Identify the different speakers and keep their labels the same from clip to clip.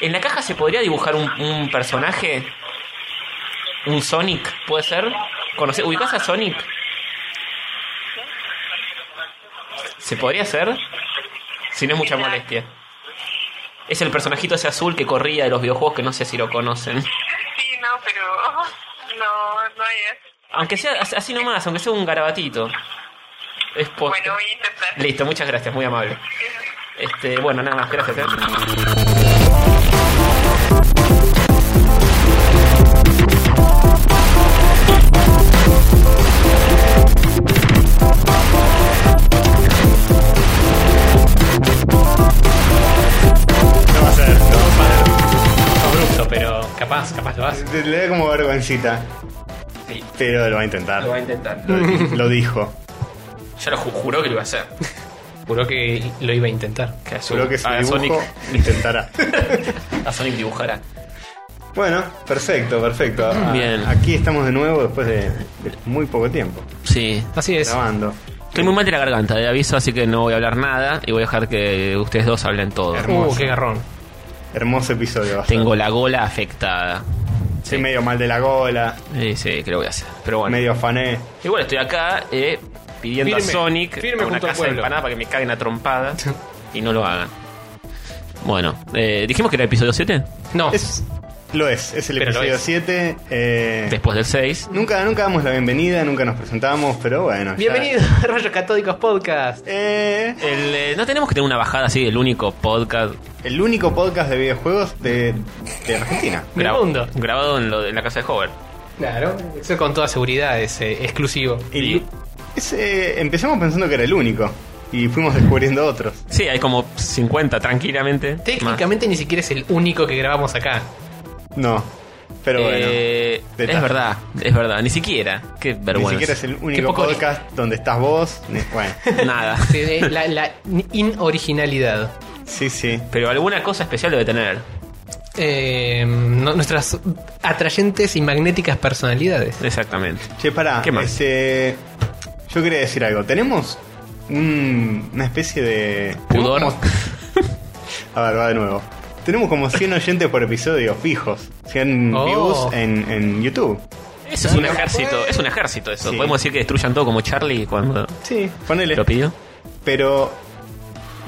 Speaker 1: ¿En la caja se podría dibujar un, un personaje? ¿Un Sonic? ¿Puede ser? ¿Conoce, ¿Ubicás a Sonic? ¿Se podría hacer? Si no es mucha molestia. Es el personajito ese azul que corría de los videojuegos que no sé si lo conocen.
Speaker 2: Sí, no, pero no, no es.
Speaker 1: Aunque sea as- así nomás, aunque sea un garabatito. Es posta.
Speaker 2: Bueno, voy a intentar.
Speaker 1: Listo, muchas gracias, muy amable. Este, bueno, nada más, gracias. ¿eh?
Speaker 3: No va a ser, no va
Speaker 1: Abrupto, pero capaz, capaz lo
Speaker 3: a
Speaker 1: hace.
Speaker 3: ser. Le da como vergüencita,
Speaker 1: Sí,
Speaker 3: pero lo va a intentar.
Speaker 1: lo va a intentar.
Speaker 3: Lo dijo.
Speaker 1: Ya lo ju- juró que lo iba a hacer.
Speaker 4: Juró que lo iba a intentar.
Speaker 1: Que a, su-
Speaker 3: Seguro que su
Speaker 1: a
Speaker 3: dibujo
Speaker 1: Ah, Sonic,
Speaker 3: intentará.
Speaker 1: a Sonic dibujará.
Speaker 3: Bueno, perfecto, perfecto. A-
Speaker 1: Bien.
Speaker 3: Aquí estamos de nuevo después de, de muy poco tiempo
Speaker 1: Sí.
Speaker 4: Así es. Uh,
Speaker 3: grabando.
Speaker 1: Estoy muy mal de la garganta, de aviso, así que no voy a hablar nada y voy a dejar que ustedes dos hablen todo.
Speaker 4: Uh,
Speaker 3: Hermoso.
Speaker 4: qué garrón.
Speaker 3: Hermoso episodio. va a ser.
Speaker 1: Tengo la gola afectada.
Speaker 3: Estoy medio mal de la gola,
Speaker 1: Sí, sí, que lo voy a hacer. Pero bueno.
Speaker 3: medio afané.
Speaker 1: Igual estoy acá eh, pidiendo a
Speaker 4: Firme,
Speaker 1: Sonic
Speaker 4: firme
Speaker 1: a una
Speaker 4: junto
Speaker 1: casa
Speaker 4: al
Speaker 1: de
Speaker 4: pueblo.
Speaker 1: empanada para que me caguen a trompada y no lo hagan. Bueno, eh, dijimos que era el episodio 7,
Speaker 4: No.
Speaker 3: Es, lo es, es el
Speaker 4: Pero lo
Speaker 3: episodio 7.
Speaker 4: es.
Speaker 3: eh,
Speaker 1: después del 6.
Speaker 3: nunca, nunca damos la bienvenida, nunca nos presentamos, pero bueno. ya-
Speaker 4: Bienvenido a Rayos Catódicos Podcast.
Speaker 3: Eh,
Speaker 1: El, eh, no tenemos que tener una bajada así, el único podcast
Speaker 3: el único podcast de videojuegos de, de Argentina.
Speaker 4: Del
Speaker 1: gra-
Speaker 4: mundo.
Speaker 1: grabado en, lo de- en la casa de Hover.
Speaker 4: Claro. Eso con toda seguridad es eh, exclusivo.
Speaker 3: El- es, eh, empezamos pensando que era el único y fuimos descubriendo otros.
Speaker 1: Sí, hay como 50 tranquilamente. más.
Speaker 4: Técnicamente ni siquiera es el único que grabamos acá.
Speaker 3: No, pero bueno.
Speaker 1: Eh,
Speaker 3: detalle.
Speaker 1: es verdad, es verdad, ni siquiera. Qué vergüenza.
Speaker 3: Ni siquiera es el
Speaker 4: Qué
Speaker 3: único
Speaker 4: poco ori-
Speaker 3: podcast donde estás vos. ni- Bueno,
Speaker 1: Nada.
Speaker 4: Sí, de La, la inoriginalidad.
Speaker 3: sí, sí.
Speaker 1: Pero alguna cosa especial debe tener.
Speaker 4: Eh, no- nuestras atrayentes y magnéticas personalidades.
Speaker 1: Eh, Exactamente.
Speaker 3: Che, pará.
Speaker 1: ¿Qué más?
Speaker 3: este, yo quería decir algo. Tenemos un- una especie de.
Speaker 1: Pudor.
Speaker 3: tenemos como- A ver, va de nuevo. Tenemos como 100 oyentes por episodio fijos. 100
Speaker 4: Oh.
Speaker 3: views en, en YouTube.
Speaker 1: Eso es un ejército, es un ejército eso.
Speaker 3: Sí.
Speaker 1: Podemos decir que destruyan todo como Charlie cuando
Speaker 3: Sí, ponele.
Speaker 1: lo pidió.
Speaker 3: Pero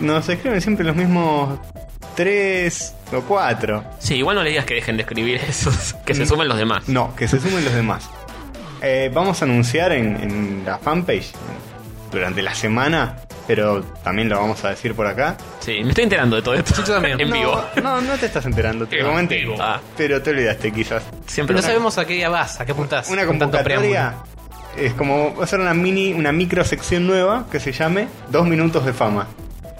Speaker 3: nos escriben siempre los mismos 3 o 4.
Speaker 1: Sí, igual no le digas que dejen de escribir esos, que se sumen los demás.
Speaker 3: Mm. No, que se sumen los demás. Eh, vamos a anunciar en, en la fanpage durante la semana, pero también lo vamos a decir por acá.
Speaker 1: Sí, me estoy enterando de todo esto.
Speaker 4: Yo también.
Speaker 1: En
Speaker 3: no,
Speaker 1: vivo.
Speaker 3: No, no te estás enterando, te
Speaker 1: En
Speaker 3: lo comenté.
Speaker 1: vivo. Ah.
Speaker 3: Pero te olvidaste quizás.
Speaker 1: Siempre
Speaker 4: No
Speaker 1: lo-
Speaker 4: sabemos a qué día vas, a qué apuntás.
Speaker 3: Una
Speaker 4: con tanto
Speaker 3: convocatoria es como va a ser una mini, una micro sección nueva que se llame Dos Minutos de Fama.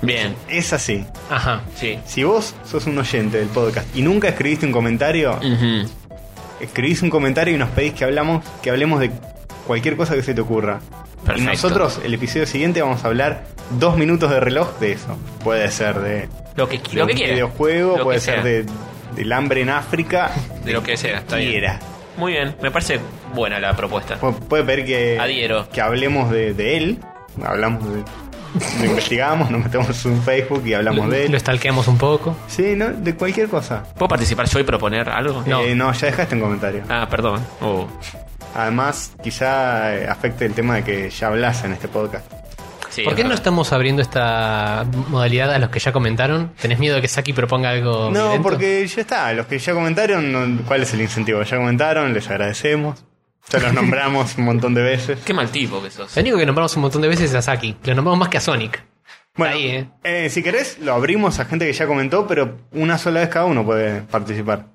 Speaker 1: Bien,
Speaker 3: Es así.
Speaker 4: preámbulo. Ajá.
Speaker 1: sí.
Speaker 3: Si vos sos un oyente del podcast y nunca escribiste un comentario,
Speaker 1: Ujú.
Speaker 3: escribís un comentario y nos pedís que hablamos, que hablemos de cualquier cosa que se te ocurra. Y
Speaker 1: Perfecto.
Speaker 3: nosotros, el episodio siguiente, vamos a hablar dos minutos de reloj de eso. Puede ser de,
Speaker 1: Lo que,
Speaker 3: de
Speaker 1: lo
Speaker 3: un
Speaker 1: que quieras.
Speaker 3: videojuego,
Speaker 1: Lo que
Speaker 3: puede
Speaker 1: sea.
Speaker 3: ser de, del hambre en África.
Speaker 1: De lo que sea, está bien.
Speaker 3: Quiera.
Speaker 1: Muy bien, me parece buena la propuesta.
Speaker 3: Pu- Puede pedir que,
Speaker 1: Adhiero.
Speaker 3: que hablemos de, de él. Hablamos de. Lo investigamos, nos metemos en Facebook y hablamos de
Speaker 4: Lo
Speaker 3: él.
Speaker 4: estalqueamos un poco.
Speaker 3: Sí, ¿no? De cualquier cosa.
Speaker 1: ¿Puedo participar yo y proponer algo?
Speaker 4: No.
Speaker 3: Eh, no, ya dejaste un comentario.
Speaker 1: Ah, perdón. Oh.
Speaker 3: Además, quizá eh, afecte el tema de que ya hablas en este podcast.
Speaker 1: Sí,
Speaker 4: ¿Por qué no
Speaker 1: es verdad.
Speaker 4: estamos abriendo esta modalidad a los que ya comentaron? ¿Tenés miedo de que Saki proponga algo?
Speaker 3: No,
Speaker 4: violento?
Speaker 3: porque ya está. Los que ya comentaron, no- ¿cuál es el incentivo? Ya comentaron, les agradecemos. Ya los nombramos un montón de veces.
Speaker 1: Qué mal tipo que sos.
Speaker 4: Lo único que nombramos un montón de veces es a Saki. Lo nombramos más que a Sonic.
Speaker 3: Bueno,
Speaker 4: Ahí, eh.
Speaker 3: eh, si querés, lo abrimos a gente que ya comentó, pero una sola vez cada uno puede participar.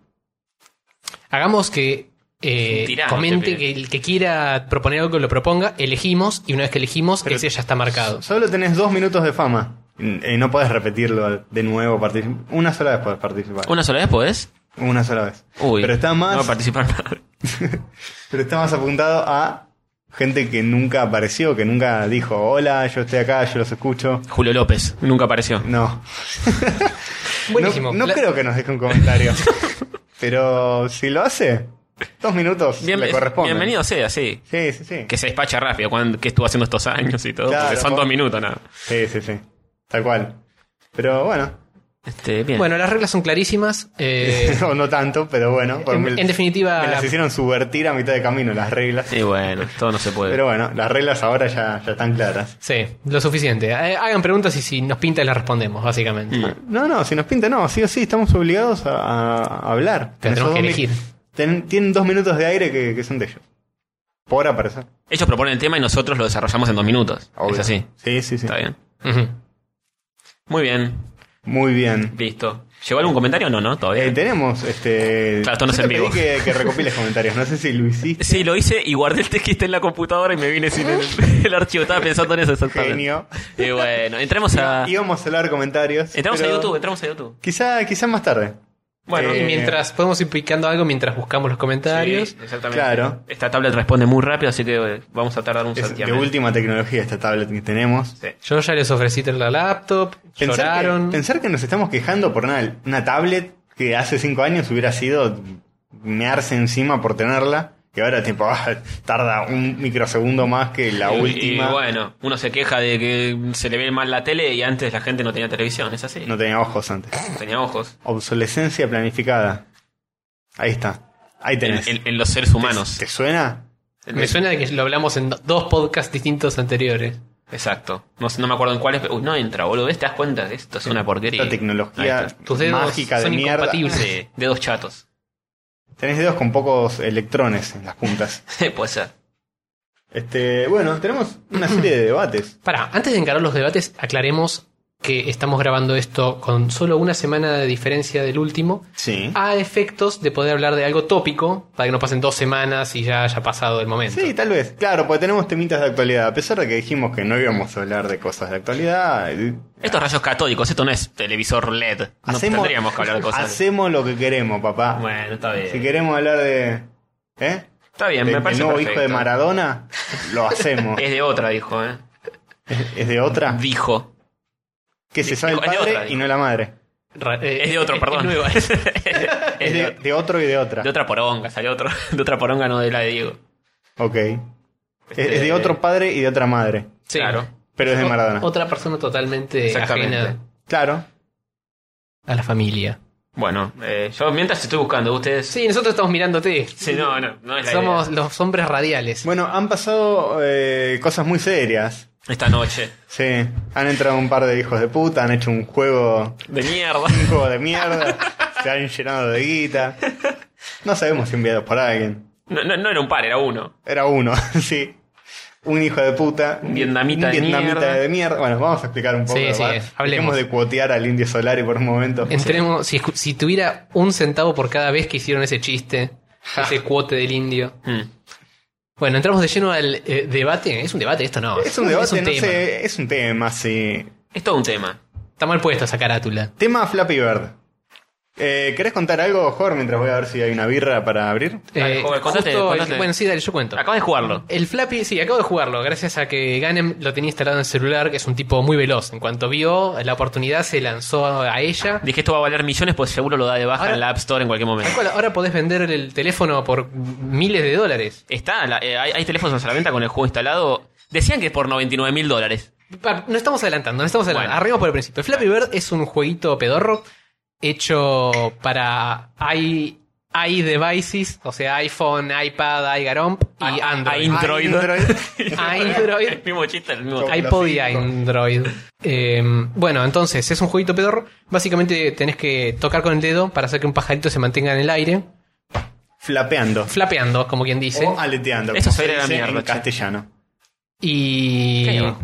Speaker 4: Hagamos que eh,
Speaker 1: Es un tirano,
Speaker 4: comente,
Speaker 1: este
Speaker 4: que
Speaker 1: pibe.
Speaker 4: el que quiera proponer algo lo proponga, elegimos y una vez que elegimos,
Speaker 3: Pero-
Speaker 4: ese ya está marcado.
Speaker 3: Solo tenés dos minutos de fama. Y y no podés repetirlo de nuevo. particip- Una sola vez podés participar.
Speaker 1: ¿Una sola vez podés?
Speaker 3: Una sola vez.
Speaker 1: Uy.
Speaker 3: pero, está
Speaker 1: No va a
Speaker 3: más,
Speaker 1: participar nada.
Speaker 3: pero está más apuntado a gente que nunca apareció, que nunca dijo, hola, yo estoy acá, yo los escucho.
Speaker 1: Julio López, nunca apareció.
Speaker 3: No.
Speaker 4: Buenísimo.
Speaker 3: No, no
Speaker 4: La-
Speaker 3: creo que nos deje un comentario. pero si lo hace, dos minutos
Speaker 1: Bien-
Speaker 3: le corresponde.
Speaker 1: Bienvenido sea, sí.
Speaker 3: Sí, sí, sí.
Speaker 1: Que se despacha rápido, cuán- qué estuvo haciendo estos años y todo.
Speaker 3: Claro,
Speaker 1: porque son
Speaker 3: vos-
Speaker 1: dos minutos, nada.
Speaker 3: Sí, sí, sí. Tal cual. Pero bueno,
Speaker 1: Este, bien.
Speaker 4: Bueno, las reglas son clarísimas. eh,
Speaker 3: o no tanto, pero bueno. por-
Speaker 4: en-
Speaker 3: me-
Speaker 4: en definitiva-
Speaker 3: Me las hicieron subvertir a mitad de camino las reglas.
Speaker 1: y bueno, todo no se puede.
Speaker 3: Pero bueno, las reglas ahora ya, ya están claras.
Speaker 4: sí, lo suficiente. Eh, hagan preguntas y si nos pinta las respondemos, básicamente.
Speaker 1: Mm.
Speaker 3: No, no, si nos pinta, no, sí o sí, estamos obligados a, a hablar.
Speaker 4: Pero
Speaker 3: En esos
Speaker 4: tenemos que
Speaker 3: dos mi-
Speaker 4: elegir.
Speaker 3: ten- tienen dos minutos de aire que, que son de ellos. Por aparecer.
Speaker 1: Ellos proponen el tema y nosotros lo desarrollamos en dos minutos.
Speaker 3: Obvio.
Speaker 1: Es así.
Speaker 3: Sí, sí, sí.
Speaker 1: Está bien.
Speaker 4: Ujú.
Speaker 1: Muy bien.
Speaker 3: Muy bien.
Speaker 1: Listo. ¿Llegó algún comentario? No, no, todavía.
Speaker 3: Eh, tenemos este.
Speaker 1: Claro, esto no
Speaker 3: yo
Speaker 1: es en
Speaker 3: te pedí
Speaker 1: vivo.
Speaker 3: Que, que recopiles comentarios. No sé si lo hiciste.
Speaker 1: Sí, lo hice y guardé el texto en la computadora y me vine sin el, el archivo. Estaba pensando en eso exactamente.
Speaker 3: Genio.
Speaker 1: Y bueno, entremos a.
Speaker 3: Íbamos a hablar comentarios.
Speaker 1: Entramos a
Speaker 3: pero
Speaker 1: YouTube, entramos a YouTube.
Speaker 3: Quizá, quizá más tarde.
Speaker 1: Bueno,
Speaker 4: Y
Speaker 3: Eh,
Speaker 4: mientras podemos ir picando algo mientras buscamos los comentarios.
Speaker 1: Sí, exactamente.
Speaker 3: Claro.
Speaker 1: Esta tablet responde muy rápido, así que eh, vamos a tardar un
Speaker 3: Es de
Speaker 1: santiamén.
Speaker 3: última tecnología esta tablet que tenemos.
Speaker 1: Sí.
Speaker 4: Yo ya les ofrecí tener la laptop,
Speaker 3: Pensar
Speaker 4: lloraron.
Speaker 3: que, pensar que nos estamos quejando por una, una tablet que hace cinco años hubiera sido mearse encima por tenerla. Que ahora, tipo, ah, tarda un microsegundo más que la
Speaker 1: Y-
Speaker 3: última.
Speaker 1: Y bueno, uno se queja de que se le ve mal la tele y antes la gente no tenía televisión, es así.
Speaker 3: No tenía ojos antes.
Speaker 1: No tenía ojos.
Speaker 3: Obsolescencia planificada. Ahí está. Ahí
Speaker 1: En,
Speaker 3: tenés.
Speaker 1: en- en los seres humanos. Eh,
Speaker 3: ¿Te suena?
Speaker 4: Me suena de que lo hablamos en do- dos podcasts distintos anteriores.
Speaker 1: Exacto. No, sé- no me acuerdo en cuáles. pero- Uy, no entra, boludo. ¿Te das cuenta? Esto es una porquería.
Speaker 3: La
Speaker 1: Ahí
Speaker 3: tecnología
Speaker 1: está.
Speaker 4: Tus dedos
Speaker 3: mágica de
Speaker 4: son
Speaker 3: mierda.
Speaker 4: incompatibles.
Speaker 1: Sí, dedos chatos.
Speaker 3: Tenés dedos con pocos electrones en las puntas.
Speaker 1: Puede ser.
Speaker 3: Este, bueno, tenemos una serie de debates.
Speaker 4: Pará, antes de encarar los debates, aclaremos que estamos grabando esto con solo una semana de diferencia del último,
Speaker 3: Sí.
Speaker 1: Ah,
Speaker 4: a efectos de poder hablar de algo tópico, para que no pasen dos semanas y ya haya pasado el momento.
Speaker 3: Sí, tal vez. Claro, porque tenemos temitas de actualidad. A pesar de que dijimos que no íbamos a hablar de cosas de actualidad, eh,
Speaker 1: Estos rayos catódicos, esto no es televisor LED. No tendríamos que hablar de cosas.
Speaker 3: Hacemos lo que queremos, papá.
Speaker 1: Bueno, está bien.
Speaker 3: Si queremos hablar de. ¿Eh?
Speaker 1: Está bien,
Speaker 3: De-
Speaker 1: me
Speaker 3: del
Speaker 1: parece
Speaker 3: nuevo hijo
Speaker 1: perfecto.
Speaker 3: de Maradona, lo hacemos.
Speaker 1: Es de otra, dijo, ¿eh?
Speaker 3: ¿Es de otra?
Speaker 1: Dijo.
Speaker 3: Que se sabe el
Speaker 1: dijo, es de
Speaker 3: padre
Speaker 1: otra, dijo.
Speaker 3: y no la madre.
Speaker 4: Ra- eh,
Speaker 1: Es de otro,
Speaker 4: eh,
Speaker 1: perdón.
Speaker 4: es nueva.
Speaker 1: es
Speaker 3: Es de,
Speaker 1: de,
Speaker 3: de otro y de otra.
Speaker 1: de otra poronga, salió otro. De otra poronga, no de la de Diego.
Speaker 3: Ok. Es-
Speaker 1: Este-
Speaker 3: es de otro padre y de otra madre.
Speaker 4: Sí.
Speaker 1: Claro.
Speaker 3: Pero es de
Speaker 4: O-
Speaker 3: Maradona.
Speaker 4: Otra persona totalmente
Speaker 1: Exactamente.
Speaker 4: ajena
Speaker 3: Claro.
Speaker 4: a la familia.
Speaker 1: Bueno, eh, yo mientras estoy buscando, ustedes.
Speaker 4: Sí, nosotros estamos mirándote.
Speaker 1: Sí, no, no, no es la
Speaker 4: Somos
Speaker 1: idea.
Speaker 4: los hombres radiales.
Speaker 3: Bueno, han pasado eh, cosas muy serias.
Speaker 1: Esta noche.
Speaker 3: Sí. Han entrado un par de hijos de puta, han hecho un juego,
Speaker 1: De mierda.
Speaker 3: un juego de mierda. se han llenado de guita. No sabemos si enviados por alguien.
Speaker 1: No, no, no era un par, era uno.
Speaker 3: Era uno, sí. Un hijo de puta.
Speaker 1: Un vietnamita
Speaker 3: un
Speaker 1: de
Speaker 3: vietnamita
Speaker 1: mierda.
Speaker 3: de mierda. Bueno, vamos a explicar un poco.
Speaker 4: Sí, sí,
Speaker 3: ¿va?
Speaker 4: hablemos.
Speaker 3: Dejemos de cuotear al indio Solari por un momento.
Speaker 4: Entremos, si, escu- si tuviera un centavo por cada vez que hicieron ese chiste, ese cuote del indio.
Speaker 1: Mm.
Speaker 4: Bueno, entramos de lleno al eh, debate. Es un debate, esto no.
Speaker 3: Es un debate,
Speaker 4: es un
Speaker 3: no
Speaker 4: tema.
Speaker 3: sé, es un tema, sí.
Speaker 1: Es todo un tema.
Speaker 4: Está mal puesta esa carátula.
Speaker 3: Tema Flappy Bird. Eh, ¿Querés contar algo, Jorge, mientras voy a ver si hay una birra para abrir?
Speaker 1: Dale, joven, contate,
Speaker 4: Eh, justo el-
Speaker 1: contate.
Speaker 4: bueno, sí, dale, yo cuento.
Speaker 1: Acabas de jugarlo.
Speaker 4: El Flappy, sí, acabo de jugarlo, gracias a que Ganem lo tenía instalado en el celular, que es un tipo muy veloz. En cuanto vio la oportunidad, se lanzó a ella.
Speaker 1: Dije, esto va a valer millones, pues seguro lo da de baja
Speaker 4: Ahora-
Speaker 1: en la App Store en cualquier
Speaker 4: Tal
Speaker 1: momento.
Speaker 4: cual, ahora podés vender el teléfono por miles de dólares.
Speaker 1: Está, la- eh, hay, hay teléfonos a la venta con el juego instalado. Decían que por 99 mil dólares.
Speaker 4: Pa- No estamos adelantando, no estamos adelantando.
Speaker 1: Bueno.
Speaker 4: Arranquemos por el principio. Flappy Bird es un jueguito pedorro hecho para i, i devices, o sea, iPhone, iPad, iGaromp y
Speaker 1: A-
Speaker 4: Android. Ah,
Speaker 1: a- Android.
Speaker 4: Android.
Speaker 1: el mismo chiste, el mismo.
Speaker 3: Ay.
Speaker 4: iPod y
Speaker 3: Los cinco.
Speaker 4: Android. Eh, bueno, entonces es un jueguito pedorro. Básicamente tenés que tocar con el dedo para hacer que un pajarito se mantenga en el aire,
Speaker 3: Flapeando.
Speaker 4: flapeando, como quien dice.
Speaker 3: O aleteando.
Speaker 1: Eso se
Speaker 3: como se
Speaker 1: era
Speaker 3: dice
Speaker 1: mierda,
Speaker 3: en
Speaker 1: che.
Speaker 3: castellano.
Speaker 4: Y
Speaker 1: Claro.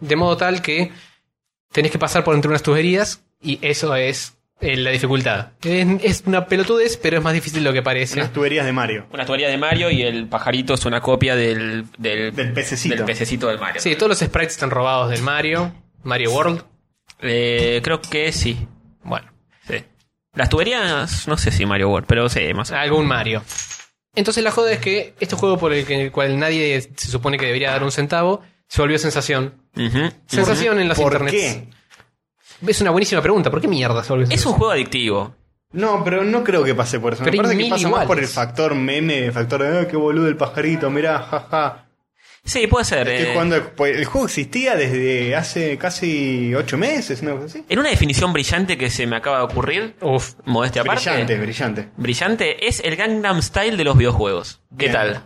Speaker 4: de modo tal que tenés que pasar por entre unas tuberías y eso es eh, la dificultad. Es, es una pelotudez, pero es más difícil de lo que parece.
Speaker 3: Unas tuberías de Mario.
Speaker 1: Una tubería de Mario y el pajarito es una copia del. Del,
Speaker 3: Del pececito.
Speaker 1: Del pececito del Mario.
Speaker 4: Sí, todos los sprites están robados del Mario, Mario World.
Speaker 1: Eh, creo que sí.
Speaker 4: Bueno,
Speaker 1: Sí. Las tuberías, no sé si Mario World, pero sí, más o menos.
Speaker 4: algún Mario. Entonces la joda es que este juego por el, que- en el cual nadie se supone que debería dar un centavo, se volvió sensación.
Speaker 1: Ujú.
Speaker 4: Sensación en los
Speaker 3: ¿Por
Speaker 4: internets.
Speaker 3: qué?
Speaker 4: Es una buenísima pregunta. ¿Por qué mierda se volvió
Speaker 1: Es un
Speaker 4: sensación?
Speaker 1: juego adictivo.
Speaker 3: No, pero no creo que pase por eso. Me
Speaker 4: Pero hay
Speaker 3: parece que
Speaker 4: mil
Speaker 3: pasa más por el
Speaker 4: iguales.
Speaker 3: factor meme, el factor de, "Ah, qué boludo el pajarito, mirá, jaja.
Speaker 1: Sí, puede ser.
Speaker 3: Estoy
Speaker 1: eh,
Speaker 3: jugando- pues, el juego existía desde hace casi 8 meses, una cosa así.
Speaker 1: En una definición brillante que se me acaba de ocurrir,
Speaker 4: Uf.
Speaker 1: modestia aparte.
Speaker 3: Brillante, brillante.
Speaker 1: brillante, es el Gangnam Style de los videojuegos. ¿Qué
Speaker 3: Bien.
Speaker 1: tal?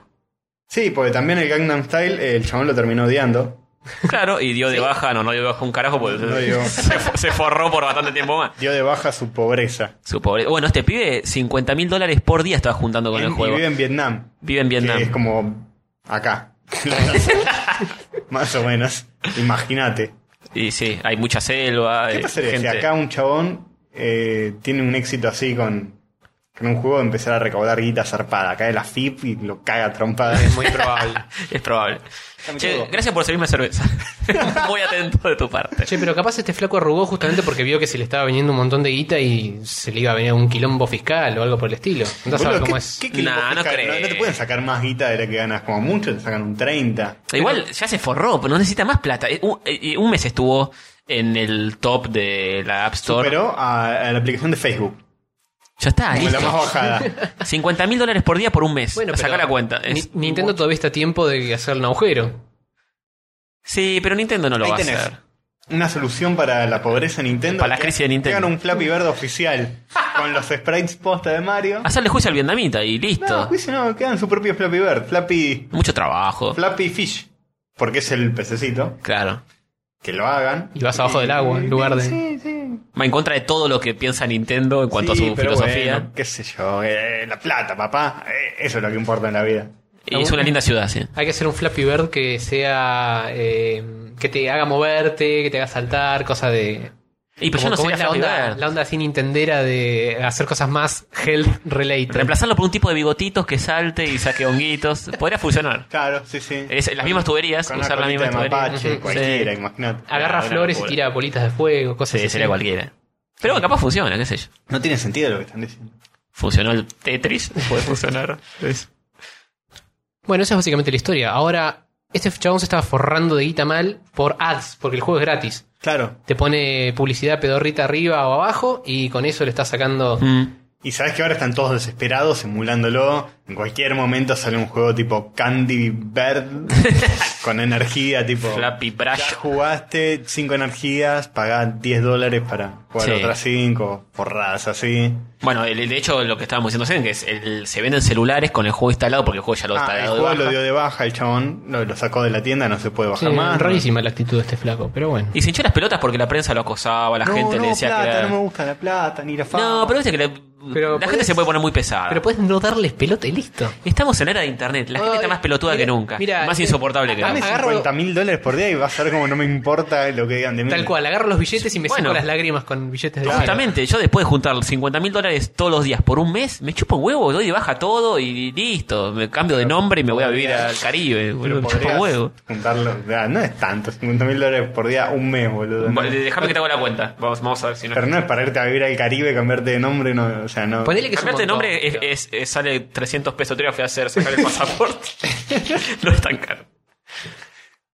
Speaker 3: Sí, porque también el Gangnam Style, eh, el chabón lo terminó odiando.
Speaker 1: Claro, y dio de baja, no, no dio de baja un carajo, porque
Speaker 3: No dio.
Speaker 1: se, fo- se forró por bastante tiempo más.
Speaker 3: Dio de baja su pobreza.
Speaker 1: Su pobre. Bueno, este pibe 50 mil dólares por día estaba juntando con
Speaker 3: En-
Speaker 1: el
Speaker 3: y
Speaker 1: juego.
Speaker 3: vive en Vietnam.
Speaker 1: Vive en Vietnam.
Speaker 3: Que es como acá. Más o menos. Imagínate.
Speaker 1: Y sí, hay mucha selva.
Speaker 3: ¿Qué
Speaker 1: eh,
Speaker 3: pasaría
Speaker 1: gente-
Speaker 3: si acá un chabón eh, tiene un éxito así con, con un juego de empezar a recaudar guita zarpada? Cae la FIP y lo caga a trompadas.
Speaker 4: Es muy probable.
Speaker 1: Es probable.
Speaker 3: Dame
Speaker 1: Che,
Speaker 3: todo.
Speaker 1: gracias por servirme cerveza. Muy atento de tu parte.
Speaker 4: Che, pero capaz este flaco arrugó justamente porque vio que se le estaba viniendo un montón de guita y se le iba a venir un quilombo fiscal o algo por el estilo. No sabes
Speaker 3: Boludo,
Speaker 4: cómo
Speaker 3: ¿qué-
Speaker 4: es.
Speaker 3: qué quilombo
Speaker 1: Nah, no
Speaker 3: fiscal?
Speaker 1: creo.
Speaker 3: no te pueden sacar más guita de la que ganas. Como mucho te sacan un 30.
Speaker 1: E Igual ya se forró, pero no necesita más plata. Eh, Un, eh, un mes estuvo en el top de la App Store.
Speaker 3: Pero a, a la aplicación de Facebook.
Speaker 1: ya está,
Speaker 3: Como la
Speaker 1: listo.
Speaker 3: más bajada.
Speaker 1: 50 mil dólares por día por un mes.
Speaker 4: Bueno,
Speaker 1: Sacá
Speaker 4: pero
Speaker 1: la cuenta. Es-
Speaker 4: Ni- Nintendo todavía está a tiempo de hacer un agujero.
Speaker 1: Sí, pero Nintendo no lo
Speaker 3: Ahí
Speaker 1: va
Speaker 3: tenés.
Speaker 1: a hacer.
Speaker 3: Una solución para la pobreza de Nintendo.
Speaker 1: Para la crisis de Nintendo. Uh.
Speaker 3: Tengan un Flappy Bird oficial. con los sprites posta de Mario.
Speaker 1: Hacerle juicio al vietnamita y
Speaker 3: No,
Speaker 1: listo.
Speaker 3: juicio no. Quedan su propio Flappy Bird. Flappy,
Speaker 1: Mucho trabajo.
Speaker 3: Flappy Fish. Porque es el pececito.
Speaker 1: Claro.
Speaker 3: que lo hagan.
Speaker 4: Y vas abajo del agua, en lugar de-
Speaker 3: Sí, sí.
Speaker 1: Va en contra de todo lo que piensa Nintendo en cuanto
Speaker 3: Sí,
Speaker 1: a su
Speaker 3: pero
Speaker 1: filosofía.
Speaker 3: bueno, qué sé yo, eh, la plata, papá. eh, eso es lo que importa en la vida.
Speaker 1: Y es una linda ciudad, sí.
Speaker 4: Hay que hacer un Flappy Bird que sea. eh, que te haga moverte, que te haga saltar, cosa de.
Speaker 1: Y pero yo
Speaker 4: como-
Speaker 1: no
Speaker 4: como
Speaker 1: sé
Speaker 4: es la onda, la onda así nintendera de hacer cosas más health related.
Speaker 1: Reemplazarlo por un tipo de bigotitos que salte y saque honguitos. Podría funcionar.
Speaker 3: Claro, sí, sí.
Speaker 1: Es- las mismas tuberías,
Speaker 3: Con una
Speaker 1: usar las
Speaker 3: colita
Speaker 1: mismas
Speaker 3: de
Speaker 1: tuberías.
Speaker 3: mapache,
Speaker 1: Ujú.
Speaker 3: cualquiera,
Speaker 1: Sí.
Speaker 3: imagínate.
Speaker 4: Agarra
Speaker 1: Ah, una
Speaker 4: flores y
Speaker 1: locura.
Speaker 4: tira bolitas de fuego, cosas
Speaker 1: Sí,
Speaker 4: así.
Speaker 1: sería cualquiera. Pero bueno, capaz funciona, qué sé yo.
Speaker 3: No tiene sentido lo que están diciendo.
Speaker 1: Funcionó el Tetris, puede funcionar. Es-
Speaker 4: Bueno, esa es básicamente la historia. Ahora, este chabón se estaba forrando de guita mal por ads, porque el juego es gratis.
Speaker 3: Claro.
Speaker 4: Te pone publicidad pedorrita arriba o abajo y con eso le estás sacando.
Speaker 1: Mm.
Speaker 3: Y sabes que ahora están todos desesperados emulándolo. En cualquier momento sale un juego tipo Candy Bird con energía, tipo.
Speaker 1: Flappy Brush.
Speaker 3: Ya jugaste 5 energías, pagás 10 dólares para jugar
Speaker 1: Sí.
Speaker 3: otras 5, forradas así.
Speaker 1: Bueno, el- de hecho, lo que estábamos diciendo recién, que es el, se venden celulares con el juego instalado porque el juego ya lo está
Speaker 3: Ah, el
Speaker 1: dado de
Speaker 3: juego lo
Speaker 1: baja.
Speaker 3: dio de baja, el chabón lo, lo sacó de la tienda, no se puede
Speaker 4: Sí,
Speaker 3: bajar más.
Speaker 4: rarísima la actitud de este flaco, pero bueno.
Speaker 1: Y se hinchó las pelotas porque la prensa lo acosaba, la
Speaker 3: No,
Speaker 1: gente
Speaker 3: no,
Speaker 1: le decía
Speaker 3: plata,
Speaker 1: que era...
Speaker 3: no me gusta la plata, ni la fama.
Speaker 1: No, pero viste que la,
Speaker 4: Pero
Speaker 1: la gente
Speaker 4: podés-
Speaker 1: se puede poner muy pesada.
Speaker 4: Pero puedes no darles pelota y listo.
Speaker 1: Estamos en era de internet, la gente está más pelotuda
Speaker 4: mira,
Speaker 1: que nunca,
Speaker 4: mira,
Speaker 1: más
Speaker 4: eh,
Speaker 1: insoportable que
Speaker 4: a- a
Speaker 1: nunca.
Speaker 4: mí- agarro-
Speaker 3: 50 mil dólares por día y vas a ver como no me importa lo que digan de mí.
Speaker 4: Tal cual, agarro los billetes y me
Speaker 1: Mm. Bueno.
Speaker 4: seco las lágrimas con billetes de
Speaker 1: Justamente, yo después de juntar 50 mil dólares todos los días por un mes, me chupo un huevo, doy de baja todo y listo. Me cambio de nombre y me voy a vivir al Caribe.
Speaker 3: Pero
Speaker 1: boludo, Me chupo
Speaker 3: podrías
Speaker 1: un huevo.
Speaker 3: juntarlo. Ah, no es tanto, 50 mil dólares por día, un mes, boludo. ¿no?
Speaker 1: Bueno, Déjame que te haga la cuenta. Vamos, vamos a ver si no.
Speaker 3: Pero no es para irte a vivir al Caribe, cambiarte de nombre, no, o sea, no.
Speaker 4: Ponele que es un
Speaker 1: Cambiarte de
Speaker 4: montón,
Speaker 1: este nombre es-
Speaker 4: pero-
Speaker 1: es- es- sale 300 pesos. Te voy a fui a hacer sacar el pasaporte. no es tan caro.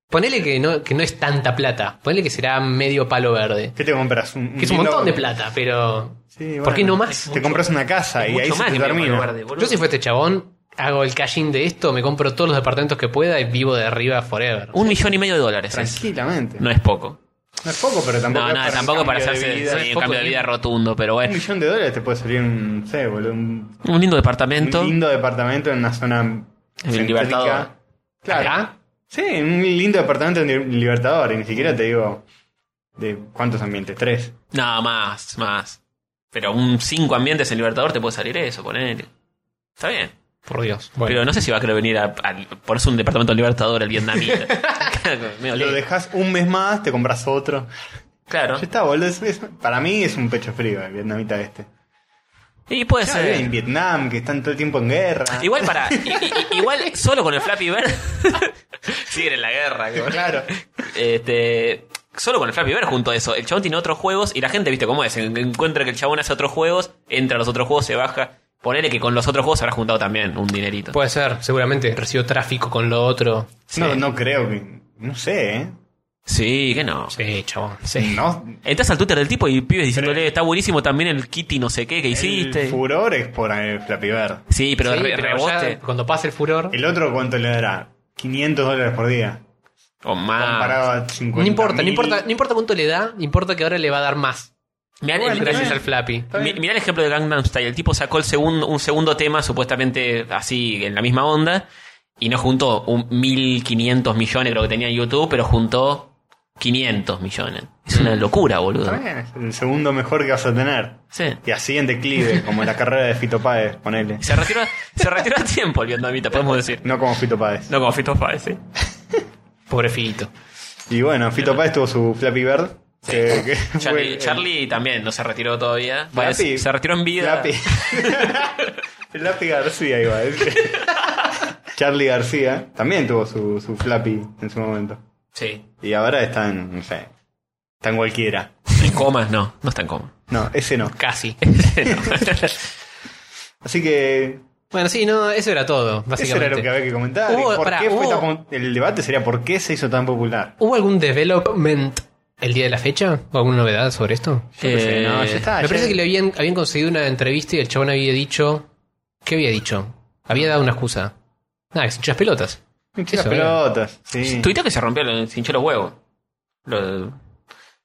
Speaker 4: Ponele que no, que no es tanta plata. Ponele que será medio palo verde.
Speaker 3: ¿Qué te compras? Un, un
Speaker 4: Que es un
Speaker 3: kilo-
Speaker 4: montón de plata, pero.
Speaker 3: Sí, bueno.
Speaker 4: ¿Por qué no más?
Speaker 3: Te compras una casa y ahí
Speaker 1: Mucho más
Speaker 3: se te
Speaker 1: que mi
Speaker 3: termina.
Speaker 1: Palo Verde, boludo.
Speaker 4: Yo si fuese chabón, hago el cash-in de esto, me compro todos los departamentos que pueda y vivo de arriba forever.
Speaker 1: Un millón y medio de dólares. es.
Speaker 3: Tranquilamente.
Speaker 1: No es poco.
Speaker 3: No es poco, pero tampoco
Speaker 1: No,
Speaker 3: es
Speaker 1: no,
Speaker 3: un
Speaker 1: tampoco para
Speaker 3: cambio de
Speaker 1: hacerse
Speaker 3: vida.
Speaker 1: sí,
Speaker 4: Es
Speaker 1: un
Speaker 4: poco
Speaker 1: cambio de vida
Speaker 4: bien.
Speaker 1: rotundo, pero
Speaker 3: Un
Speaker 1: bueno.
Speaker 3: millón de dólares te puede salir un, no sé, boludo, un,
Speaker 1: Un lindo
Speaker 3: un
Speaker 1: departamento.
Speaker 3: lindo departamento en una zona céntrica.
Speaker 1: Libertador.
Speaker 3: Claro.
Speaker 4: ¿Acá?
Speaker 3: Sí, un lindo departamento en Li- Libertador, y ni siquiera te digo de cuántos ambientes, tres.
Speaker 1: No, más, más. Pero un 5 ambientes en Libertador te puede salir eso, poner. Está bien.
Speaker 4: Por Dios. Bueno.
Speaker 1: Pero no sé si va a querer venir a, a ponerse un departamento en Libertador al vietnamita. Medio
Speaker 3: Lo
Speaker 1: lento.
Speaker 3: dejas un mes más, te compras otro.
Speaker 1: Claro.
Speaker 3: Ya está, boludo. es- es- para mí es un pecho frío el vietnamita este.
Speaker 1: Y puede
Speaker 3: Ya vive
Speaker 1: ser.
Speaker 3: en Vietnam, que están todo el tiempo en guerra.
Speaker 1: Igual para. i- i- Igual solo con el Flappy Bird. Siguen en la guerra, que bueno.
Speaker 3: Claro.
Speaker 1: Este. Solo con el Flappy Bird junto a eso. El chabón tiene otros juegos y la gente, viste cómo es. En- Encuentra que el chabón hace otros juegos, entra a los otros juegos, se baja. Ponele que con los otros juegos habrá juntado también un dinerito.
Speaker 4: Puede ser, seguramente recibo tráfico con lo otro.
Speaker 3: No,
Speaker 1: Sí.
Speaker 3: no creo que. No sé, ¿eh?
Speaker 1: Sí, que no.
Speaker 4: Sí, chabón. Sí.
Speaker 3: No.
Speaker 1: Entras al Twitter del tipo y pibes diciéndole, está buenísimo también el kitty no sé qué que
Speaker 3: El
Speaker 1: hiciste.
Speaker 3: furor es por el Flappy Bird.
Speaker 1: Sí, pero,
Speaker 4: Sí,
Speaker 1: re-
Speaker 4: pero
Speaker 1: rebote.
Speaker 4: ya cuando pasa el furor.
Speaker 3: ¿El otro cuánto le dará? 500 dólares por día.
Speaker 1: O más.
Speaker 3: Comparado a 50.
Speaker 4: Ah. No importa, no
Speaker 3: mil.
Speaker 4: importa, no importa cuánto le da, importa que ahora le va a dar más.
Speaker 1: Mirá,
Speaker 3: Bueno,
Speaker 1: el-
Speaker 3: está
Speaker 4: Gracias
Speaker 3: bien.
Speaker 4: al Flappy.
Speaker 3: Está
Speaker 1: mi-
Speaker 3: bien.
Speaker 1: mirá el ejemplo de Gangnam Style. El tipo sacó el segundo, un segundo tema, supuestamente así, en la misma onda, y no juntó un 1.500 millones, creo que tenía en YouTube, pero juntó 500 millones. Es una locura, boludo.
Speaker 3: Mm. Está bien, es el segundo mejor que vas a tener.
Speaker 1: Sí.
Speaker 3: Y así en declive, como la carrera de Fito Páez, ponele.
Speaker 1: Se retiró, se retiró a tiempo el vietnamita, podemos decir.
Speaker 3: No como Fito Páez.
Speaker 1: No como Fito Páez, sí.
Speaker 4: Pobre Fito.
Speaker 3: Y bueno, Fito Páez tuvo su Flappy Bird. que- que fue
Speaker 1: Charlie,
Speaker 3: el-
Speaker 1: Charlie también no se retiró todavía.
Speaker 3: Flappy.
Speaker 1: Parece- se retiró en vida.
Speaker 3: Flappy. El Flappy García iba a decir. Charlie García también tuvo su, su Flappy en su momento.
Speaker 1: Sí.
Speaker 3: Y ahora está en, no sé, está en cualquiera.
Speaker 1: En comas, no. No está en coma.
Speaker 3: No, ese no.
Speaker 4: Casi.
Speaker 3: Así que
Speaker 4: bueno, sí, no, eso era todo,
Speaker 3: eso
Speaker 4: básicamente.
Speaker 3: era lo que había que comentar.
Speaker 4: Hubo-
Speaker 3: ¿Y por
Speaker 4: pará,
Speaker 3: qué fue
Speaker 4: hubo-
Speaker 3: tan pop- el debate sería por qué se hizo tan popular.
Speaker 4: ¿Hubo algún development el día de la fecha? ¿O alguna novedad sobre esto?
Speaker 3: Yo qué sé, no, ya está.
Speaker 4: Eh, Me
Speaker 3: ya-
Speaker 4: parece que le habían, habían conseguido una entrevista y el chabón había dicho. ¿Qué había dicho? Había dado una excusa. Nada, que se hinchó las pelotas.
Speaker 3: Hinchó las
Speaker 4: Eso era.
Speaker 3: pelotas. Sí.
Speaker 1: Tuitó que se rompió, lo- se hinchó los huevos. Lo-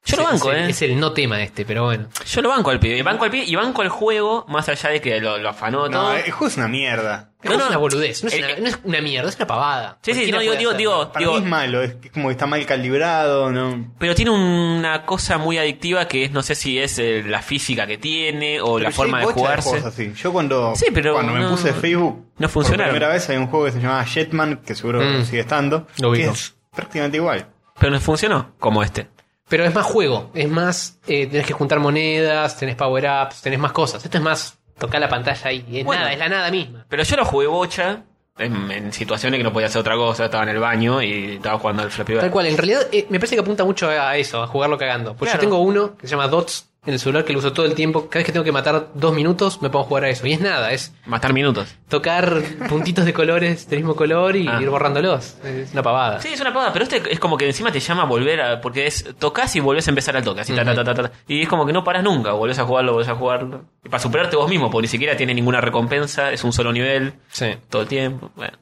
Speaker 1: yo lo
Speaker 4: Es-
Speaker 1: banco,
Speaker 4: es, el-
Speaker 1: eh.
Speaker 4: Es el no tema este, pero bueno.
Speaker 1: Yo lo banco al pibe. Banco al pibe y banco al juego, más allá de que lo, lo afanó
Speaker 3: No, eh,
Speaker 1: todo.
Speaker 3: es justo una mierda.
Speaker 4: No,
Speaker 1: No,
Speaker 4: es
Speaker 1: no.
Speaker 4: una boludez, no es,
Speaker 1: El-
Speaker 4: una, no es una mierda, es una pavada.
Speaker 1: sí, sí,
Speaker 4: Cualquiera
Speaker 1: no, digo,
Speaker 4: puede
Speaker 1: digo,
Speaker 4: hacerlo.
Speaker 1: digo,
Speaker 3: Para
Speaker 1: digo-
Speaker 3: mí es malo, es, es como que está mal calibrado, ¿no?
Speaker 1: Pero tiene una cosa muy adictiva que es, no sé si es eh, la física que tiene o la
Speaker 3: Pero
Speaker 1: forma
Speaker 3: sí,
Speaker 1: de
Speaker 3: bocha
Speaker 1: jugarse.
Speaker 3: cosas así. Yo cuando,
Speaker 1: Sí, pero
Speaker 3: cuando me
Speaker 1: no-
Speaker 3: puse Facebook,
Speaker 1: no
Speaker 3: por
Speaker 1: funcionaron.
Speaker 3: primera vez hay un juego que se llamaba Jetman, que seguro
Speaker 4: Mm.
Speaker 3: sigue estando,
Speaker 4: Lo
Speaker 3: que
Speaker 4: ubico.
Speaker 3: es prácticamente igual.
Speaker 1: Pero no funcionó como este.
Speaker 4: Pero es más juego, es más. eh, tenés que juntar monedas, tenés power-ups, tenés más cosas. Esto es más tocar la pantalla ahí. Es
Speaker 1: Bueno.
Speaker 4: nada, es la nada misma.
Speaker 1: Pero yo lo jugué bocha en, en situaciones que no podía hacer otra cosa. Estaba en el baño y estaba jugando al Flappy Bird.
Speaker 4: Tal cual, en realidad eh, me parece que apunta mucho a eso, a jugarlo cagando. Porque
Speaker 1: Claro.
Speaker 4: yo tengo uno que se llama Dots en el celular que lo uso todo el tiempo. Cada vez que tengo que matar dos minutos, me pongo a jugar a eso. Y es nada, es
Speaker 1: Matar minutos.
Speaker 4: tocar puntitos de colores del mismo color y
Speaker 1: Ah.
Speaker 4: ir borrándolos. Es una pavada.
Speaker 1: Sí, es una pavada, pero este es como que encima te llama a volver a. Porque es tocas y volvés a empezar al toque. Así, ta, ta, ta, ta, ta. Y es como que no paras nunca. Volvés a jugarlo, volvés a jugarlo. Y para superarte vos mismo, porque ni siquiera tiene ninguna recompensa. Es un solo nivel
Speaker 4: Sí.
Speaker 1: todo el tiempo. Bueno,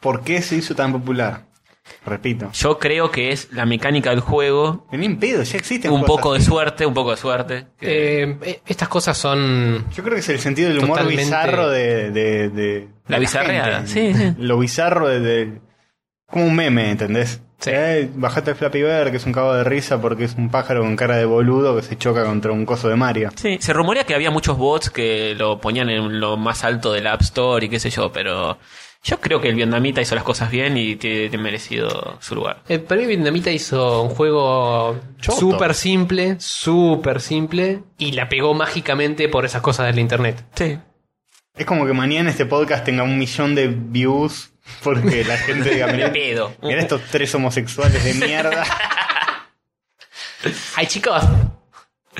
Speaker 3: ¿Por qué se hizo tan popular? Repito.
Speaker 1: yo creo que es la mecánica del juego.
Speaker 3: Ni en pedo, ya existen
Speaker 1: Un
Speaker 3: cosas
Speaker 1: poco de
Speaker 3: así.
Speaker 1: suerte, un poco de suerte.
Speaker 4: Eh, eh, estas cosas son
Speaker 3: Yo creo que es el sentido del humor
Speaker 4: Totalmente.
Speaker 3: bizarro de, de, de- de
Speaker 1: La bizarreada,
Speaker 3: gente.
Speaker 1: sí, sí.
Speaker 3: Lo bizarro de, de- Como un meme, ¿entendés?
Speaker 4: Sí.
Speaker 3: Eh, bajate el Flappy Bird, que es un cabo de risa porque es un pájaro con cara de boludo que se choca contra un coso de Mario.
Speaker 1: Sí, se rumorea que había muchos bots que lo ponían en lo más alto del App Store y qué sé yo, pero yo creo que el vietnamita hizo las cosas bien y tiene tiene merecido su lugar.
Speaker 4: Eh, para mí Vietnamita hizo un juego
Speaker 3: Choto.
Speaker 4: súper simple, súper simple, y la pegó mágicamente por esas cosas del internet.
Speaker 1: Sí.
Speaker 3: Es como que mañana este podcast tenga un millón de views porque la gente diga, mirá,
Speaker 1: pedo.
Speaker 3: mirá estos tres homosexuales de mierda.
Speaker 4: Ay, chicos.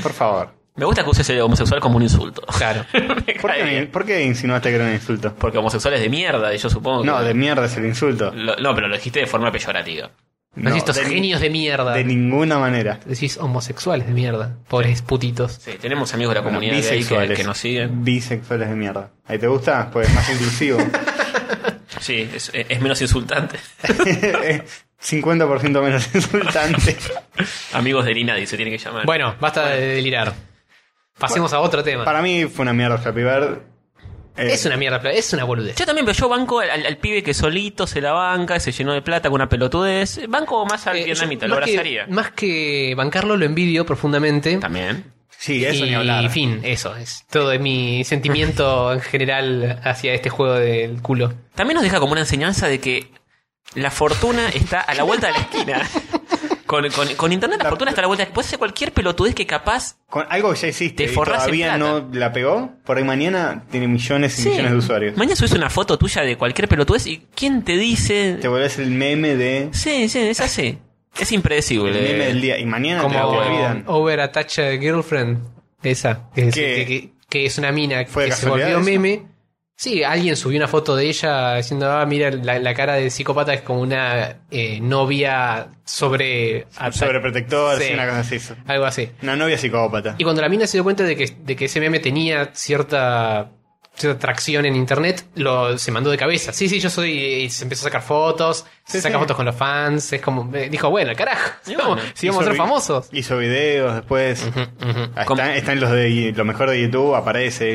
Speaker 3: Por favor.
Speaker 1: Me gusta que uses el homosexual como un insulto.
Speaker 4: Claro.
Speaker 1: Me
Speaker 3: ¿Por
Speaker 1: cae
Speaker 3: qué,
Speaker 1: bien.
Speaker 3: por qué insinuaste que era un insulto?
Speaker 1: Porque homosexual es de mierda, y yo supongo. que-
Speaker 3: No, de mierda es el insulto.
Speaker 1: Lo- no, pero lo dijiste de forma peyorativa.
Speaker 3: No,
Speaker 4: estos
Speaker 3: de ni-
Speaker 4: genios de mierda.
Speaker 3: De ninguna manera.
Speaker 4: Decís homosexuales de mierda. Pobres putitos.
Speaker 1: Sí, tenemos amigos de la
Speaker 3: Bueno,
Speaker 1: comunidad gay que, que nos siguen.
Speaker 3: Bisexuales de mierda. ¿Ahí te gusta? Pues más inclusivo.
Speaker 1: Sí, es, es menos insultante.
Speaker 3: Es 50% menos insultante.
Speaker 1: amigos de Lina se tiene que llamar.
Speaker 4: Bueno, basta de delirar. Pasemos a otro tema.
Speaker 3: Para mí fue una mierda Flappy Bird. Eh,
Speaker 4: Es una mierda, pero es una boludez.
Speaker 1: Yo también, pero yo banco al, al- al pibe que solito se la banca, se llenó de plata con una pelotudez. Banco más al
Speaker 4: Eh,
Speaker 1: vietnamita,
Speaker 4: yo-
Speaker 1: lo
Speaker 4: más que-
Speaker 1: abrazaría.
Speaker 4: más que bancarlo, lo envidio profundamente.
Speaker 1: También.
Speaker 3: Sí, eso
Speaker 4: y,
Speaker 3: ni hablar.
Speaker 4: En fin, eso es todo mi sentimiento en general hacia este juego del culo.
Speaker 1: También nos deja como una enseñanza de que la fortuna está a la vuelta de la esquina. Con, con- con internet la fortuna está a la vuelta de la esquina. Puedes hacer cualquier pelotudez que capaz.
Speaker 3: Con algo que ya hiciste
Speaker 1: Te
Speaker 3: y
Speaker 1: forrás en
Speaker 3: todavía
Speaker 1: plata.
Speaker 3: no la pegó, por ahí mañana tiene millones y millones de usuarios.
Speaker 1: Mañana subes una foto tuya de cualquier pelotudez y ¿quién te dice?
Speaker 3: Te volvés el meme de
Speaker 1: Sí, sí, es así. Es
Speaker 3: el meme del
Speaker 1: impredecible.
Speaker 3: día y mañana te
Speaker 4: Como
Speaker 3: lo olvidan.
Speaker 4: Over Attached Girlfriend. Esa. Que,
Speaker 3: ¿Qué?
Speaker 4: que- que- que es una mina
Speaker 3: ¿Fue de
Speaker 4: que se
Speaker 3: casualidad
Speaker 4: volvió
Speaker 3: eso?
Speaker 4: meme. Sí, alguien subió una foto de ella diciendo, ah, mira, la, la cara de psicópata es como una eh, novia sobre...
Speaker 3: Sobreprotector,
Speaker 4: Sí.
Speaker 3: sí, una cosa así. eso.
Speaker 4: Algo así.
Speaker 3: Una novia psicópata.
Speaker 4: Y cuando la mina se dio cuenta de que, de que ese meme tenía cierta tracción en internet, lo, se mandó de cabeza. Sí, sí, yo soy. eh", Y se empezó a sacar fotos, se
Speaker 3: Sí,
Speaker 4: saca
Speaker 3: sí.
Speaker 4: fotos con los fans. Es como. eh, Dijo, bueno, carajo,
Speaker 1: Y bueno,
Speaker 4: vamos, si vamos a
Speaker 3: Hizo
Speaker 4: ser
Speaker 3: vi-
Speaker 4: famosos.
Speaker 3: Hizo videos después. Ah,
Speaker 1: ¿Cómo?
Speaker 3: Está, está en los de lo mejor de YouTube, aparece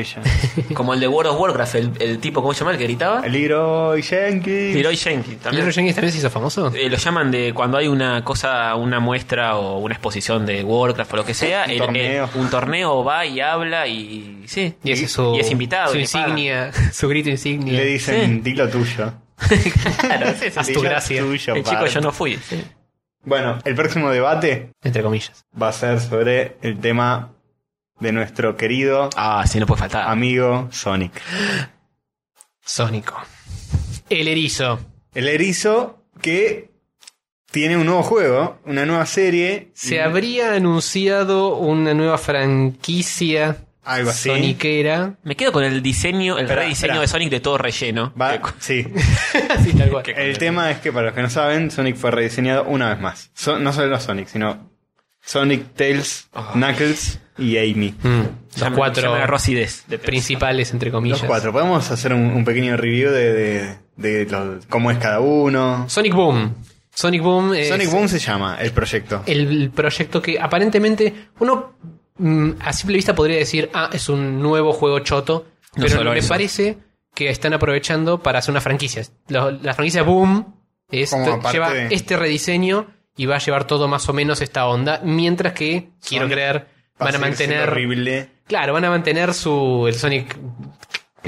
Speaker 3: ella.
Speaker 1: Como el de World of Warcraft, el, el tipo, ¿cómo se llama? El que gritaba.
Speaker 3: El Leroy Jenkins.
Speaker 1: Leroy Jenkins. También.
Speaker 4: ¿Leroy Jenkins también se hizo famoso?
Speaker 1: Eh, lo llaman de cuando hay una cosa, una muestra o una exposición de Warcraft o lo que sea.
Speaker 3: Un
Speaker 1: el- el-
Speaker 3: torneo.
Speaker 1: un torneo va y habla y. Sí.
Speaker 4: Y ese es su,
Speaker 1: y es invitado,
Speaker 4: Su
Speaker 1: y le pagan.
Speaker 4: insignia, su grito insignia.
Speaker 3: Le dicen, dilo tuyo.
Speaker 1: Claro, ese es-
Speaker 4: Haz tu
Speaker 3: Dilo
Speaker 4: gracia.
Speaker 3: tuyo,
Speaker 1: el chico
Speaker 3: Bart.
Speaker 1: Eh, yo no fui. sí.
Speaker 3: Bueno, el próximo debate
Speaker 4: Entre comillas.
Speaker 3: va a ser sobre el tema de nuestro querido
Speaker 1: Ah, sí, no puede faltar.
Speaker 3: amigo Sonic.
Speaker 4: Sónico. El erizo.
Speaker 3: El erizo que tiene un nuevo juego, una nueva serie.
Speaker 4: Se habría anunciado una nueva franquicia
Speaker 3: Algo así.
Speaker 4: soniquera.
Speaker 1: Me quedido con el diseño, el
Speaker 3: Espera,
Speaker 1: rediseño
Speaker 3: espera.
Speaker 1: de Sonic de todo relleno.
Speaker 3: Va-
Speaker 1: Que cu-
Speaker 3: sí.
Speaker 4: Así, tal cual.
Speaker 3: El tema es que para los que no saben, Sonic fue rediseñado una vez más. So- no solo Sonic, sino Sonic, Tails,
Speaker 4: Ah.
Speaker 3: Knuckles y Amy.
Speaker 4: Mm,
Speaker 1: ya
Speaker 4: los
Speaker 1: me- ya
Speaker 4: cuatro
Speaker 1: me agarró acidez de
Speaker 4: principales, entre
Speaker 3: Los
Speaker 4: comillas.
Speaker 3: cuatro. Podemos hacer un, un pequeño review de, de- de lo- cómo es cada uno.
Speaker 4: Sonic Boom. Sonic Boom es Eh,
Speaker 3: Sonic Boom se llama el proyecto.
Speaker 4: el proyecto que aparentemente uno mm, a simple vista podría decir, ah, es un nuevo juego choto,
Speaker 1: No
Speaker 4: pero
Speaker 1: solo
Speaker 4: me
Speaker 1: eso.
Speaker 4: parece que están aprovechando para hacer una franquicia. Lo- la franquicia Boom es-
Speaker 3: Como
Speaker 4: te-
Speaker 3: aparte
Speaker 4: lleva
Speaker 3: de-
Speaker 4: este rediseño y va a llevar todo más o menos esta onda, mientras que, quiero creer,
Speaker 3: Va
Speaker 4: van a
Speaker 3: ser-
Speaker 4: mantener...
Speaker 3: ser horrible.
Speaker 4: Claro, van a mantener su el Sonic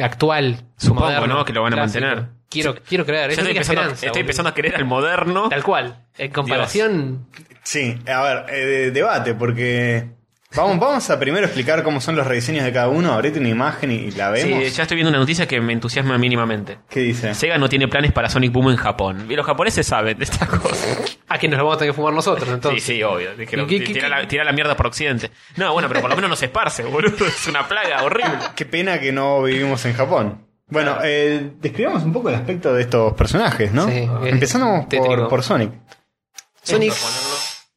Speaker 4: actual. su
Speaker 1: Supongo,
Speaker 4: moderno,
Speaker 1: ¿no? Que lo van a mantener.
Speaker 4: Quiero, quiero
Speaker 1: Yo
Speaker 4: creer. es la
Speaker 1: estoy
Speaker 4: única
Speaker 1: empezando,
Speaker 4: esperanza,
Speaker 1: estoy
Speaker 4: boludo.
Speaker 1: empezando a querer al moderno.
Speaker 4: Tal cual. En comparación,
Speaker 3: Sí, a ver, eh, de- debate, porque. Vamos, vamos a primero explicar cómo son los rediseños de cada uno. Ahorita una imagen y, y la
Speaker 1: Sí,
Speaker 3: vemos.
Speaker 1: ya estoy viendo una noticia que me entusiasma mínimamente.
Speaker 3: ¿Qué dice?
Speaker 1: Sega no tiene planes para Sonic Boom en Japón. Y los japoneses saben de estas cosas.
Speaker 4: a Ah, que nos lo vamos a tener que fumar nosotros,
Speaker 1: Sí,
Speaker 4: entonces.
Speaker 1: sí, obvio. Dijeron,
Speaker 4: ¿Y qué- qué-
Speaker 1: tira,
Speaker 4: qué?
Speaker 1: La, tira la mierda por Occidente. No, bueno, pero por lo menos no se esparce, boludo. Es una plaga horrible.
Speaker 3: Qué pena que no vivimos en Japón. Bueno, eh, describamos un poco el aspecto de estos personajes, ¿no? Ah.
Speaker 4: Sí, es
Speaker 3: Empezamos
Speaker 4: tétrico.
Speaker 3: por, por Sonic.
Speaker 4: Sonic,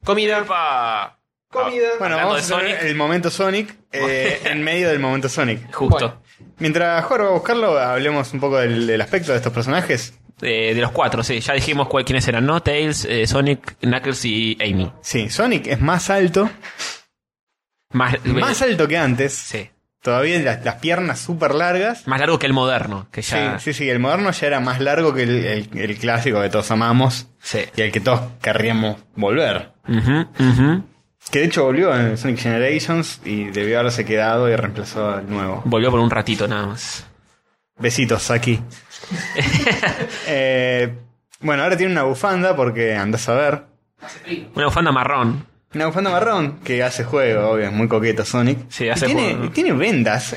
Speaker 4: comida,
Speaker 1: Epa.
Speaker 4: comida.
Speaker 3: Bueno,
Speaker 1: Hablando
Speaker 3: vamos
Speaker 1: de
Speaker 3: a hacer
Speaker 1: Sonic.
Speaker 3: el momento Sonic eh, en medio del momento Sonic.
Speaker 1: Justo.
Speaker 4: Bueno.
Speaker 3: Mientras Jorge va a buscarlo, hablemos un poco del, del aspecto de estos personajes.
Speaker 1: Eh, de los cuatro, sí. Ya dijimos cuál, quiénes eran, ¿no? Tails, eh, Sonic, Knuckles y Amy.
Speaker 3: Sí, Sonic es más alto,
Speaker 1: Más, eh,
Speaker 3: más alto que antes.
Speaker 1: sí.
Speaker 3: Todavía las, las piernas súper largas.
Speaker 1: Más largo que el moderno, que
Speaker 3: Sí,
Speaker 1: ya.
Speaker 3: sí, sí, el moderno ya era más largo que el, el- el clásico que todos amamos
Speaker 1: Sí.
Speaker 3: y al que todos querríamos volver.
Speaker 1: Ujú, ujú.
Speaker 3: Que de hecho volvió en Sonic Generations y debió haberse quedado y reemplazó al nuevo.
Speaker 1: Volvió por un ratito nada más.
Speaker 3: Besitos aquí. Eh, bueno, ahora tiene una bufanda porque andás a ver.
Speaker 1: Una bufanda marrón.
Speaker 3: Una bufanda marrón que hace juego, obvio, es muy coqueto Sonic.
Speaker 1: Sí,
Speaker 3: Y
Speaker 1: hace
Speaker 3: tiene,
Speaker 1: juego.
Speaker 3: y tiene vendas.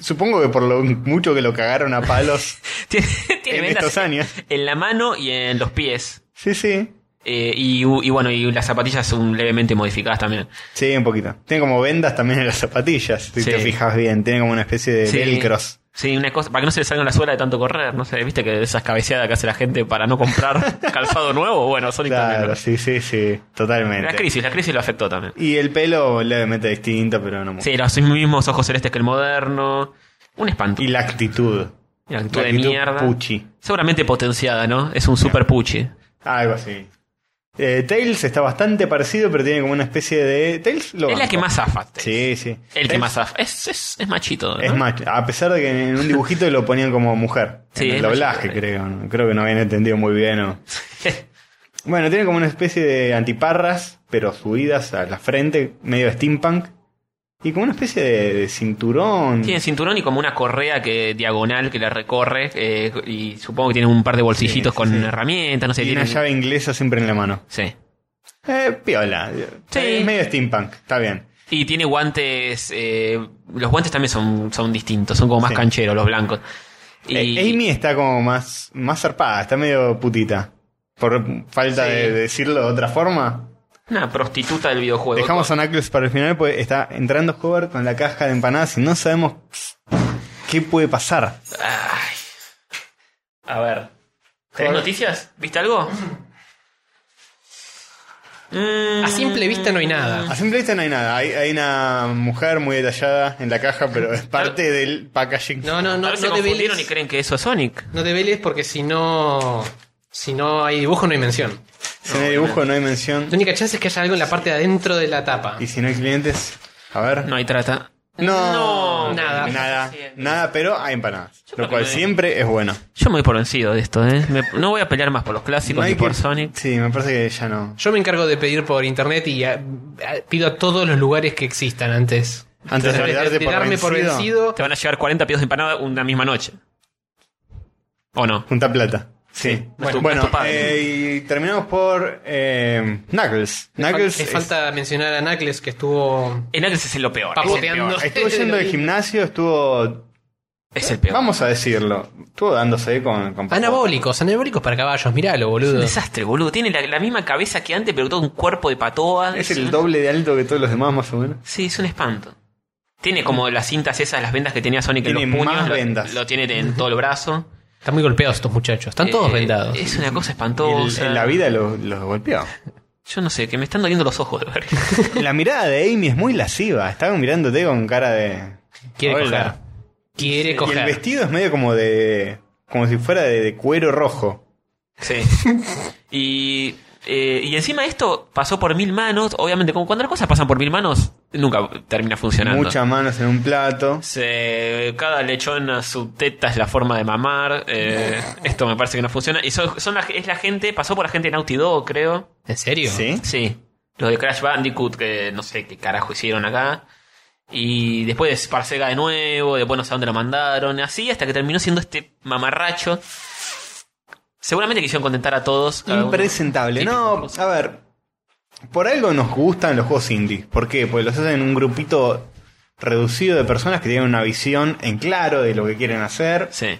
Speaker 3: Supongo que por lo mucho que lo cagaron a palos
Speaker 1: Tiene, tiene
Speaker 3: en
Speaker 1: vendas
Speaker 3: estos años.
Speaker 1: en la mano y en los pies.
Speaker 3: Sí, sí.
Speaker 1: Eh, y, u- y bueno, y las zapatillas son levemente modificadas también.
Speaker 3: Sí, un poquito. Tiene como vendas también en las zapatillas, si
Speaker 1: Sí.
Speaker 3: te fijas bien. Tiene como una especie de
Speaker 1: Sí.
Speaker 3: velcros.
Speaker 1: Sí, una cosa, para que no se le salga la suela de tanto correr, no sé, viste que esas cabeceadas que hace la gente para no comprar calzado nuevo, bueno, Sonic también.
Speaker 3: Claro,
Speaker 1: ¿no?
Speaker 3: sí, sí, sí.
Speaker 1: La
Speaker 3: Totalmente.
Speaker 1: crisis, la crisis lo afectó también.
Speaker 3: Y el pelo levemente distinto, pero no mucho.
Speaker 1: Sí, los mismos ojos celestes que el moderno. Un espanto.
Speaker 3: Y la actitud.
Speaker 1: Una actitud
Speaker 3: La
Speaker 1: de
Speaker 3: actitud
Speaker 1: mierda.
Speaker 3: puchi.
Speaker 1: Seguramente potenciada, ¿no? Es un super puchi.
Speaker 3: Algo así. Eh, Tails está bastante parecido, pero tiene como una especie de. Tails lo
Speaker 1: Es la
Speaker 3: banco.
Speaker 1: que más zafa.
Speaker 3: Sí, sí.
Speaker 1: El que
Speaker 3: Tails
Speaker 1: más zafa. Es, es, es machito. ¿no?
Speaker 3: Es macho. A pesar de que en un dibujito lo ponían como mujer.
Speaker 1: Sí,
Speaker 3: en
Speaker 1: es
Speaker 3: el doblaje,
Speaker 1: macho. eh.
Speaker 3: creo. ¿no? Creo que no habían entendido muy bien. ¿no? bueno, tiene como una especie de antiparras, pero subidas a la frente, medio steampunk. Y como una especie de, de cinturón.
Speaker 1: Tiene cinturón y como una correa que diagonal que la recorre. eh, y supongo que tiene un par de bolsillitos
Speaker 3: Sí, sí,
Speaker 1: con
Speaker 3: sí.
Speaker 1: herramientas, no sé.
Speaker 3: y una
Speaker 1: tiene-
Speaker 3: llave inglesa siempre en la mano.
Speaker 1: Sí.
Speaker 3: Eh, piola.
Speaker 1: Sí.
Speaker 3: Es medio steampunk, está bien.
Speaker 1: Y tiene guantes. eh, los guantes también son, son distintos, son como más
Speaker 3: Sí.
Speaker 1: cancheros, los blancos. Y,
Speaker 3: Eh, Amy está como más, más zarpada, está medio putita. Por falta
Speaker 1: Sí.
Speaker 3: de decirlo de otra forma.
Speaker 1: Una prostituta del videojuego.
Speaker 3: Dejamos a Knuckles para el final porque está entrando Hover con la caja de empanadas y no sabemos qué puede pasar.
Speaker 1: Ay. A ver. ¿Tenés
Speaker 3: Joder.
Speaker 1: noticias? ¿Viste algo?
Speaker 4: A simple
Speaker 1: Mm,
Speaker 4: vista no hay nada.
Speaker 3: A simple vista no hay nada. Hay, hay una mujer muy detallada en la caja, pero es parte del packaging.
Speaker 4: No, no,
Speaker 1: No,
Speaker 4: no,
Speaker 1: se
Speaker 4: no
Speaker 1: confundieron y
Speaker 4: develes-
Speaker 1: creen que eso es Sonic.
Speaker 4: no develes porque si no. Si no hay dibujo, no hay mención.
Speaker 3: Si no hay dibujo, no hay mención.
Speaker 4: La única chance es que haya algo en la parte de adentro de la tapa.
Speaker 3: Y si no hay clientes, a ver.
Speaker 1: No hay trata.
Speaker 3: No,
Speaker 1: No,
Speaker 4: nada.
Speaker 3: Nada, nada, pero hay empanadas.
Speaker 1: Yo
Speaker 3: Lo
Speaker 1: creo
Speaker 3: cual
Speaker 1: que-
Speaker 3: siempre es bueno.
Speaker 1: Yo me voy por vencido de esto, ¿eh? Me- no voy a pelear más por los clásicos
Speaker 3: No hay
Speaker 1: ni por
Speaker 3: que-
Speaker 1: Sonic.
Speaker 3: Sí, me parece que ya no.
Speaker 4: Yo me encargo de pedir por internet y ah, pido a todos los lugares que existan antes.
Speaker 3: Antes de darte por
Speaker 4: darme por
Speaker 3: vencido.
Speaker 4: vencido.
Speaker 1: Te van a llegar 40 pidos de empanada una misma noche. ¿O no?
Speaker 3: Junta plata. Sí.
Speaker 1: Bueno,
Speaker 3: Bueno,
Speaker 1: es tu padre.
Speaker 3: eh, y terminamos por eh, Knuckles. Knuckles
Speaker 4: Me
Speaker 3: es-
Speaker 4: falta mencionar a Knuckles que estuvo.
Speaker 1: En Knuckles es lo peor. Es el
Speaker 4: Papoteando.
Speaker 1: peor.
Speaker 3: estuvo yendo al gimnasio, estuvo.
Speaker 1: Es el peor.
Speaker 3: Vamos a decirlo. Estuvo dándose con. con
Speaker 4: Anabólicos, anabólicos para caballos, miralo,
Speaker 1: Es un
Speaker 4: boludo.
Speaker 1: desastre, boludo. Tiene la, la misma cabeza que antes, pero todo un cuerpo de patoa.
Speaker 3: Es
Speaker 1: un-
Speaker 3: el doble de alto que todos los demás, más o menos.
Speaker 1: Sí, es un espanto. Tiene como las cintas esas, las vendas que tenía Sonic en
Speaker 3: Tiene
Speaker 1: los puños.
Speaker 3: más
Speaker 1: lo-
Speaker 3: vendas.
Speaker 1: Lo, tiene en todo el brazo.
Speaker 4: Están muy golpeados estos muchachos, están todos
Speaker 1: Eh,
Speaker 4: vendados.
Speaker 1: Es una cosa
Speaker 3: Y el-
Speaker 1: espantosa.
Speaker 3: en la vida los los golpeó.
Speaker 1: Yo no sé, que me están doliendo los ojos de ver.
Speaker 3: La mirada de Amy es muy lasciva. Estaba mirándote con cara de.
Speaker 4: Quiere
Speaker 3: Hola.
Speaker 4: coger. Quiere
Speaker 3: Y el
Speaker 4: coger.
Speaker 3: vestido es medio como de. como si fuera de, de cuero rojo.
Speaker 1: Sí. Y, eh, y encima esto pasó por mil manos. Obviamente, como cuando las cosas pasan por mil manos, nunca termina funcionando.
Speaker 3: Muchas manos en un plato.
Speaker 1: Se- cada lechón a su teta es la forma de mamar. eh, esto me parece que no funciona. Y son, son la, es la gente, pasó por la gente de Naughty Dog, creo.
Speaker 4: ¿En serio?
Speaker 3: ¿Sí?
Speaker 1: Sí. Los de Crash Bandicoot, que no sé qué carajo hicieron acá. Y después para Sega de nuevo, después no sé a dónde lo mandaron. Así hasta que terminó siendo este mamarracho. Seguramente quisieron contentar a todos. cada uno.
Speaker 3: Impresentable.
Speaker 1: Típico
Speaker 3: No,
Speaker 1: cosa.
Speaker 3: a ver. Por algo nos gustan los juegos indie. ¿Por qué? Porque los hacen un grupito reducido de personas que tienen una visión en claro de lo que quieren hacer.
Speaker 1: Sí.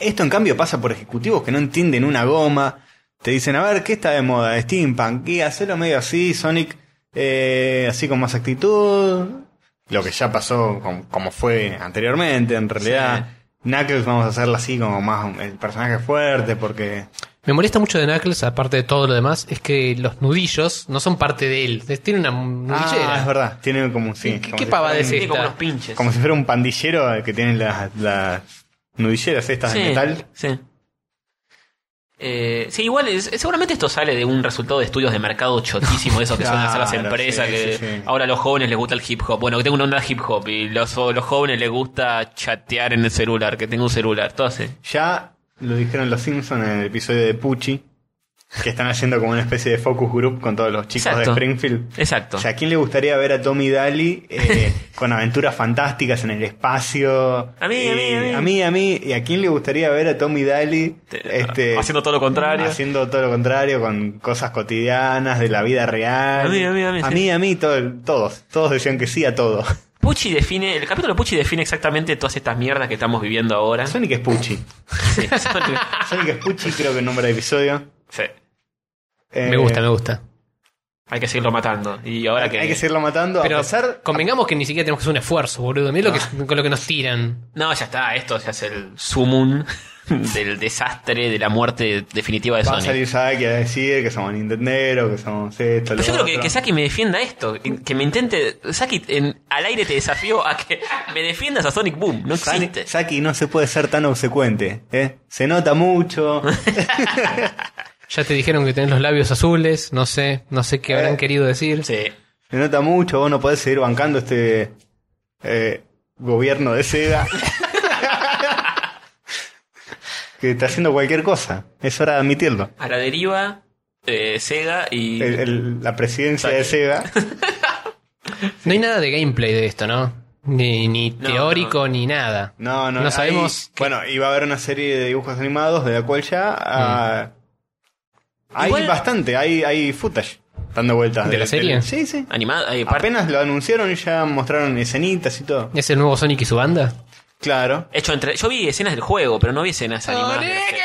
Speaker 3: Esto en cambio pasa por ejecutivos que no entienden una goma. Te dicen, a ver, ¿qué está de moda? Steampunk, y hacerlo medio así, Sonic, eh, así con más actitud. Lo que ya pasó com- como fue anteriormente, en realidad. Knuckles vamos a hacerlo así como más el personaje fuerte, porque...
Speaker 4: Me molesta mucho de Knuckles, aparte de todo lo demás, es que los nudillos no son parte de él. Tiene una nudillera.
Speaker 3: Ah, es verdad, tiene como... Sí,
Speaker 4: ¿Qué-
Speaker 3: como
Speaker 4: qué
Speaker 3: si
Speaker 4: pava
Speaker 3: fuera un-
Speaker 4: decís?
Speaker 1: Tiene como
Speaker 4: está.
Speaker 1: unos pinches.
Speaker 3: Como si fuera un pandillero que tiene las, las nudilleras estas
Speaker 1: sí,
Speaker 3: de metal.
Speaker 1: Sí. Eh, sí, igual, es- seguramente esto sale de un resultado de estudios de mercado chotísimo, de esos que suelen hacer las
Speaker 3: Claro,
Speaker 1: empresas,
Speaker 3: sí,
Speaker 1: que
Speaker 3: sí, sí.
Speaker 1: ahora a los jóvenes les gusta el hip hop. Bueno, que tengo una onda hip hop y los, los jóvenes les gusta chatear en el celular, que tengo un celular, todo así.
Speaker 3: Ya lo dijeron los Simpsons en el episodio de Pucci, que están haciendo como una especie de focus group con todos los chicos
Speaker 1: Exacto.
Speaker 3: de Springfield.
Speaker 1: Exacto.
Speaker 3: O sea, ¿a quién le gustaría ver a Tommy Daly eh, con aventuras fantásticas en el espacio?
Speaker 1: A mí, a mí, a mí.
Speaker 3: a mí, a mí. ¿Y a quién le gustaría ver a Tommy Daly
Speaker 1: Te-
Speaker 3: este,
Speaker 1: haciendo todo lo contrario.
Speaker 3: haciendo todo lo contrario con cosas cotidianas de la vida real?
Speaker 1: A mí, a mí, a mí,
Speaker 3: A
Speaker 1: sí.
Speaker 3: mí, a mí, todo- todos. Todos decían que sí a todo.
Speaker 1: Pucci define, el capítulo de Pucci define exactamente todas estas mierdas que estamos viviendo ahora.
Speaker 3: Sonic es Pucci.
Speaker 1: Sí, son-
Speaker 3: Sonic es Pucci, creo que el nombre del episodio. Eh,
Speaker 1: sí.
Speaker 4: Me gusta, me gusta.
Speaker 1: Hay que seguirlo matando. Y ahora
Speaker 3: Hay,
Speaker 1: que.
Speaker 3: hay que seguirlo matando
Speaker 4: Pero
Speaker 3: a pesar Ah.
Speaker 4: convengamos que ni siquiera tenemos que hacer un esfuerzo, boludo. Mirá lo que, con lo que nos tiran.
Speaker 1: No, ya está, esto ya es el sumum del desastre, de la muerte definitiva de
Speaker 3: va a
Speaker 1: Sonic.
Speaker 3: salir Saki a decir que somos nintenderos, que somos esto,
Speaker 1: Pero
Speaker 3: lo
Speaker 1: yo creo que,
Speaker 3: otro.
Speaker 1: que Saki me defienda esto, que me intente. Saki, en- al aire te desafío a que me defiendas a Sonic Boom, no
Speaker 3: Sani-
Speaker 1: existe.
Speaker 3: Saki no se puede ser tan obsecuente, ¿eh? Se nota mucho.
Speaker 4: Ya te dijeron que tenés los labios azules, no sé, no sé qué habrán
Speaker 3: Eh.
Speaker 4: querido decir.
Speaker 1: Sí.
Speaker 3: se nota mucho, vos no podés seguir bancando este eh, gobierno de seda. que está haciendo cualquier cosa. Es hora de admitirlo.
Speaker 1: A la deriva, eh, Sega y.
Speaker 3: El- el- la presidencia de Sega.
Speaker 4: No hay nada de gameplay de esto, ¿no? Ni, ni
Speaker 1: No,
Speaker 4: teórico, ni nada.
Speaker 3: No, no,
Speaker 4: No
Speaker 3: ahí-
Speaker 4: sabemos qué-
Speaker 3: Bueno, iba a haber una serie de dibujos animados de la cual ya. ah, hay
Speaker 1: Igual-
Speaker 3: bastante, hay, hay footage dando vueltas.
Speaker 4: Mm. ¿De la serie?
Speaker 3: sí, sí.
Speaker 1: Animada, eh, parte-
Speaker 3: Apenas lo anunciaron y ya mostraron escenitas y todo.
Speaker 4: ¿Es el nuevo Sonic y su banda?
Speaker 3: Claro.
Speaker 1: Hecho entre. Yo vi escenas del juego, pero no vi escenas animadas. de la serie.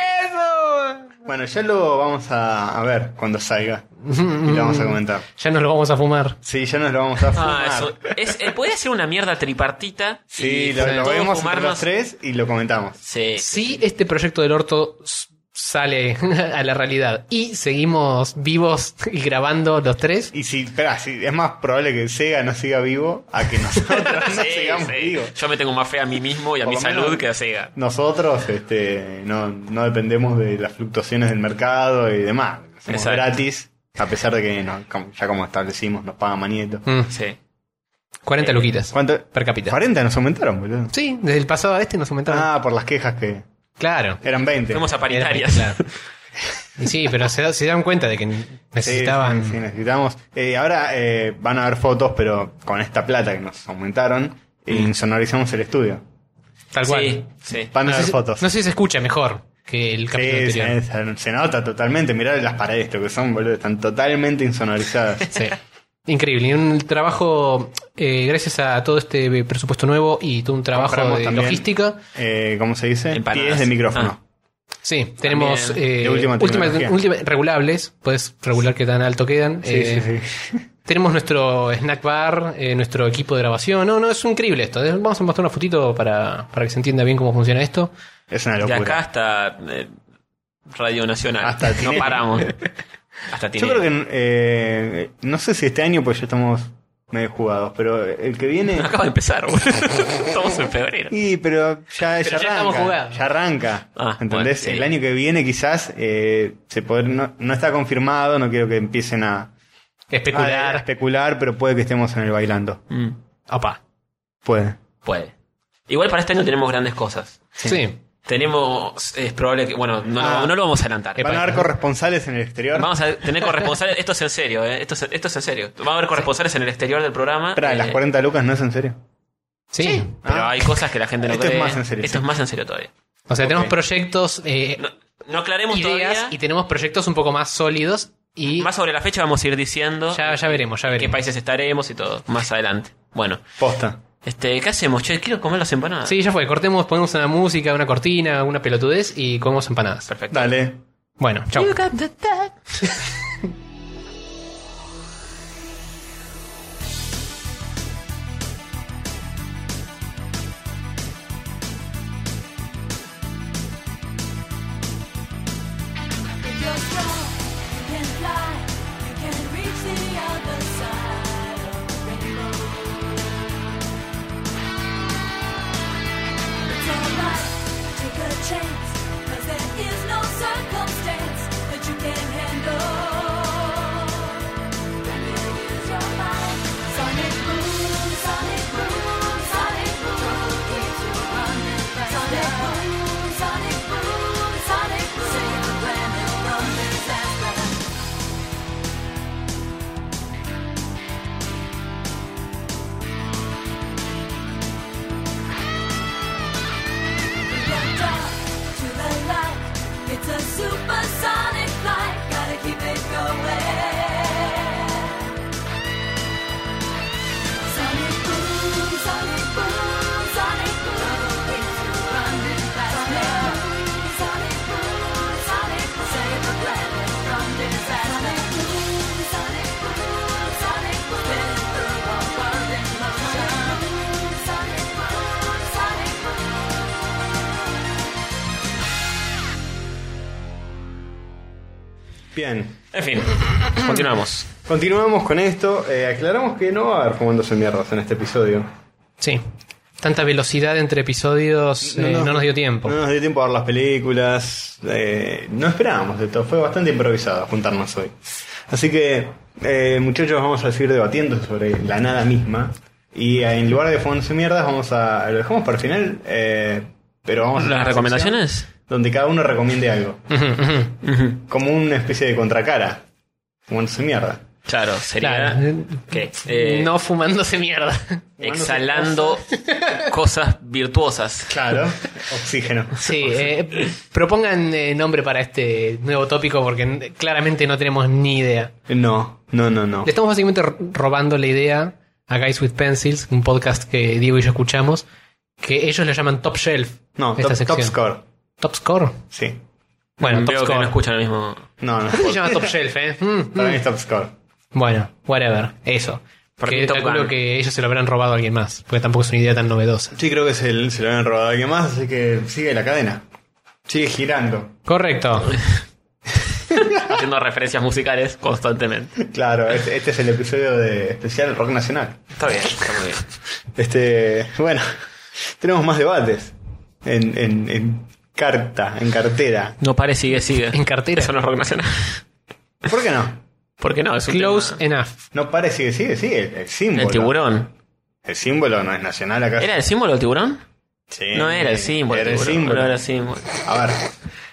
Speaker 3: Bueno, ya lo vamos a, a ver cuando salga. Y lo vamos a comentar.
Speaker 4: Ya nos lo vamos a fumar.
Speaker 3: Sí, ya nos lo vamos a fumar.
Speaker 1: Ah, eso. Es, eh, podría ser una mierda tripartita.
Speaker 3: Sí,
Speaker 1: y
Speaker 3: lo, lo
Speaker 1: todos
Speaker 3: vemos entre
Speaker 1: fumarnos-
Speaker 3: los tres y lo comentamos.
Speaker 1: Sí.
Speaker 4: Si este proyecto del este orto s- sale a la realidad. Y seguimos vivos y grabando los tres.
Speaker 3: Y si, espera, si es más probable que Sega no siga vivo a que nosotros no
Speaker 1: Sí,
Speaker 3: sigamos
Speaker 1: sí.
Speaker 3: vivos.
Speaker 1: Yo me tengo más fe a mí mismo y a
Speaker 3: Por
Speaker 1: mi
Speaker 3: lo
Speaker 1: salud
Speaker 3: menos-
Speaker 1: que a Sega.
Speaker 3: Nosotros este, no, no dependemos de las fluctuaciones del mercado y demás. Somos
Speaker 1: Exacto.
Speaker 3: gratis, a pesar de que no, como- ya como establecimos nos pagan manieto.
Speaker 4: Mm,
Speaker 1: Sí.
Speaker 3: Eh,
Speaker 4: 40 luquitas
Speaker 3: ¿Cuánto?
Speaker 4: per cápita.
Speaker 3: 40 nos aumentaron, boludo.
Speaker 4: Sí, desde el pasado a este nos aumentaron.
Speaker 3: Ah, por las quejas que
Speaker 4: claro.
Speaker 3: eran 20.
Speaker 1: Fuimos a paritarias.
Speaker 4: Era- claro. Y sí, pero se, da- se dan cuenta de que
Speaker 3: Sí,
Speaker 4: necesitaban.
Speaker 3: sí, sí, necesitamos. Eh, ahora eh, van a haber fotos, pero con esta plata que nos aumentaron, eh,
Speaker 4: Mm.
Speaker 3: insonorizamos el estudio.
Speaker 4: Tal cual.
Speaker 1: Sí, sí.
Speaker 3: Van a
Speaker 4: No
Speaker 3: haber
Speaker 4: sé-
Speaker 3: fotos.
Speaker 4: No sé si se escucha mejor que el capítulo
Speaker 3: Sí,
Speaker 4: anterior.
Speaker 3: se, se- se nota totalmente. Mirá las paredes, lo que son, boludo. Están totalmente insonorizadas.
Speaker 4: Sí. Increíble. Y un trabajo, eh, gracias a todo este presupuesto nuevo y todo un trabajo
Speaker 3: Compramos
Speaker 4: de
Speaker 3: también.
Speaker 4: logística. Ah,
Speaker 3: Eh, ¿Cómo se dice?
Speaker 1: Empanadas.
Speaker 3: Pies de micrófono.
Speaker 4: Sí, tenemos
Speaker 1: También.
Speaker 4: eh,
Speaker 3: De última tecnología.
Speaker 4: última- regulables. Puedes regular qué tan alto quedan.
Speaker 3: Sí,
Speaker 4: Eh,
Speaker 3: sí, sí.
Speaker 4: Tenemos nuestro snack bar, eh, nuestro equipo de grabación. No, no, es increíble esto. De- Vamos a mostrar una fotito para, para que se entienda bien cómo funciona esto.
Speaker 3: Es una
Speaker 1: De
Speaker 3: locura.
Speaker 1: acá hasta eh, Radio Nacional.
Speaker 3: Hasta
Speaker 1: no
Speaker 3: Tinelli.
Speaker 1: paramos. Hasta
Speaker 3: Yo
Speaker 1: tiene.
Speaker 3: creo que. eh, no sé si este año, pues ya estamos medio jugados, pero el que viene.
Speaker 1: Acaba de empezar, boludo. Estamos en febrero.
Speaker 3: Y, pero ya, ya
Speaker 4: ya estamos
Speaker 3: arranca.
Speaker 4: jugados.
Speaker 3: Ya arranca.
Speaker 1: Ah,
Speaker 3: ¿Entendés?
Speaker 1: bueno, sí.
Speaker 3: El año que viene quizás eh, se podr- no, no está confirmado, no quiero que empiecen a a
Speaker 4: Especular.
Speaker 3: especular, pero puede que estemos en el bailando.
Speaker 1: Mm,
Speaker 3: eh,
Speaker 4: Opa.
Speaker 3: Puede.
Speaker 1: puede. Igual para este año tenemos grandes cosas.
Speaker 4: Sí.
Speaker 1: Tenemos, es probable que, bueno, no,
Speaker 3: Ah.
Speaker 1: lo- no lo vamos a adelantar.
Speaker 3: Van a haber corresponsales en el exterior.
Speaker 1: Vamos a tener corresponsales, esto es en serio, eh, esto, es, esto es en serio. Va a haber corresponsales en el exterior del programa.
Speaker 3: Espera,
Speaker 1: eh,
Speaker 3: las 40 lucas no es en serio.
Speaker 4: Sí.
Speaker 1: Pero
Speaker 3: Ah.
Speaker 1: hay cosas que la gente no
Speaker 3: Esto es
Speaker 1: cree.
Speaker 3: más en serio,
Speaker 1: Esto
Speaker 3: sí.
Speaker 1: es más en serio todavía.
Speaker 4: O sea, tenemos
Speaker 3: Ok.
Speaker 4: proyectos, eh,
Speaker 1: No, no aclaremos
Speaker 4: ideas
Speaker 1: todavía.
Speaker 4: y tenemos proyectos un poco más sólidos y
Speaker 1: Más sobre la fecha vamos a ir diciendo
Speaker 4: ya, ya veremos, ya
Speaker 1: en qué
Speaker 4: veremos.
Speaker 1: países estaremos y todo. Más adelante. Bueno,
Speaker 3: Posta.
Speaker 1: este, ¿qué hacemos? Che, quiero comer las empanadas.
Speaker 4: Sí, ya fue. Cortemos, ponemos una música, una cortina, una pelotudez y comemos empanadas.
Speaker 1: Perfecto.
Speaker 3: Dale.
Speaker 4: Bueno, chau.
Speaker 5: If you're strong, you can fly, you can reach the other side of the rainbow. It's alright, take a chance, 'cause there is no circumstance that you can't handle. When you use your mind, sonic boom, sonic boom, sonic boom keeps you running faster. Sonic boom, sonic boom, save the planet from disaster. From dark to the light, it's a supersonic flight. Gotta keep it going. Sonic boom, sonic boom, sonic boom, keeps you running faster. Sonic boom, sonic boom, save the planet from disaster. Sonic boom, sonic boom, spin through a world in motion. Sonic boom, sonic boom.
Speaker 3: Bien.
Speaker 1: En fin, continuamos.
Speaker 3: Continuamos con esto. Eh, aclaramos que no va a haber fumándose mierdas en este episodio.
Speaker 4: Sí. Tanta velocidad entre episodios eh, no, nos dio tiempo.
Speaker 3: No nos dio tiempo a ver las películas. eh, no esperábamos de todo. Fue bastante improvisado juntarnos hoy. Así que, eh, muchachos, vamos a seguir debatiendo sobre la nada misma. Y eh, en lugar de fumarse mierdas, vamos a. Lo dejamos para el final. eh, pero vamos a hacer
Speaker 1: ¿Las
Speaker 3: una
Speaker 1: recomendaciones?
Speaker 3: sección Donde cada uno recomiende algo.
Speaker 4: Ujú, ujú.
Speaker 1: Ujú.
Speaker 3: Como una especie de contracara. Fumándose mierda.
Speaker 1: Claro, sería.
Speaker 4: Claro.
Speaker 1: ¿Qué? Eh,
Speaker 4: no fumándose mierda.
Speaker 1: Exhalando cosas virtuosas.
Speaker 3: Claro. Oxígeno.
Speaker 4: Sí, eh, propongan eh, nombre para este nuevo tópico porque n- claramente no tenemos ni idea.
Speaker 3: No, no, no, no.
Speaker 4: Le estamos básicamente ro- robando la idea a Guys with Pencils, un podcast que Diego y yo escuchamos, que ellos le llaman Top Shelf.
Speaker 3: No, top,
Speaker 4: esta
Speaker 3: top
Speaker 4: sección.
Speaker 3: score.
Speaker 4: Top Score.
Speaker 3: Sí.
Speaker 4: Bueno,
Speaker 1: Mm,
Speaker 4: Top
Speaker 1: Veo que no
Speaker 4: Score.
Speaker 1: escuchan lo mismo.
Speaker 3: No, no.
Speaker 4: Se llama Top Shelf, ¿eh? Mm,
Speaker 3: Para mí
Speaker 4: mm.
Speaker 3: es top score.
Speaker 4: Bueno, whatever. Eso.
Speaker 1: Para
Speaker 4: Porque
Speaker 1: mí Top
Speaker 4: calculo
Speaker 1: Gun.
Speaker 4: que ellos se lo habrán robado a alguien más, porque tampoco es una idea tan novedosa.
Speaker 3: Sí, creo que se, se lo habían robado a alguien más, así que sigue la cadena. Sigue girando.
Speaker 4: Correcto.
Speaker 1: haciendo referencias musicales constantemente.
Speaker 3: Claro, este, este es el episodio de especial Rock Nacional.
Speaker 1: Está bien, está muy bien.
Speaker 3: Este, bueno, tenemos más debates en, en- en carta, en cartera.
Speaker 1: No pare, sigue, sigue.
Speaker 4: En cartera.
Speaker 1: Eso no es rock nacional.
Speaker 3: ¿Por qué no?
Speaker 1: ¿Por qué no? Es un
Speaker 4: Close
Speaker 1: tema-
Speaker 4: enough.
Speaker 3: No pare, sigue, sigue, sigue. El, símbolo.
Speaker 1: El tiburón.
Speaker 3: El símbolo no es nacional acá.
Speaker 1: ¿Era el símbolo el tiburón?
Speaker 3: Sí,
Speaker 1: No era el símbolo.
Speaker 3: Eh, Era el
Speaker 1: tiburón,
Speaker 3: símbolo.
Speaker 1: No era el símbolo.
Speaker 3: A ver,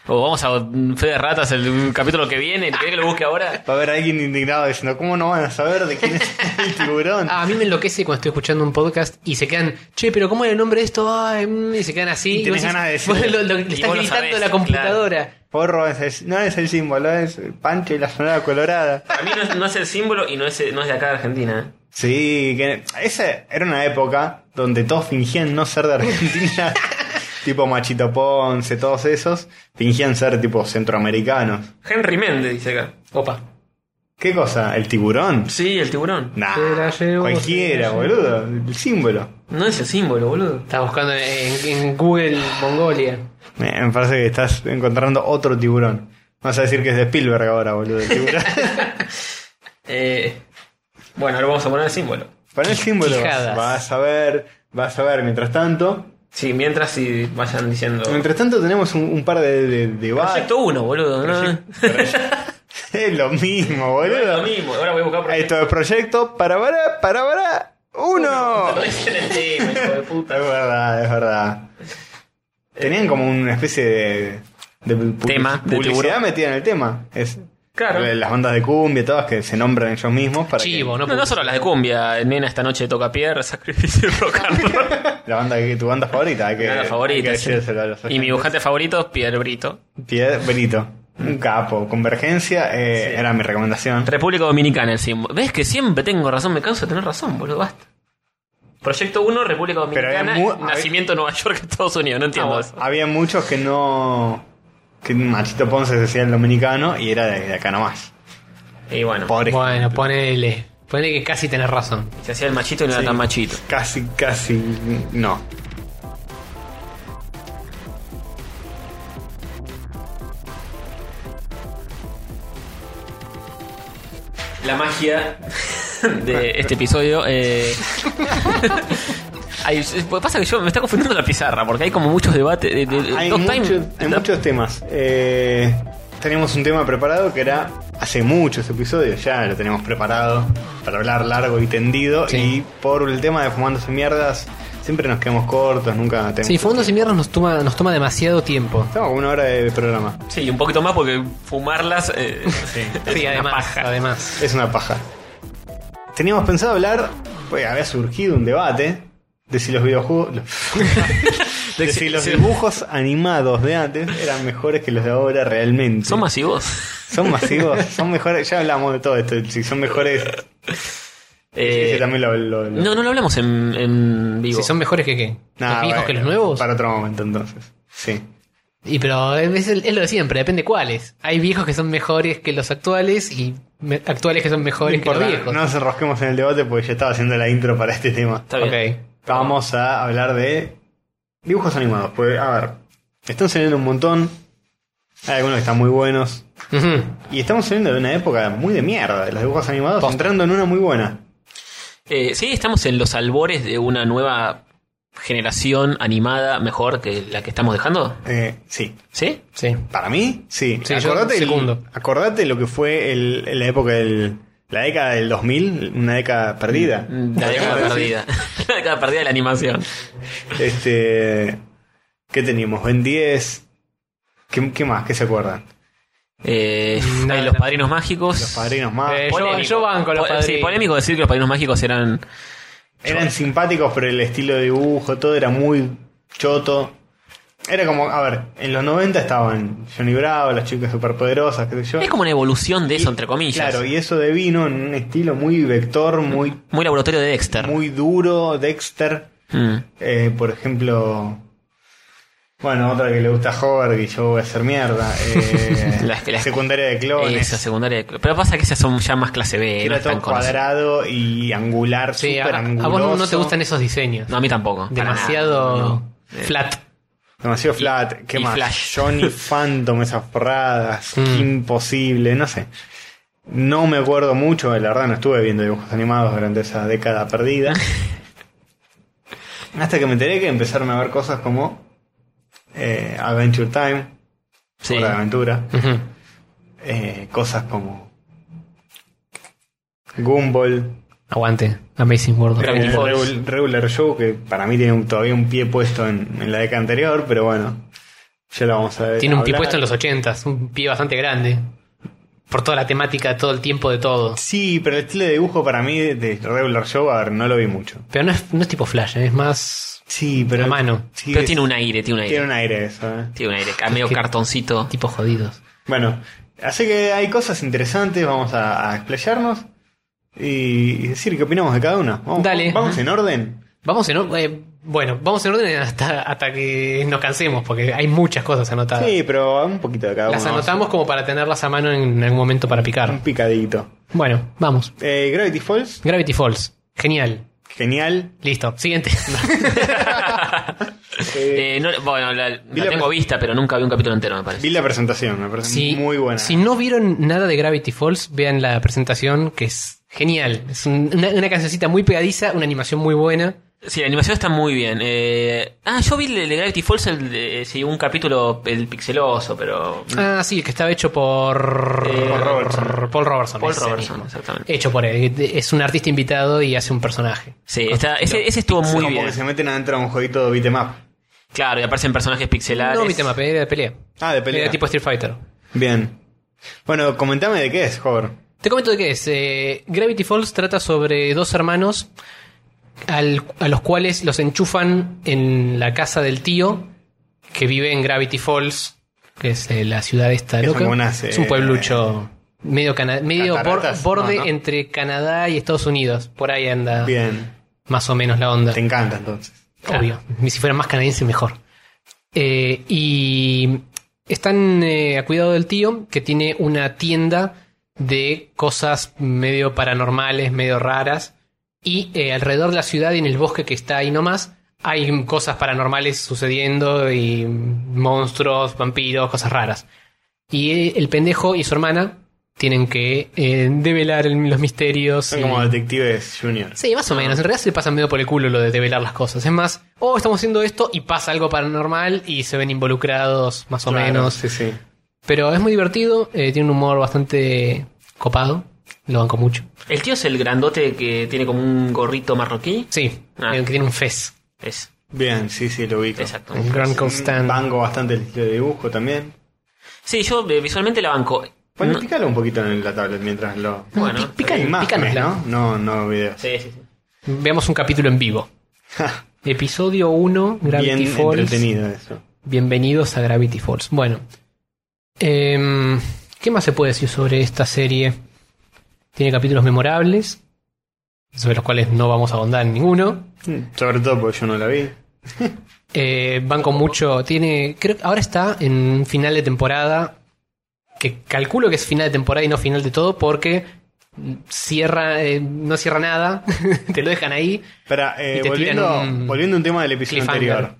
Speaker 1: O vamos a mm, Fe de Ratas el capítulo que viene. ¿Querés que lo busque ahora?
Speaker 3: va a haber alguien indignado diciendo, ¿cómo no van a saber de quién es el tiburón?
Speaker 1: Ah.
Speaker 4: Ah, A mí me enloquece cuando estoy escuchando un podcast y se quedan, che, pero ¿cómo era el nombre de esto? Ay, mm", y se quedan así.
Speaker 3: Y tenés
Speaker 4: vos
Speaker 3: ganas de
Speaker 4: decís,
Speaker 3: decirlo.
Speaker 4: "Vos lo- lo- le
Speaker 1: Y
Speaker 4: estás
Speaker 1: vos lo
Speaker 4: gritando
Speaker 1: sabés,
Speaker 4: a la computadora.
Speaker 3: Porro es el- no es el símbolo, es el Pancho y la sonora colorada.
Speaker 1: A mí no es, no es el símbolo y no es, no es de acá de Argentina. ¿eh?
Speaker 3: Sí, que esa era una época donde todos fingían no ser de Argentina. tipo Machito Ponce, todos esos. Fingían ser tipo centroamericanos.
Speaker 1: Henry Méndez dice acá.
Speaker 4: Opa.
Speaker 3: ¿Qué cosa? ¿El tiburón?
Speaker 1: Sí, el tiburón.
Speaker 3: Nah,
Speaker 4: Se la llevó,
Speaker 3: cualquiera,
Speaker 4: se la llevó.
Speaker 3: boludo. El símbolo.
Speaker 1: No es el símbolo, boludo.
Speaker 4: Estaba buscando en, en Google Mongolia.
Speaker 3: Eh, Me parece que estás encontrando otro tiburón. Vas a decir que es de Spielberg ahora, boludo. El tiburón.
Speaker 1: Eh, bueno, ahora vamos a poner el símbolo.
Speaker 3: Pon el símbolo.
Speaker 4: Quijadas.
Speaker 3: Vas a ver, vas a ver. Mientras tanto,
Speaker 1: Sí, mientras si vayan diciendo.
Speaker 3: mientras tanto tenemos un, un par de, de, de debates.
Speaker 1: Proyecto 1, boludo. ¿no?
Speaker 3: Es lo mismo, boludo.
Speaker 1: Lo mismo. Ahora voy a buscar proyecto.
Speaker 3: Esto es proyecto para para para para uno.
Speaker 1: Lo dicen el tema, hijo de
Speaker 3: Es
Speaker 1: puta.
Speaker 3: verdad, es verdad. Tenían como una especie de, de pu-
Speaker 1: Tema, de
Speaker 3: publicidad
Speaker 1: tiburón.
Speaker 3: metida en el tema. Es,
Speaker 1: Claro.
Speaker 3: Las bandas de cumbia, todas que se nombran ellos mismos para
Speaker 4: Chivo,
Speaker 1: No,
Speaker 4: no,
Speaker 1: no solo las de cumbia, nena esta noche toca piedra, sacrificio y rock and roll.
Speaker 3: que la banda que tu banda favorita, hay que,
Speaker 1: Era la
Speaker 3: hay que
Speaker 1: favorita. sí.
Speaker 3: decírselo a los
Speaker 1: Y mi
Speaker 3: oyentes.
Speaker 1: dibujante favorito es Pierre Brito.
Speaker 3: Pied- Benito, un capo, Convergencia eh, era mi recomendación.
Speaker 1: República Dominicana el símbolo. ¿Ves que siempre tengo razón? Me canso de tener razón, boludo, basta. Proyecto 1, República
Speaker 3: Pero es
Speaker 1: Dominicana,
Speaker 3: mu-
Speaker 1: nacimiento en Nueva York, Estados Unidos, no entiendo
Speaker 4: Ah,
Speaker 1: eso.
Speaker 3: Había muchos que no que Machito Ponce decía el dominicano y era de, de acá nomás.
Speaker 1: Y bueno,
Speaker 3: Pobre
Speaker 4: Bueno, ponele. Ponele que casi tenés razón.
Speaker 1: se hacía el machito y no
Speaker 3: Sí.
Speaker 1: era tan machito.
Speaker 3: Casi, casi no.
Speaker 1: La magia de este episodio. eh, hay- pasa que yo me está confundiendo la pizarra, porque hay como muchos debates. de- de-
Speaker 3: Hay,
Speaker 1: Doc Time-
Speaker 3: mucho- hay
Speaker 1: Eh, la-
Speaker 3: muchos temas. Eh, teníamos un tema preparado que era hace muchos episodios, ya lo tenemos preparado para hablar largo y tendido.
Speaker 4: Sí.
Speaker 3: Y por el tema de fumándose mierdas, siempre nos quedamos cortos, nunca tenemos.
Speaker 4: Sí, Fondos y Mierdas nos toma, nos toma demasiado tiempo.
Speaker 3: Estamos como una hora de programa.
Speaker 1: Sí, un poquito más porque fumarlas. eh, es
Speaker 4: Sí,
Speaker 1: una
Speaker 4: además.
Speaker 1: paja.
Speaker 4: Además.
Speaker 3: Es una paja. Teníamos pensado hablar, pues había surgido un debate de si los videojuegos.
Speaker 1: De
Speaker 3: de
Speaker 1: que
Speaker 3: si
Speaker 1: si-
Speaker 3: los
Speaker 1: si-
Speaker 3: dibujos animados de antes eran mejores que los de ahora realmente.
Speaker 1: Son masivos.
Speaker 3: Son masivos, son mejores. Ya hablamos de todo esto. Si son mejores.
Speaker 1: Eh,
Speaker 3: ese también lo. lo- lo-
Speaker 1: no, no lo hablamos en, en vivo.
Speaker 4: Si son mejores que qué.
Speaker 3: Nah,
Speaker 4: ¿Los viejos
Speaker 3: bueno,
Speaker 4: que los nuevos?
Speaker 3: Para otro momento entonces. Sí.
Speaker 4: Y pero es, el- es lo de siempre, depende cuáles. Hay viejos que son mejores que los actuales y me- actuales que son mejores que los
Speaker 3: Importa,
Speaker 4: viejos.
Speaker 3: no nos enrosquemos en el debate porque ya estaba haciendo la intro para este tema.
Speaker 1: Está bien.
Speaker 4: Ok.
Speaker 3: Vamos a hablar de dibujos animados. Pues, a ver, están saliendo un montón. Hay algunos que están muy buenos.
Speaker 4: Ujú.
Speaker 3: Y estamos saliendo de una época muy de mierda de los dibujos animados, entrando en una muy buena.
Speaker 1: Eh, sí, estamos en los albores de una nueva generación animada mejor que la que estamos dejando.
Speaker 3: Eh, sí.
Speaker 1: ¿Sí?
Speaker 4: Sí.
Speaker 3: Para mí, sí.
Speaker 4: Sí, yo
Speaker 3: acordate, el-
Speaker 4: segundo.
Speaker 3: acordate lo que fue el- la época del. La década del 2000, una década perdida.
Speaker 4: Mm.
Speaker 1: La década perdida. La década perdida de la animación.
Speaker 3: Este. ¿Qué teníamos? Ben 10. ¿Qué, qué más? ¿Qué se acuerdan?
Speaker 1: Eh,
Speaker 4: No,
Speaker 1: hay
Speaker 4: no.
Speaker 1: los padrinos mágicos.
Speaker 3: Mm, Los padrinos más.
Speaker 4: Eh, yo, yo banco los
Speaker 1: Po- Sí,
Speaker 4: padrinos.
Speaker 1: polémico decir que los padrinos mágicos eran.
Speaker 3: Eran simpáticos, pero el estilo de dibujo, todo era muy choto. Era como, a ver, en los 90 estaban Johnny Bravo, las chicas superpoderosas, qué sé yo.
Speaker 1: Es como una evolución de eso, entre comillas.
Speaker 3: Claro, y eso devino en un estilo muy vector, muy,
Speaker 1: Muy laboratorio de Dexter.
Speaker 3: muy duro, Dexter.
Speaker 1: Mm.
Speaker 3: Eh, por ejemplo, bueno, otra que le gusta a Hover y yo voy a hacer mierda. eh,
Speaker 1: Las que- las-
Speaker 3: secundaria de clones.
Speaker 1: Esa secundaria. de- Pero pasa que esas son ya más clase B.
Speaker 3: que
Speaker 1: no
Speaker 3: era
Speaker 1: es tan
Speaker 3: todo
Speaker 1: conocido.
Speaker 3: cuadrado y angular,
Speaker 4: Sí,
Speaker 3: sí,
Speaker 4: a, a vos no te gustan esos diseños.
Speaker 1: No, a mí tampoco. para
Speaker 4: Demasiado Eh,
Speaker 1: nada, no.
Speaker 4: flat.
Speaker 3: Demasiado flat. ¿Qué
Speaker 1: y
Speaker 3: más?
Speaker 1: Flash.
Speaker 3: Johnny Phantom, esas porradas.
Speaker 4: Mm.
Speaker 3: Imposible, no sé. No me acuerdo mucho, la verdad no estuve viendo dibujos animados durante esa década perdida. Hasta que me enteré que empezaron a ver cosas como eh, Adventure Time,
Speaker 1: Sí.
Speaker 3: Hora de Aventura,
Speaker 4: Ujú.
Speaker 3: eh, cosas como Gumball,
Speaker 4: Aguante. Amazing World. of
Speaker 1: Gravity
Speaker 3: eh,
Speaker 4: Water.
Speaker 1: Falls.
Speaker 3: Regul- Regular Show, que para mí tiene un- todavía un pie puesto en, en la década anterior, pero bueno, ya lo vamos a ver.
Speaker 4: Tiene un pie
Speaker 3: hablar.
Speaker 4: puesto en los ochentas, un pie bastante grande. Por toda la temática, todo el tiempo de todo.
Speaker 3: Sí, pero el estilo de dibujo para mí de, de Regular Show, a ver, no lo vi mucho.
Speaker 4: Pero no es, no es tipo Flash, ¿eh? es más
Speaker 3: Sí, pero.
Speaker 4: A mano.
Speaker 3: sí,
Speaker 1: Pero
Speaker 3: es-
Speaker 1: tiene un aire, tiene un
Speaker 3: tiene
Speaker 1: aire.
Speaker 3: un aire eso, eh.
Speaker 1: Tiene un aire, a medio
Speaker 4: que-
Speaker 1: cartoncito.
Speaker 4: tipo jodidos.
Speaker 3: Bueno, así que hay cosas interesantes, vamos a, a explayarnos y, y decir qué opinamos de cada una. Vamos,
Speaker 4: Dale.
Speaker 3: vamos
Speaker 4: Ajá.
Speaker 3: en orden.
Speaker 4: Vamos en orden. bueno, vamos en orden hasta, hasta que nos cansemos, porque hay muchas cosas anotadas.
Speaker 3: Sí, pero Mm. un poquito de cada
Speaker 4: Ah. Las
Speaker 3: una. vamos a-
Speaker 4: anotamos como para tenerlas a mano en algún momento para
Speaker 3: Un
Speaker 4: picar.
Speaker 3: picadito.
Speaker 4: Bueno, vamos.
Speaker 3: Eh, Gravity Falls,
Speaker 4: Gravity Falls. Genial.
Speaker 3: genial.
Speaker 4: Listo. Siguiente.
Speaker 3: Eh,
Speaker 1: Eh, no- bueno, la, la
Speaker 3: Vi la
Speaker 1: tengo
Speaker 3: pre-
Speaker 1: vista, pero nunca vi un capítulo entero, me parece.
Speaker 3: Vi la presentación, me parece
Speaker 4: si,
Speaker 3: muy buena.
Speaker 4: Si no vieron nada de Gravity Falls, vean la presentación que es genial. Es un- una, una cancioncita muy pegadiza, una animación muy buena.
Speaker 1: Sí, la animación está muy bien. Eh, ah, yo vi el de Gravity Falls, el de- sí, un capítulo el pixeloso, pero...
Speaker 4: Ah, sí, el que estaba hecho por
Speaker 1: Mm. Eh,
Speaker 4: Paul
Speaker 3: Robertson.
Speaker 4: Paul Robertson.
Speaker 1: Paul
Speaker 4: ese
Speaker 1: Robertson,
Speaker 4: mismo. Eh,
Speaker 1: exactamente.
Speaker 4: Hecho por él. Es un artista invitado y hace un personaje.
Speaker 1: Sí, está- ese, ese estuvo
Speaker 3: Es
Speaker 1: muy
Speaker 3: como
Speaker 1: bien.
Speaker 3: que se meten adentro a un jueguito de beat'em up.
Speaker 1: Claro, y aparecen personajes pixelados.
Speaker 4: No mi tema, era de pelea.
Speaker 3: Ah, de pelea.
Speaker 4: Era tipo Street Fighter.
Speaker 3: Bien. Bueno, comentame de qué es, Hover.
Speaker 4: Te comento de qué es. Eh, Gravity Falls trata sobre dos hermanos al- a los cuales los enchufan en la casa del tío que vive en Gravity Falls, que es eh, la ciudad esta
Speaker 3: Que son
Speaker 4: loca.
Speaker 3: como unas,
Speaker 4: es un
Speaker 3: eh,
Speaker 4: pueblucho medio, cana- medio bor-
Speaker 3: cataratas,
Speaker 4: borde
Speaker 3: no, ¿no?
Speaker 4: entre Canadá y Estados Unidos. Por ahí anda
Speaker 3: Bien.
Speaker 4: más o menos la onda.
Speaker 3: Te encanta entonces.
Speaker 4: Obvio. Ni si fuera más canadiense, mejor. Eh, y están eh, a cuidado del tío, que tiene una tienda de cosas medio paranormales, medio raras. Y eh, alrededor de la ciudad y en el bosque que está ahí nomás, hay cosas paranormales sucediendo y monstruos, vampiros, cosas raras. Y eh, el pendejo y su hermana tienen que eh, develar el- los misterios.
Speaker 3: Son
Speaker 4: y-
Speaker 3: como detectives juniors.
Speaker 4: Sí, más o menos. En realidad se le pasa medio por el culo lo de develar las cosas. Es más, oh, estamos haciendo esto y pasa algo paranormal y se ven involucrados, más o menos.
Speaker 3: Sí, sí.
Speaker 4: Pero es muy divertido, eh, tiene un humor bastante copado. Lo banco mucho.
Speaker 1: El tío es el grandote que tiene como un gorrito marroquí.
Speaker 4: Sí,
Speaker 1: Ah.
Speaker 4: el que tiene un fez.
Speaker 1: Es,
Speaker 3: Bien, sí, sí, lo ubico.
Speaker 1: exacto.
Speaker 4: Un gran
Speaker 3: Mm,
Speaker 4: constant.
Speaker 3: Banco bastante el estilo de dibujo también.
Speaker 1: Sí, yo eh, visualmente la banco.
Speaker 3: Bueno,
Speaker 1: No-
Speaker 3: pícalo un poquito en la tablet mientras lo...
Speaker 1: Bueno, eh,
Speaker 4: Pi- pican-
Speaker 3: imágenes,
Speaker 4: pícanosla.
Speaker 3: ¿no? No, no videos.
Speaker 1: sí, sí, sí.
Speaker 4: Veamos un capítulo en vivo. Episodio 1, Gravity
Speaker 3: Bien
Speaker 4: Falls.
Speaker 3: entretenido eso.
Speaker 4: Bienvenidos a Gravity Falls. Bueno, em, ¿qué más se puede decir sobre esta serie? Tiene capítulos memorables, sobre los cuales no vamos a ahondar en ninguno.
Speaker 3: Mm, Sobre todo porque yo no la vi.
Speaker 4: Eh, van con mucho. Tiene. Creo que ahora está en un final de temporada. Que calculo que es final de temporada y no final de todo, porque cierra. eh, no cierra nada. te lo dejan ahí.
Speaker 3: Espera, eh,
Speaker 4: Y te
Speaker 3: volviendo,
Speaker 4: tiran un
Speaker 3: volviendo a un tema del episodio
Speaker 4: cliffhanger.
Speaker 3: anterior.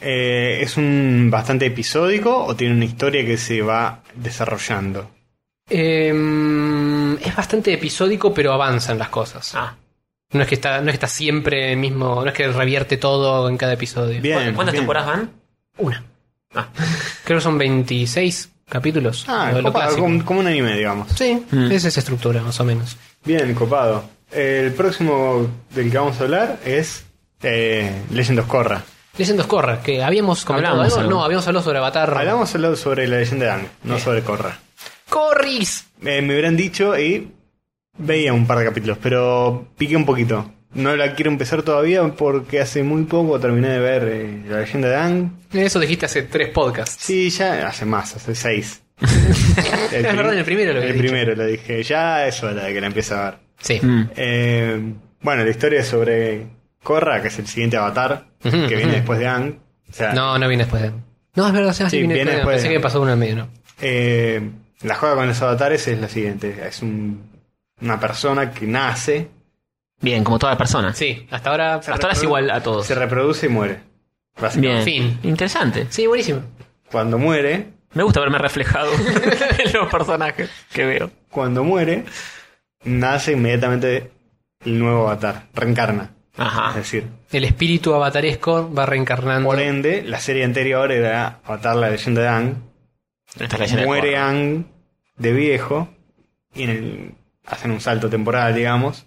Speaker 3: Eh, ¿Es un bastante episódico o tiene una historia que se va desarrollando?
Speaker 4: Em, es bastante episódico, pero avanzan las cosas.
Speaker 1: Ah,
Speaker 4: No es que está, no es que está siempre el mismo, no es que revierte todo en cada episodio.
Speaker 1: ¿cu-
Speaker 3: Bien.
Speaker 1: ¿Cuántas
Speaker 3: bien.
Speaker 1: temporadas van?
Speaker 4: Una.
Speaker 1: Ah.
Speaker 4: Creo que son 26 capítulos.
Speaker 3: Ah,
Speaker 4: lo- lo
Speaker 3: copado,
Speaker 4: clásico.
Speaker 3: como, como un anime, digamos.
Speaker 4: Sí,
Speaker 1: Mm.
Speaker 4: es esa estructura, más o menos.
Speaker 3: Bien, copado. El próximo del que vamos a hablar es eh, Legend of Korra.
Speaker 4: Legend of Korra, que habíamos comentado
Speaker 1: Hablamos
Speaker 4: algo.
Speaker 1: algo.
Speaker 4: No, habíamos hablado sobre Avatar.
Speaker 3: Hablamos solo sobre la leyenda de Ang, no sobre Korra.
Speaker 4: ¡Corris!
Speaker 3: Eh, me hubieran dicho y veía un par de capítulos, pero piqué un poquito. No la quiero empezar todavía porque hace muy poco terminé de ver eh, la leyenda de Ang.
Speaker 4: Eso dijiste hace tres podcasts.
Speaker 3: Sí, ya hace más, hace seis. El prim-
Speaker 4: verdad, en el primero lo habías
Speaker 3: El
Speaker 4: dicho.
Speaker 3: primero lo dije, ya es hora de que la empiece a ver.
Speaker 4: Sí.
Speaker 1: Mm.
Speaker 3: Eh, bueno, la historia es sobre Korra, que es el siguiente avatar,
Speaker 4: Ujú,
Speaker 3: que viene
Speaker 4: ujú.
Speaker 3: después de Ang. O sea,
Speaker 4: No, no viene después de. No, es verdad, sí,
Speaker 3: Sí,
Speaker 4: viene,
Speaker 3: viene después
Speaker 4: después de-
Speaker 3: de-
Speaker 4: Pensé que pasó uno en medio, ¿no?
Speaker 3: eh, la joda con los avatares es la siguiente. Es un- una persona que nace,
Speaker 1: Bien, como toda persona.
Speaker 4: Sí, hasta ahora.
Speaker 1: Hasta ahora es igual a todos.
Speaker 3: se reproduce y muere.
Speaker 1: Bien.
Speaker 3: básicamente.
Speaker 4: Fin.
Speaker 1: Interesante.
Speaker 4: Sí, buenísimo.
Speaker 3: Cuando muere,
Speaker 1: Me gusta verme reflejado en los personajes que veo.
Speaker 3: cuando muere, nace inmediatamente el nuevo avatar, reencarna. Es
Speaker 4: Ah.
Speaker 1: Ajá.
Speaker 3: decir,
Speaker 4: El espíritu avataresco va reencarnando.
Speaker 3: por ende, la serie anterior era Avatar la leyenda de Aang.
Speaker 1: Esta es la escena
Speaker 3: muere
Speaker 1: de Korra.
Speaker 3: Aang de viejo y en el- hacen un salto temporal, digamos.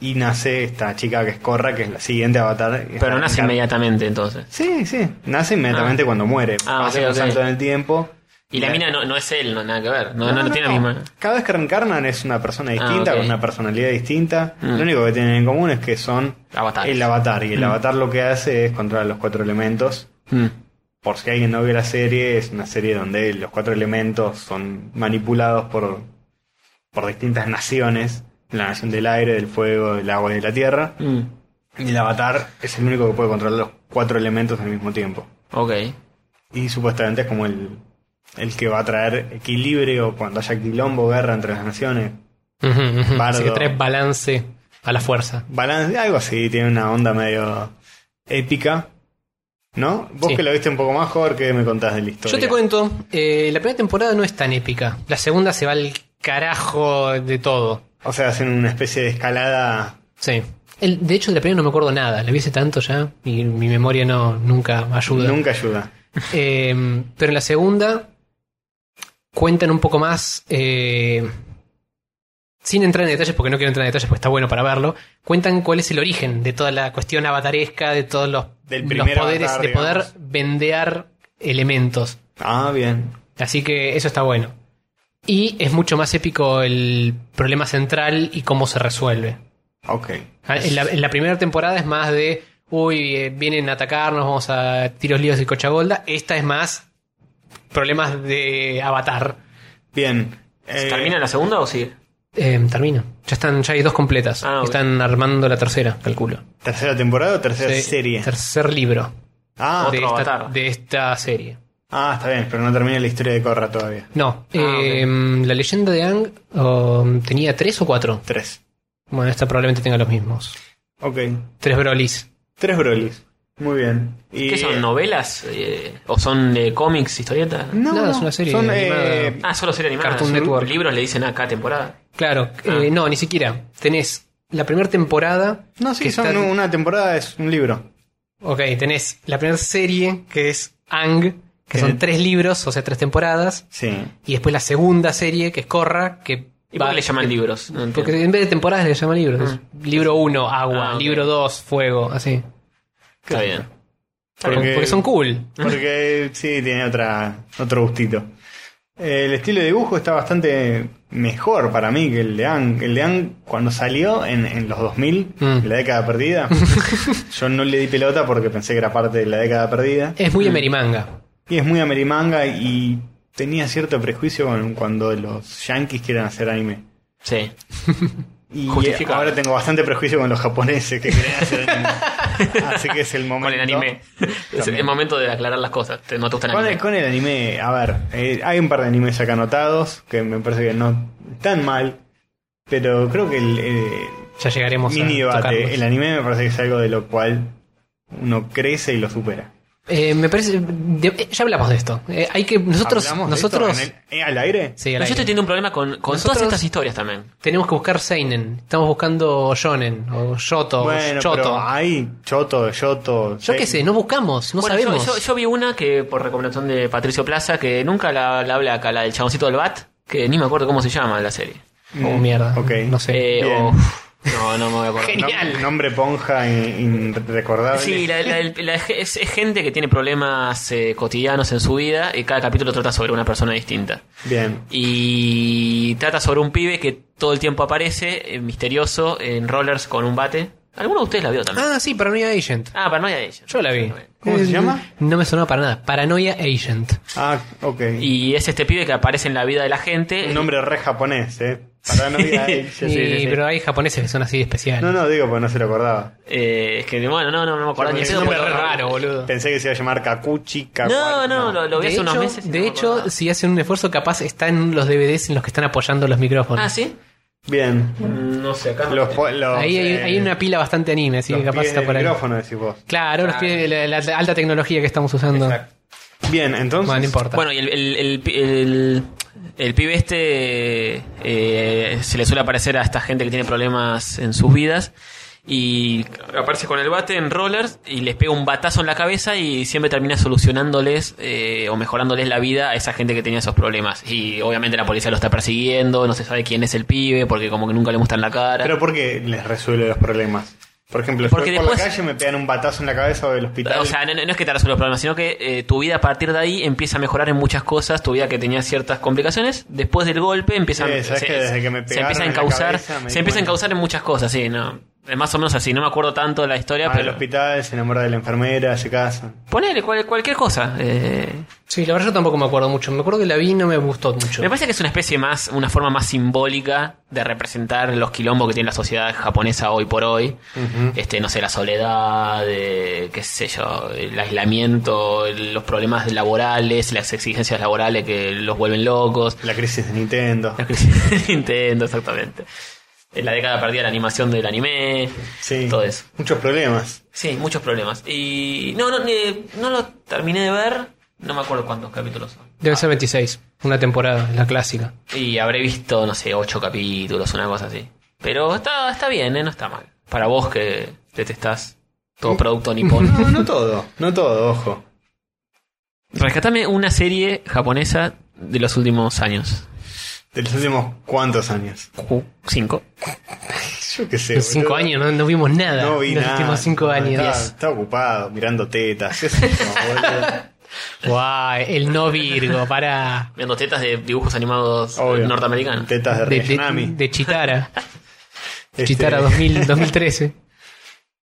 Speaker 3: Y nace esta chica que es Korra, que es la siguiente avatar.
Speaker 1: Pero nace
Speaker 3: inmediatamente.
Speaker 1: inmediatamente entonces.
Speaker 3: Sí, sí, nace inmediatamente cuando muere.
Speaker 1: Ah,
Speaker 3: Hace
Speaker 1: ok,
Speaker 3: un
Speaker 1: ok.
Speaker 3: salto en el tiempo.
Speaker 1: Y la
Speaker 3: Ya-
Speaker 1: mina no, no es él, no nada que ver. No, no, no tiene la misma. Ah,
Speaker 3: Cada vez que reencarnan es una persona distinta,
Speaker 1: ok.
Speaker 3: con una personalidad distinta.
Speaker 1: Mm.
Speaker 3: Lo único que tienen en común es que son
Speaker 1: Avatares.
Speaker 3: el avatar. Y el avatar lo que hace es controlar los cuatro elementos.
Speaker 1: Mm.
Speaker 3: Por si alguien no vio la serie, es una serie donde los cuatro elementos son manipulados por, por distintas naciones. La nación del aire, del fuego, del agua y de la tierra.
Speaker 1: Mm.
Speaker 3: Y el avatar es el único que puede controlar los cuatro elementos al mismo tiempo.
Speaker 1: Ok.
Speaker 3: Y supuestamente es como el, el que va a traer equilibrio cuando haya quilombo, guerra entre las naciones.
Speaker 4: Ujú, ujú.
Speaker 3: Bardo.
Speaker 4: Así que trae balance a la fuerza.
Speaker 3: Balance, algo así, tiene una onda medio épica. ¿No? Vos
Speaker 4: Sí.
Speaker 3: que lo viste un poco más, Jorge, ¿qué me contás de la historia?
Speaker 4: Yo te cuento, eh, la primera temporada no es tan épica. La segunda se va al carajo de todo.
Speaker 3: O sea, hacen una especie de escalada.
Speaker 4: Sí. El- de hecho, de la primera no me acuerdo nada. La vi hace tanto ya y mi memoria no nunca ayuda.
Speaker 3: Nunca ayuda.
Speaker 4: Eh, pero en la segunda cuentan un poco más, eh, sin entrar en detalles, porque no quiero entrar en detalles, porque está bueno para verlo, cuentan cuál es el origen de toda la cuestión avataresca, de todos los,
Speaker 3: Del
Speaker 4: los
Speaker 3: primer
Speaker 4: poderes,
Speaker 3: avatar,
Speaker 4: de poder
Speaker 3: digamos.
Speaker 4: vendear elementos.
Speaker 3: Ah, bien.
Speaker 4: Así que eso está bueno. Y es mucho más épico el problema central y cómo se resuelve.
Speaker 3: Ok.
Speaker 4: Ah, En la, en la primera temporada es más de, uy, eh, vienen a atacarnos, vamos a tiros líos y cochagolda. Esta es más problemas de avatar.
Speaker 3: Bien. Eh,
Speaker 1: ¿Termina la segunda o sigue?
Speaker 4: Eh, termina. Ya están, ya hay dos completas.
Speaker 1: Ah, ok.
Speaker 4: Están armando la tercera, calculo.
Speaker 3: ¿Tercera temporada o tercera
Speaker 4: Sí,
Speaker 3: serie?
Speaker 4: Tercer libro
Speaker 3: ah,
Speaker 4: de
Speaker 1: Otro
Speaker 4: esta,
Speaker 1: avatar.
Speaker 4: de esta serie.
Speaker 3: ah, está bien, pero no termina la historia de Corra todavía.
Speaker 4: No,
Speaker 1: Ah, ok.
Speaker 4: eh, la leyenda de Ang oh, tenía tres o cuatro.
Speaker 3: Tres.
Speaker 4: Bueno, esta probablemente tenga los mismos.
Speaker 3: Ok.
Speaker 4: Tres brolis.
Speaker 3: Tres Brolis. Muy bien. Y,
Speaker 1: ¿Qué son? ¿Novelas? Eh, ¿O son de cómics, historietas?
Speaker 3: No,
Speaker 4: Nada, es
Speaker 3: no,
Speaker 4: una serie
Speaker 3: Son,
Speaker 4: animada.
Speaker 3: eh,
Speaker 1: Ah, solo serie animada.
Speaker 4: Cartoon
Speaker 1: Son
Speaker 4: Network.
Speaker 1: Libros le dicen a cada temporada.
Speaker 4: Claro,
Speaker 1: Ah.
Speaker 4: eh, no, ni siquiera. Tenés la primera temporada.
Speaker 3: No, sí,
Speaker 4: que
Speaker 3: son
Speaker 4: está-
Speaker 3: una temporada, es un libro.
Speaker 4: Ok, tenés la primera serie, que es Ang, que son
Speaker 3: Sí.
Speaker 4: tres libros, o sea, tres temporadas.
Speaker 3: Sí.
Speaker 4: Y después la segunda serie, que es Corra, que.
Speaker 1: ¿Y
Speaker 4: va-
Speaker 1: por qué le llaman
Speaker 4: que-
Speaker 1: libros? No entiendo.
Speaker 4: Porque en vez de temporadas le llaman libros.
Speaker 3: Ah.
Speaker 4: Es Libro 1, agua.
Speaker 1: Ah, ok.
Speaker 4: Libro 2, fuego. Así.
Speaker 1: Está bien.
Speaker 3: Ah,
Speaker 4: Porque, porque son cool.
Speaker 3: Porque sí, tiene otra, otro gustito. El estilo de dibujo está bastante mejor para mí que el de Ang. El de Ang, cuando salió en, en los 2000,
Speaker 4: Mm.
Speaker 3: en la década perdida, yo no le di pelota porque pensé que era parte de la década perdida.
Speaker 4: Es muy emerimanga.
Speaker 3: Y es muy amerimanga y tenía cierto prejuicio con- cuando los yankees quieren hacer anime.
Speaker 1: Sí.
Speaker 3: Y eh,
Speaker 1: Justificado.
Speaker 3: ahora tengo bastante prejuicio con los japoneses que quieren hacer anime. Así que es el momento.
Speaker 1: Con el anime. es
Speaker 3: También.
Speaker 1: el momento de aclarar las cosas. Te- No te gusta el
Speaker 3: Con
Speaker 1: anime.
Speaker 3: el, con el anime, a ver, eh, hay un par de animes acá anotados que me parece que no están mal, pero creo que el eh,
Speaker 4: Ya llegaremos
Speaker 3: mini
Speaker 4: a tocarlos.
Speaker 3: debate, el anime me parece que es algo de lo cual uno crece y lo supera.
Speaker 4: Eh, me parece. de- eh, ya hablamos de esto. Eh, hay que. Nosotros.
Speaker 3: ¿Hablamos de esto
Speaker 4: Nosotros.
Speaker 3: en el- eh, ¿Al aire?
Speaker 4: Sí,
Speaker 1: Pero yo
Speaker 4: al aire.
Speaker 1: estoy teniendo un problema con, con
Speaker 4: Nosotros-
Speaker 1: todas estas historias también.
Speaker 4: Tenemos que buscar Seinen. Estamos buscando Shonen o Shoto.
Speaker 3: Bueno,
Speaker 4: o Shoto. Ah,
Speaker 3: pero hay Choto, Yoto.
Speaker 4: Oh,
Speaker 3: eh,
Speaker 4: Yo qué sé, no buscamos, no
Speaker 1: Bueno, yo-
Speaker 4: sabemos.
Speaker 1: Yo, yo vi una que, por recomendación de Patricio Plaza, que nunca la, la habla acá, la del chaboncito del Bat, que ni me acuerdo cómo se llama la serie.
Speaker 4: Oh, mierda.
Speaker 3: Ok.
Speaker 4: No sé.
Speaker 1: Eh,
Speaker 3: Bien.
Speaker 1: o- no, no me voy a acordar.
Speaker 4: Genial.
Speaker 3: Nom- nombre ponja in- irrecordable.
Speaker 1: Sí, la, la- el- la- es, es gente que tiene problemas eh, cotidianos en su vida y cada capítulo trata sobre una persona distinta.
Speaker 3: Bien.
Speaker 1: Y trata sobre un pibe que todo el tiempo aparece, eh, misterioso, en rollers con un bate. ¿Alguno de ustedes la vio también?
Speaker 4: Ah, sí, Paranoia Agent.
Speaker 1: Ah, Paranoia de ella.
Speaker 4: Yo la vi.
Speaker 3: ¿Cómo se
Speaker 4: Eh,
Speaker 3: llama?
Speaker 4: No me sonó para nada. Paranoia Agent.
Speaker 3: Ah, ok.
Speaker 1: Y es este pibe que aparece en la vida de la gente.
Speaker 3: Un nombre re japonés, ¿eh? Paranoia Agent.
Speaker 4: Y- Eh, Pero hay japoneses que son así especiales.
Speaker 3: No, no, digo porque no se lo acordaba.
Speaker 1: Eh, es que, bueno, no, no, no me acuerdo ni
Speaker 3: Es
Speaker 1: el
Speaker 3: un
Speaker 1: pedo,
Speaker 3: nombre
Speaker 1: pero-
Speaker 4: raro, boludo.
Speaker 3: Pensé que se iba a llamar Kakuchi, Kaku.
Speaker 1: No, no, lo, lo vi
Speaker 4: de
Speaker 1: hace
Speaker 4: hecho,
Speaker 1: unos meses. y
Speaker 4: de
Speaker 1: no me
Speaker 4: hecho
Speaker 1: acordaba.
Speaker 4: si hacen un esfuerzo, capaz está en los DVDs en los que están apoyando los micrófonos.
Speaker 1: Ah, sí.
Speaker 3: Bien.
Speaker 1: No sé, acá.
Speaker 3: Los, po- los,
Speaker 4: Ahí hay,
Speaker 3: eh,
Speaker 4: hay una pila bastante anime, así
Speaker 3: los
Speaker 4: que capaz
Speaker 3: pies
Speaker 4: está
Speaker 3: del
Speaker 4: por ahí.
Speaker 3: micrófono, decís vos.
Speaker 4: Claro, los
Speaker 1: Claro.
Speaker 4: pies de la, la- la alta tecnología que estamos usando.
Speaker 3: Exacto. Bien, entonces.
Speaker 4: Bueno, no importa.
Speaker 1: Bueno, y el, el, el, pi- el- el pibe este eh, se le suele aparecer a esta gente que tiene problemas en sus vidas. Y aparece con el bate en rollers y les pega un batazo en la cabeza y siempre termina solucionándoles eh, o mejorándoles la vida a esa gente que tenía esos problemas. Y obviamente la policía lo está persiguiendo, no se sabe quién es el pibe porque como que nunca le muestran la cara.
Speaker 3: Pero ¿por qué les resuelve los problemas? Por ejemplo, yo
Speaker 1: Porque
Speaker 3: voy por la
Speaker 1: después-
Speaker 3: calle me pegan un batazo en la cabeza o del hospital.
Speaker 1: O sea, no, no- no es que te resuelva los problemas, sino que eh, tu vida a partir de ahí empieza a mejorar en muchas cosas. Tu vida que tenía ciertas complicaciones, después del golpe empieza,
Speaker 3: Sí, sabes que desde que me
Speaker 1: se empieza a
Speaker 3: pegaron en la
Speaker 1: encauzar,
Speaker 3: cabeza, me di
Speaker 1: se empieza a
Speaker 3: cuenta.
Speaker 1: encauzar en muchas cosas, sí, no. Es más o menos así, no me acuerdo tanto de la historia,
Speaker 3: Van al
Speaker 1: pero
Speaker 3: Ah, hospital, se enamora de la enfermera, se casan.
Speaker 1: ponele cual- cualquier cosa. eh.
Speaker 4: Sí, la verdad yo tampoco me acuerdo mucho. Me acuerdo que la vi y no me gustó mucho.
Speaker 1: me parece que es una especie más, una forma más simbólica de representar los quilombos que tiene la sociedad japonesa hoy por hoy. este no sé la soledad eh, qué sé yo el aislamiento el- los problemas laborales las exigencias laborales que los vuelven locos
Speaker 3: La crisis de Nintendo.
Speaker 1: la crisis de Nintendo exactamente En la década perdida la animación del anime
Speaker 3: Sí.
Speaker 1: todo eso
Speaker 3: Muchos problemas.
Speaker 1: sí muchos problemas y no no ni- no lo terminé de ver no me acuerdo cuántos capítulos son
Speaker 4: Debe ser 26, una temporada, la clásica.
Speaker 1: y habré visto no sé ocho capítulos una cosa así pero está está bien eh, no está mal para vos que detestás todo producto nipón
Speaker 3: No, no todo. No todo, ojo.
Speaker 1: Rescatame una serie japonesa de los últimos años.
Speaker 3: De los últimos cuántos años.
Speaker 1: Cu- Cinco.
Speaker 3: Yo qué sé.
Speaker 4: En cinco
Speaker 3: boludo.
Speaker 4: años no, no vimos nada.
Speaker 3: No vi
Speaker 4: en los
Speaker 3: nada.
Speaker 4: últimos cinco
Speaker 3: No,
Speaker 4: años.
Speaker 3: Estaba, estaba ocupado mirando tetas. qué sé yo, boludo.
Speaker 4: Guau, el no Virgo, para
Speaker 1: Viendo tetas de dibujos animados
Speaker 3: Obvio.
Speaker 1: norteamericanos.
Speaker 3: Tetas de
Speaker 4: de, de-
Speaker 3: Reyanami.
Speaker 4: de Chitara.
Speaker 3: Este,
Speaker 4: Chitara 2000, 2013.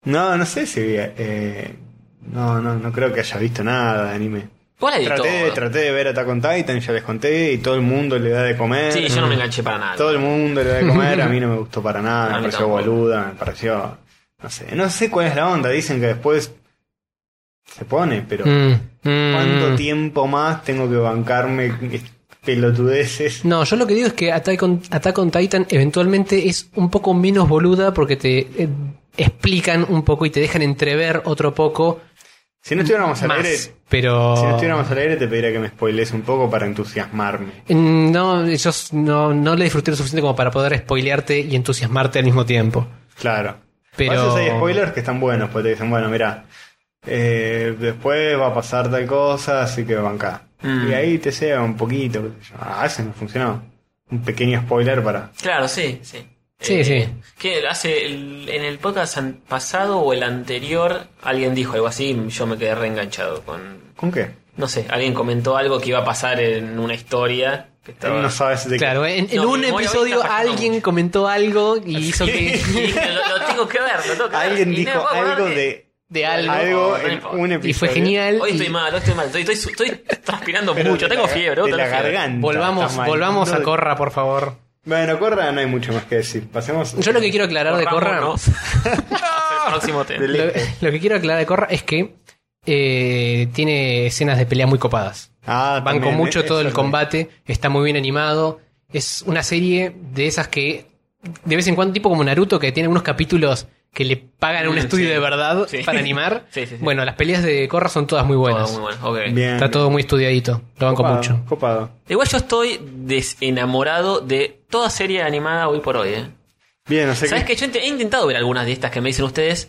Speaker 3: No, no sé si vi. eh, no, no, no creo que haya visto nada de anime.
Speaker 1: Vos la editó.
Speaker 3: Traté, traté de ver Attack on Titan, ya les conté, y todo el mundo le da de comer. Mm.
Speaker 1: Sí, yo no me enganché para nada.
Speaker 3: Todo el mundo le da de comer, a mí no me gustó para
Speaker 1: A
Speaker 3: nada, me
Speaker 1: mí
Speaker 3: pareció
Speaker 1: tampoco.
Speaker 3: boluda, me pareció... No sé, no sé cuál es la onda, dicen que después se pone, pero
Speaker 4: Mm, mm.
Speaker 3: ¿cuánto tiempo más tengo que bancarme pelotudeces?
Speaker 4: No, yo lo que digo es que Attack on, Attack on Titan eventualmente es un poco menos boluda porque te eh, explican un poco y te dejan entrever otro poco
Speaker 3: Si no estuviéramos al
Speaker 4: más. Oh.
Speaker 3: aire,
Speaker 4: Pero
Speaker 3: si no estuviéramos al aire te pediría que me spoilees un poco para entusiasmarme.
Speaker 4: Mm, No, yo s- no, no le disfruté lo suficiente como para poder spoilearte y entusiasmarte al mismo tiempo.
Speaker 3: Claro.
Speaker 4: Pero-
Speaker 3: A veces hay spoilers que están buenos, porque te dicen, bueno, mira, eh, después va a pasar tal cosa, así que banca.
Speaker 1: Mm.
Speaker 3: Y ahí te lleva un poquito. qué sé yo. A veces no funcionó. Un pequeño spoiler para.
Speaker 1: Claro, sí, sí. Eh,
Speaker 4: Sí, sí.
Speaker 1: ¿Qué hace? el- en el podcast an- pasado o el anterior, alguien dijo algo así. Yo me quedé reenganchado con.
Speaker 3: ¿Con qué?
Speaker 1: No sé, alguien comentó algo que iba a pasar en una historia. Que estaba...
Speaker 3: No sabes de
Speaker 4: Claro, en, en
Speaker 1: No,
Speaker 4: un
Speaker 1: mi memoria
Speaker 4: episodio
Speaker 1: ahorita fracturó
Speaker 4: alguien
Speaker 1: mucho.
Speaker 4: comentó algo y hizo que...
Speaker 1: Y dije, lo, lo tengo que ver, lo tengo
Speaker 3: qué.
Speaker 1: que ver.
Speaker 3: Alguien
Speaker 1: Y no me
Speaker 3: dijo
Speaker 1: puedo acordar
Speaker 3: algo
Speaker 1: de-
Speaker 3: de.
Speaker 4: de algo.
Speaker 1: no
Speaker 3: Algo en
Speaker 1: importa.
Speaker 3: un
Speaker 1: Y
Speaker 3: episodio.
Speaker 4: Y fue genial.
Speaker 1: Hoy
Speaker 4: y
Speaker 1: estoy mal, hoy estoy mal. Estoy, estoy- estoy transpirando
Speaker 3: Pero
Speaker 1: mucho.
Speaker 3: de
Speaker 1: Tengo
Speaker 3: la-
Speaker 1: fiebre.
Speaker 3: de
Speaker 1: tengo
Speaker 3: la
Speaker 1: fiebre.
Speaker 3: garganta.
Speaker 4: Volvamos,
Speaker 3: Está mal.
Speaker 4: volvamos
Speaker 3: No-
Speaker 4: a Corra, por favor.
Speaker 3: Bueno, Corra no hay mucho más que decir. Pasemos.
Speaker 4: Yo lo que quiero aclarar de Corra...
Speaker 1: Corramos. el próximo tema.
Speaker 3: Del-
Speaker 4: Lo, lo que quiero aclarar de Corra es que eh, tiene escenas de pelea muy copadas.
Speaker 3: Ah,
Speaker 4: Banco
Speaker 3: también,
Speaker 4: mucho
Speaker 3: eh,
Speaker 4: todo
Speaker 3: eso lo-
Speaker 4: el combate, está muy bien animado. Es una serie de esas que de vez en cuando, tipo como Naruto, que tiene unos capítulos que le pagan a un
Speaker 1: Mm,
Speaker 4: estudio
Speaker 1: sí.
Speaker 4: de verdad
Speaker 1: Sí.
Speaker 4: para animar.
Speaker 1: Sí, sí, sí.
Speaker 4: Bueno, las peleas de Korra son todas muy buenas.
Speaker 1: Todo muy bueno, ok.
Speaker 3: Bien.
Speaker 4: Está todo muy estudiadito, lo banco
Speaker 3: Copado,
Speaker 4: mucho.
Speaker 3: Copado.
Speaker 1: Igual yo estoy desenamorado de toda serie animada hoy por hoy. ¿eh?
Speaker 3: Bien, no sé
Speaker 1: Sabes que yo int- he intentado ver algunas de estas que me dicen ustedes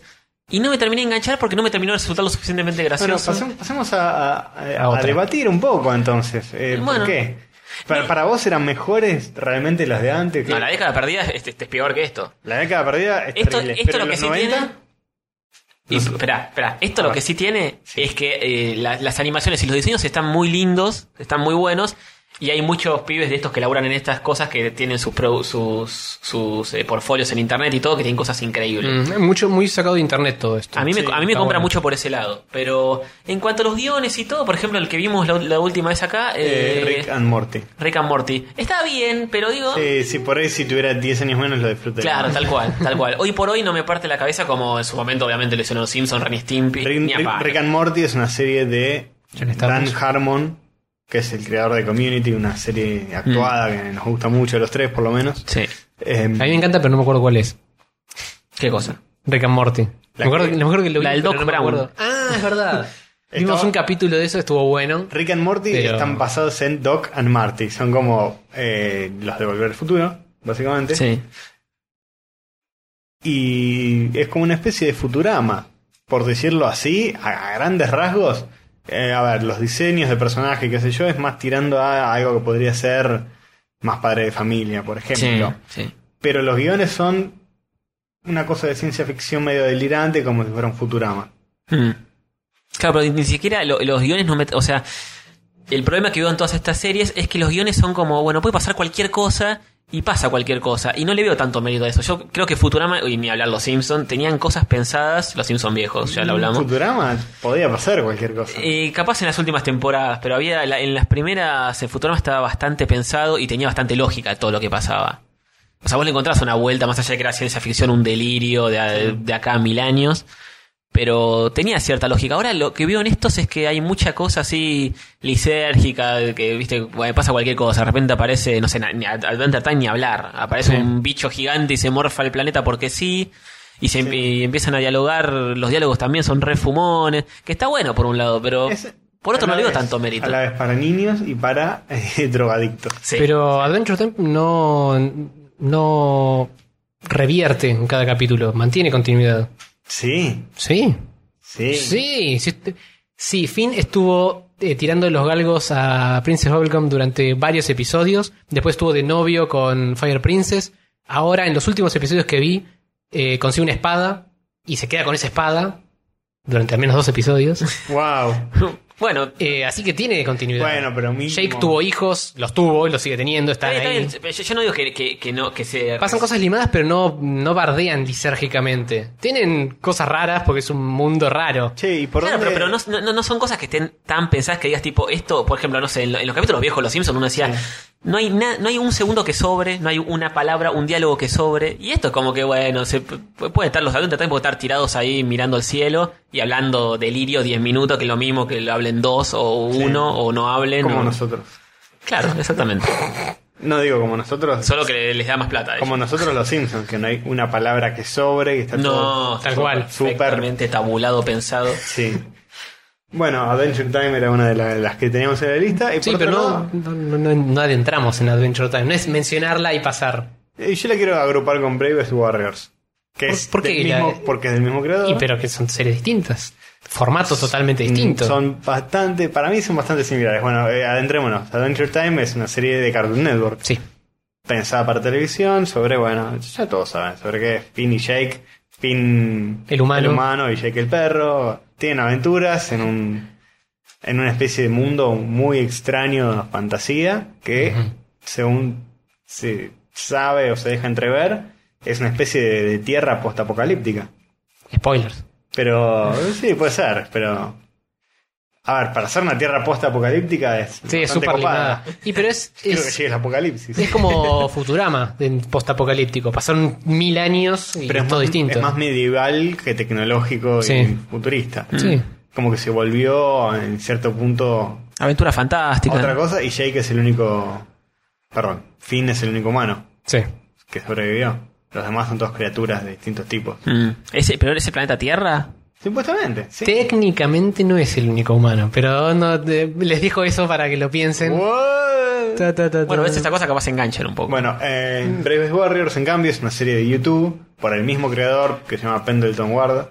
Speaker 1: y no me terminé de enganchar porque no me terminó de resultar lo suficientemente
Speaker 3: Bueno,
Speaker 1: gracioso.
Speaker 3: pasem- pasemos a, a- a-
Speaker 4: A
Speaker 3: a
Speaker 4: otra.
Speaker 3: debatir un poco entonces. Eh,
Speaker 1: Bueno.
Speaker 3: ¿Por qué? Para, para vos eran mejores realmente las de antes? que-
Speaker 1: No, la década perdida es, es- es peor que esto.
Speaker 3: La década perdida es
Speaker 1: Esto,
Speaker 3: terrible.
Speaker 1: esto
Speaker 3: pero
Speaker 1: lo que
Speaker 3: en los
Speaker 1: sí
Speaker 3: 90,
Speaker 1: tiene. Y, espera, espera. Esto
Speaker 3: A
Speaker 1: lo
Speaker 3: ver.
Speaker 1: que sí tiene es que eh, la- las animaciones y los diseños están muy lindos, están muy buenos. Y hay muchos pibes de estos que laburan en estas cosas que tienen sus pro- sus, sus eh, portfolios en internet y todo, que tienen cosas increíbles.
Speaker 4: Mm, mucho, muy sacado de internet todo esto.
Speaker 1: A mí,
Speaker 4: Sí,
Speaker 1: me, a mí me
Speaker 4: está
Speaker 1: compra
Speaker 4: bueno.
Speaker 1: mucho por ese lado. Pero en cuanto a los guiones y todo, por ejemplo, el que vimos la, la última vez acá,
Speaker 3: eh,
Speaker 1: eh,
Speaker 3: Rick and Morty.
Speaker 1: Rick and Morty, está bien, pero digo.
Speaker 3: Sí, sí, por ahí si tuviera 10 años menos lo disfrutaría.
Speaker 1: Claro, tal cual, tal cual. Hoy por hoy no me parte la cabeza como en su momento, obviamente, lo hicieron los Simpsons, Ren y Stimpy.
Speaker 3: Rick,
Speaker 1: ni a
Speaker 3: Rick-
Speaker 1: palo.
Speaker 3: Rick and Morty es una serie de
Speaker 4: Ya que
Speaker 3: Dan
Speaker 4: estamos.
Speaker 3: Harmon,
Speaker 4: Mm.
Speaker 3: que es el creador de Community, una serie actuada que nos gusta mucho a los tres por lo menos.
Speaker 1: Sí.
Speaker 3: Em,
Speaker 4: A mí me encanta, pero no me acuerdo cuál es.
Speaker 1: ¿Qué cosa?
Speaker 4: Rick and Morty.
Speaker 3: La
Speaker 4: me, acuerdo,
Speaker 3: que-
Speaker 4: me acuerdo que lo vi,
Speaker 1: la del
Speaker 4: pero
Speaker 1: Doc
Speaker 4: no me
Speaker 1: Brown.
Speaker 4: acuerdo. Ah, es verdad. Vimos
Speaker 3: Estaba-
Speaker 4: un capítulo de eso, estuvo bueno.
Speaker 3: Rick and Morty
Speaker 4: Pero-
Speaker 3: están basados en Doc and Marty. Son como eh, los de Volver al Futuro, básicamente.
Speaker 1: Sí.
Speaker 3: Y es como una especie de Futurama, por decirlo así, a, a grandes rasgos. Eh, a ver, los diseños de personaje, qué sé yo, es más tirando a algo que podría ser más padre de familia, por
Speaker 1: Sí,
Speaker 3: ejemplo.
Speaker 1: sí.
Speaker 3: Pero los guiones son una cosa de ciencia ficción medio delirante, como si fuera un Futurama.
Speaker 1: Mm. Claro, pero ni siquiera lo- los guiones no me... O sea, el problema que veo en todas estas series es que los guiones son como, bueno, puede pasar cualquier cosa y pasa cualquier cosa. Y no le veo tanto mérito a eso. Yo creo que Futurama, y ni hablar Los Simpson, tenían cosas pensadas, Los Simpson viejos, ya lo hablamos.
Speaker 3: Futurama podía pasar cualquier cosa.
Speaker 1: Eh, capaz en las últimas temporadas, pero había la- en las primeras el Futurama estaba bastante pensado y tenía bastante lógica todo lo que pasaba. O sea, vos le encontrás una vuelta, más allá de que era ciencia ficción, un delirio de, a- de acá a mil años, pero tenía cierta lógica. Ahora lo que veo en estos es que hay mucha cosa así lisérgica, de que viste, bueno, pasa cualquier cosa, de repente aparece, no sé, na- ni a- Adventure Time ni hablar, aparece
Speaker 4: Sí.
Speaker 1: un bicho gigante y se morfa el planeta porque sí. Y, se,
Speaker 3: Sí.
Speaker 1: y empiezan a dialogar, los diálogos también son refumones, que está bueno por un lado, pero
Speaker 3: Es-
Speaker 1: por otro
Speaker 3: a la
Speaker 1: no le veo
Speaker 3: vez-
Speaker 1: tanto mérito.
Speaker 3: A la vez para niños y para eh, drogadictos.
Speaker 1: Sí.
Speaker 4: Pero Adventure Time no, no revierte en cada capítulo, mantiene continuidad.
Speaker 3: Sí,
Speaker 4: Sí,
Speaker 3: sí.
Speaker 4: sí, sí. est- sí, Finn estuvo eh, tirando los galgos a Princess Bubblegum durante varios episodios. Después estuvo de novio con Fire Princess. Ahora, en los últimos episodios que vi, eh, consigue una espada y se queda con esa espada durante al menos dos episodios.
Speaker 3: Wow.
Speaker 1: bueno,
Speaker 4: Eh, así que tiene continuidad.
Speaker 3: Bueno, pero mínimo.
Speaker 4: Jake tuvo hijos, los tuvo y los sigue teniendo, están
Speaker 1: está bien,
Speaker 4: ahí.
Speaker 1: está bien. Yo, yo no digo que, que- que no, que se...
Speaker 4: Pasan cosas limadas, pero no, no bardean lisérgicamente. Tienen cosas raras porque es un mundo raro.
Speaker 3: Che, ¿y por
Speaker 1: Claro,
Speaker 3: dónde?
Speaker 1: pero, pero no, no- no son cosas que estén tan pensadas que digas tipo esto, por ejemplo, no sé, en, lo- en los capítulos viejos de Los Simpsons uno decía, no hay na- no hay un segundo que sobre, no hay una palabra, un diálogo que sobre, y esto es como que bueno, se pu- pueden estar los adultos también pueden estar tirados ahí mirando al cielo y hablando delirio 10 minutos, que es lo mismo que lo hablen dos o
Speaker 3: Sí.
Speaker 1: uno o no hablen.
Speaker 3: Como
Speaker 1: o-
Speaker 3: nosotros.
Speaker 1: Claro, exactamente.
Speaker 3: No digo como nosotros.
Speaker 1: Solo que les da más plata. a ellos.
Speaker 3: como nosotros los Simpsons, que no hay una palabra que sobre y está todo.
Speaker 1: No,
Speaker 4: Tal cual.
Speaker 3: Super.
Speaker 1: Perfectamente tabulado, pensado.
Speaker 3: Sí. Bueno, Adventure Time era una de la- las que teníamos en la lista. Y
Speaker 4: Sí,
Speaker 3: por
Speaker 4: pero
Speaker 3: otro
Speaker 4: no,
Speaker 3: lado,
Speaker 4: no, no- no adentramos en Adventure Time. No es mencionarla y pasar.
Speaker 3: eh, yo la quiero agrupar con Bravest Warriors. Que
Speaker 4: ¿Por-
Speaker 3: es
Speaker 4: por qué
Speaker 3: del
Speaker 4: la-
Speaker 3: mismo, porque es del mismo creador.
Speaker 4: Y pero que son series distintas. Formatos totalmente distintos.
Speaker 3: Mm, Son bastante, para mí son bastante similares. Bueno, eh, adentrémonos. Adventure Time es una serie de Cartoon Network.
Speaker 4: Sí.
Speaker 3: pensada para televisión sobre, bueno, ya todos saben, sobre qué es Finn y Jake, Finn
Speaker 4: El humano.
Speaker 3: y Jake el perro, tienen aventuras en un en una especie de mundo muy extraño de fantasía que según se sabe o se deja entrever es una especie de, de tierra postapocalíptica.
Speaker 4: Spoilers.
Speaker 3: Pero sí, puede ser, pero a ver, para ser una tierra postapocalíptica es
Speaker 4: Sí, es
Speaker 3: bastante
Speaker 4: súper
Speaker 3: copada.
Speaker 4: limada. Y pero es,
Speaker 3: Creo que
Speaker 4: es,
Speaker 3: llegue el apocalipsis.
Speaker 4: es como Futurama en postapocalíptico. Pasaron mil años y
Speaker 3: Pero
Speaker 4: es todo
Speaker 3: más,
Speaker 4: distinto.
Speaker 3: es más medieval que tecnológico y
Speaker 4: Sí. Mm.
Speaker 3: futurista.
Speaker 4: Sí.
Speaker 3: Como que se volvió en cierto punto
Speaker 1: Aventura fantástica.
Speaker 3: otra cosa y Jake es el único... Perdón, Finn es el único humano
Speaker 4: Sí.
Speaker 3: que sobrevivió. Los demás son todas criaturas de distintos tipos.
Speaker 1: Mm. Ese, pero ese planeta Tierra.
Speaker 3: Supuestamente, sí.
Speaker 4: Técnicamente no es el único humano, pero no te- les dijo eso para que lo piensen.
Speaker 3: What?
Speaker 4: Ta, ta, ta, ta.
Speaker 1: Bueno, ves esta cosa capaz se enganchan un poco.
Speaker 3: Bueno, eh, Bravest Warriors en cambio es una serie de YouTube por el mismo creador que se llama Pendleton Ward.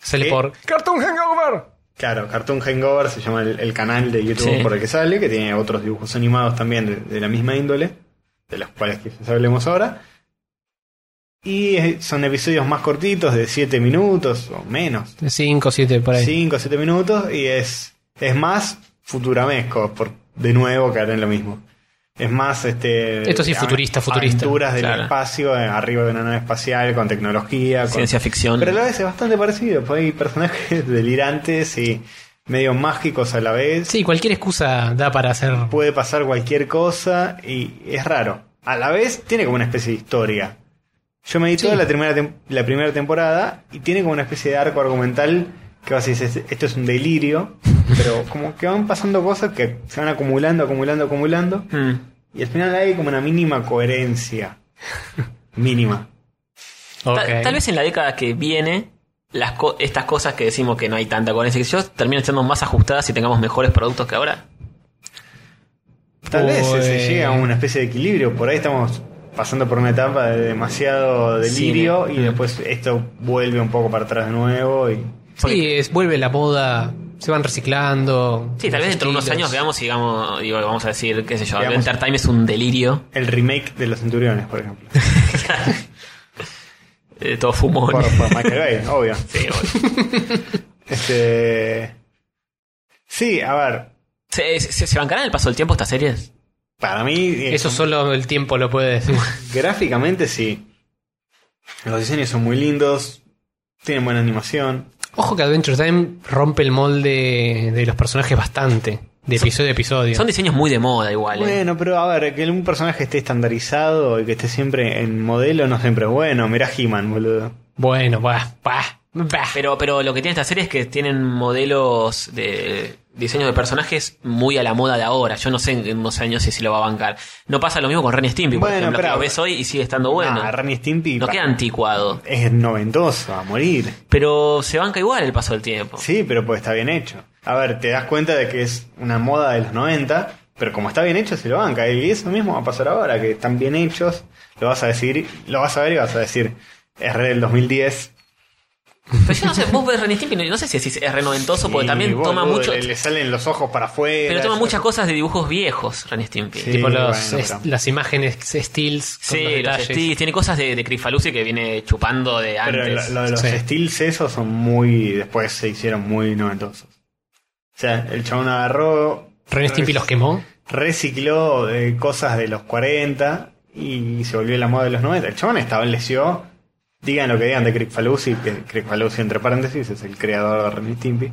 Speaker 4: Sale
Speaker 3: ¿Qué?
Speaker 4: por Cartoon Hangover.
Speaker 3: Claro, Cartoon Hangover se llama el, el canal de YouTube
Speaker 1: Sí.
Speaker 3: por el que sale, que tiene otros dibujos animados también de, de la misma índole, de los cuales quizás hablemos ahora. Y eh, son episodios más cortitos, de 7 minutos o menos.
Speaker 4: De 5 7 por ahí.
Speaker 3: 5 o 7 minutos, y es, es más futuramesco, por, de nuevo que harán lo mismo. Es más, este.
Speaker 4: Esto sí es
Speaker 3: ave-
Speaker 4: futurista, futurista.
Speaker 3: Aventuras del
Speaker 1: Claro.
Speaker 3: espacio, eh, arriba de una nave espacial, con tecnología, con
Speaker 1: Ciencia ficción.
Speaker 3: pero a la vez es bastante parecido, porque hay personajes delirantes y medio mágicos a la vez.
Speaker 4: Sí, cualquier excusa da para hacer.
Speaker 3: Puede pasar cualquier cosa y es raro. A la vez tiene como una especie de historia. Yo me di toda
Speaker 4: Sí.
Speaker 3: la primera, tem- la primera temporada y tiene como una especie de arco argumental que vas a decir, esto es un delirio, pero como que van pasando cosas que se van acumulando, acumulando, acumulando
Speaker 1: Mm.
Speaker 3: Y al final hay como una mínima coherencia. mínima.
Speaker 1: Ta-
Speaker 4: Ok.
Speaker 1: tal vez en la década que viene, las co- estas cosas que decimos que no hay tanta coherencia que yo terminen siendo más ajustadas y tengamos mejores productos que ahora.
Speaker 3: Tal vez se- se
Speaker 4: Pues-
Speaker 3: llega a una especie de equilibrio. Por ahí estamos pasando por una etapa de demasiado delirio
Speaker 1: Cine.
Speaker 3: y después esto vuelve un poco para atrás de nuevo. Y...
Speaker 4: Sí, es, vuelve la moda, se van reciclando.
Speaker 1: Sí, tal
Speaker 4: los
Speaker 1: vez dentro de unos
Speaker 4: estilos.
Speaker 1: años veamos y digamos, digo, vamos a decir, qué sé yo,
Speaker 3: Veamos.
Speaker 1: Adventure Time es un delirio.
Speaker 3: El remake de Los Centuriones, por ejemplo.
Speaker 1: Eh, todo fumón.
Speaker 3: por, por Michael Bay, obvio.
Speaker 1: Sí, bueno.
Speaker 3: Este... Sí, a ver.
Speaker 1: ¿Se, se, se bancarán el paso del tiempo estas series?
Speaker 3: Para mí, eh,
Speaker 4: Eso solo el tiempo lo puede decir.
Speaker 3: gráficamente sí. Los diseños son muy lindos. Tienen buena animación.
Speaker 4: Ojo que Adventure Time rompe el molde de los personajes bastante, de episodio a episodio.
Speaker 1: Son diseños muy de moda igual. eh.
Speaker 3: Bueno, pero a ver, que un personaje esté estandarizado y que esté siempre en modelo no siempre es bueno. Mirá He-Man, boludo.
Speaker 4: Bueno, bah, bah, bah.
Speaker 1: Pero, pero lo que tiene esta serie es que tienen modelos de diseños de personajes muy a la moda de ahora. Yo no sé en unos años si se lo va a bancar. No pasa lo mismo con Ren y Stimpy, por
Speaker 3: Bueno,
Speaker 1: ejemplo, que
Speaker 3: pero-
Speaker 1: lo ves hoy y sigue estando bueno.
Speaker 3: Ah, Ren y Stimpy.
Speaker 1: no
Speaker 3: pa-
Speaker 1: queda anticuado.
Speaker 3: Es noventoso, a morir.
Speaker 1: Pero se banca igual el paso del tiempo.
Speaker 3: Sí, pero pues está bien hecho. A ver, te das cuenta de que es una moda de los 90, pero como está bien hecho se lo banca. Y eso mismo va a pasar ahora, que están bien hechos, lo vas a decir, lo vas a ver y vas a decir, es re del 2010.
Speaker 1: Pero yo no sé, vos ves Ren y Stimpy, no- no sé si es renoventoso, porque
Speaker 3: Y,
Speaker 1: también
Speaker 3: boludo,
Speaker 1: toma mucho.
Speaker 3: Le, le salen los ojos para afuera.
Speaker 1: Pero toma
Speaker 3: es-
Speaker 1: muchas cosas de dibujos viejos, Ren y Stimpy.
Speaker 3: Sí.
Speaker 4: Tipo los,
Speaker 3: bueno,
Speaker 4: es-
Speaker 3: pero-
Speaker 4: las imágenes stills con
Speaker 1: Sí,
Speaker 4: los
Speaker 1: los
Speaker 4: detalles.
Speaker 1: Steez, tiene cosas de, de Crifaluzzi que viene chupando de
Speaker 3: Pero
Speaker 1: antes.
Speaker 3: lo, lo de los
Speaker 4: Sí.
Speaker 3: steals esos son muy. Después se hicieron muy noventosos. O sea, el chabón agarró.
Speaker 4: Ren Stimpy los quemó.
Speaker 3: recicló eh, cosas de los 40 y se volvió la moda de los 90. El chabón estableció, digan lo que digan de Craig Falusi, que Craig Falusi entre paréntesis es el creador de Ren y Stimpy,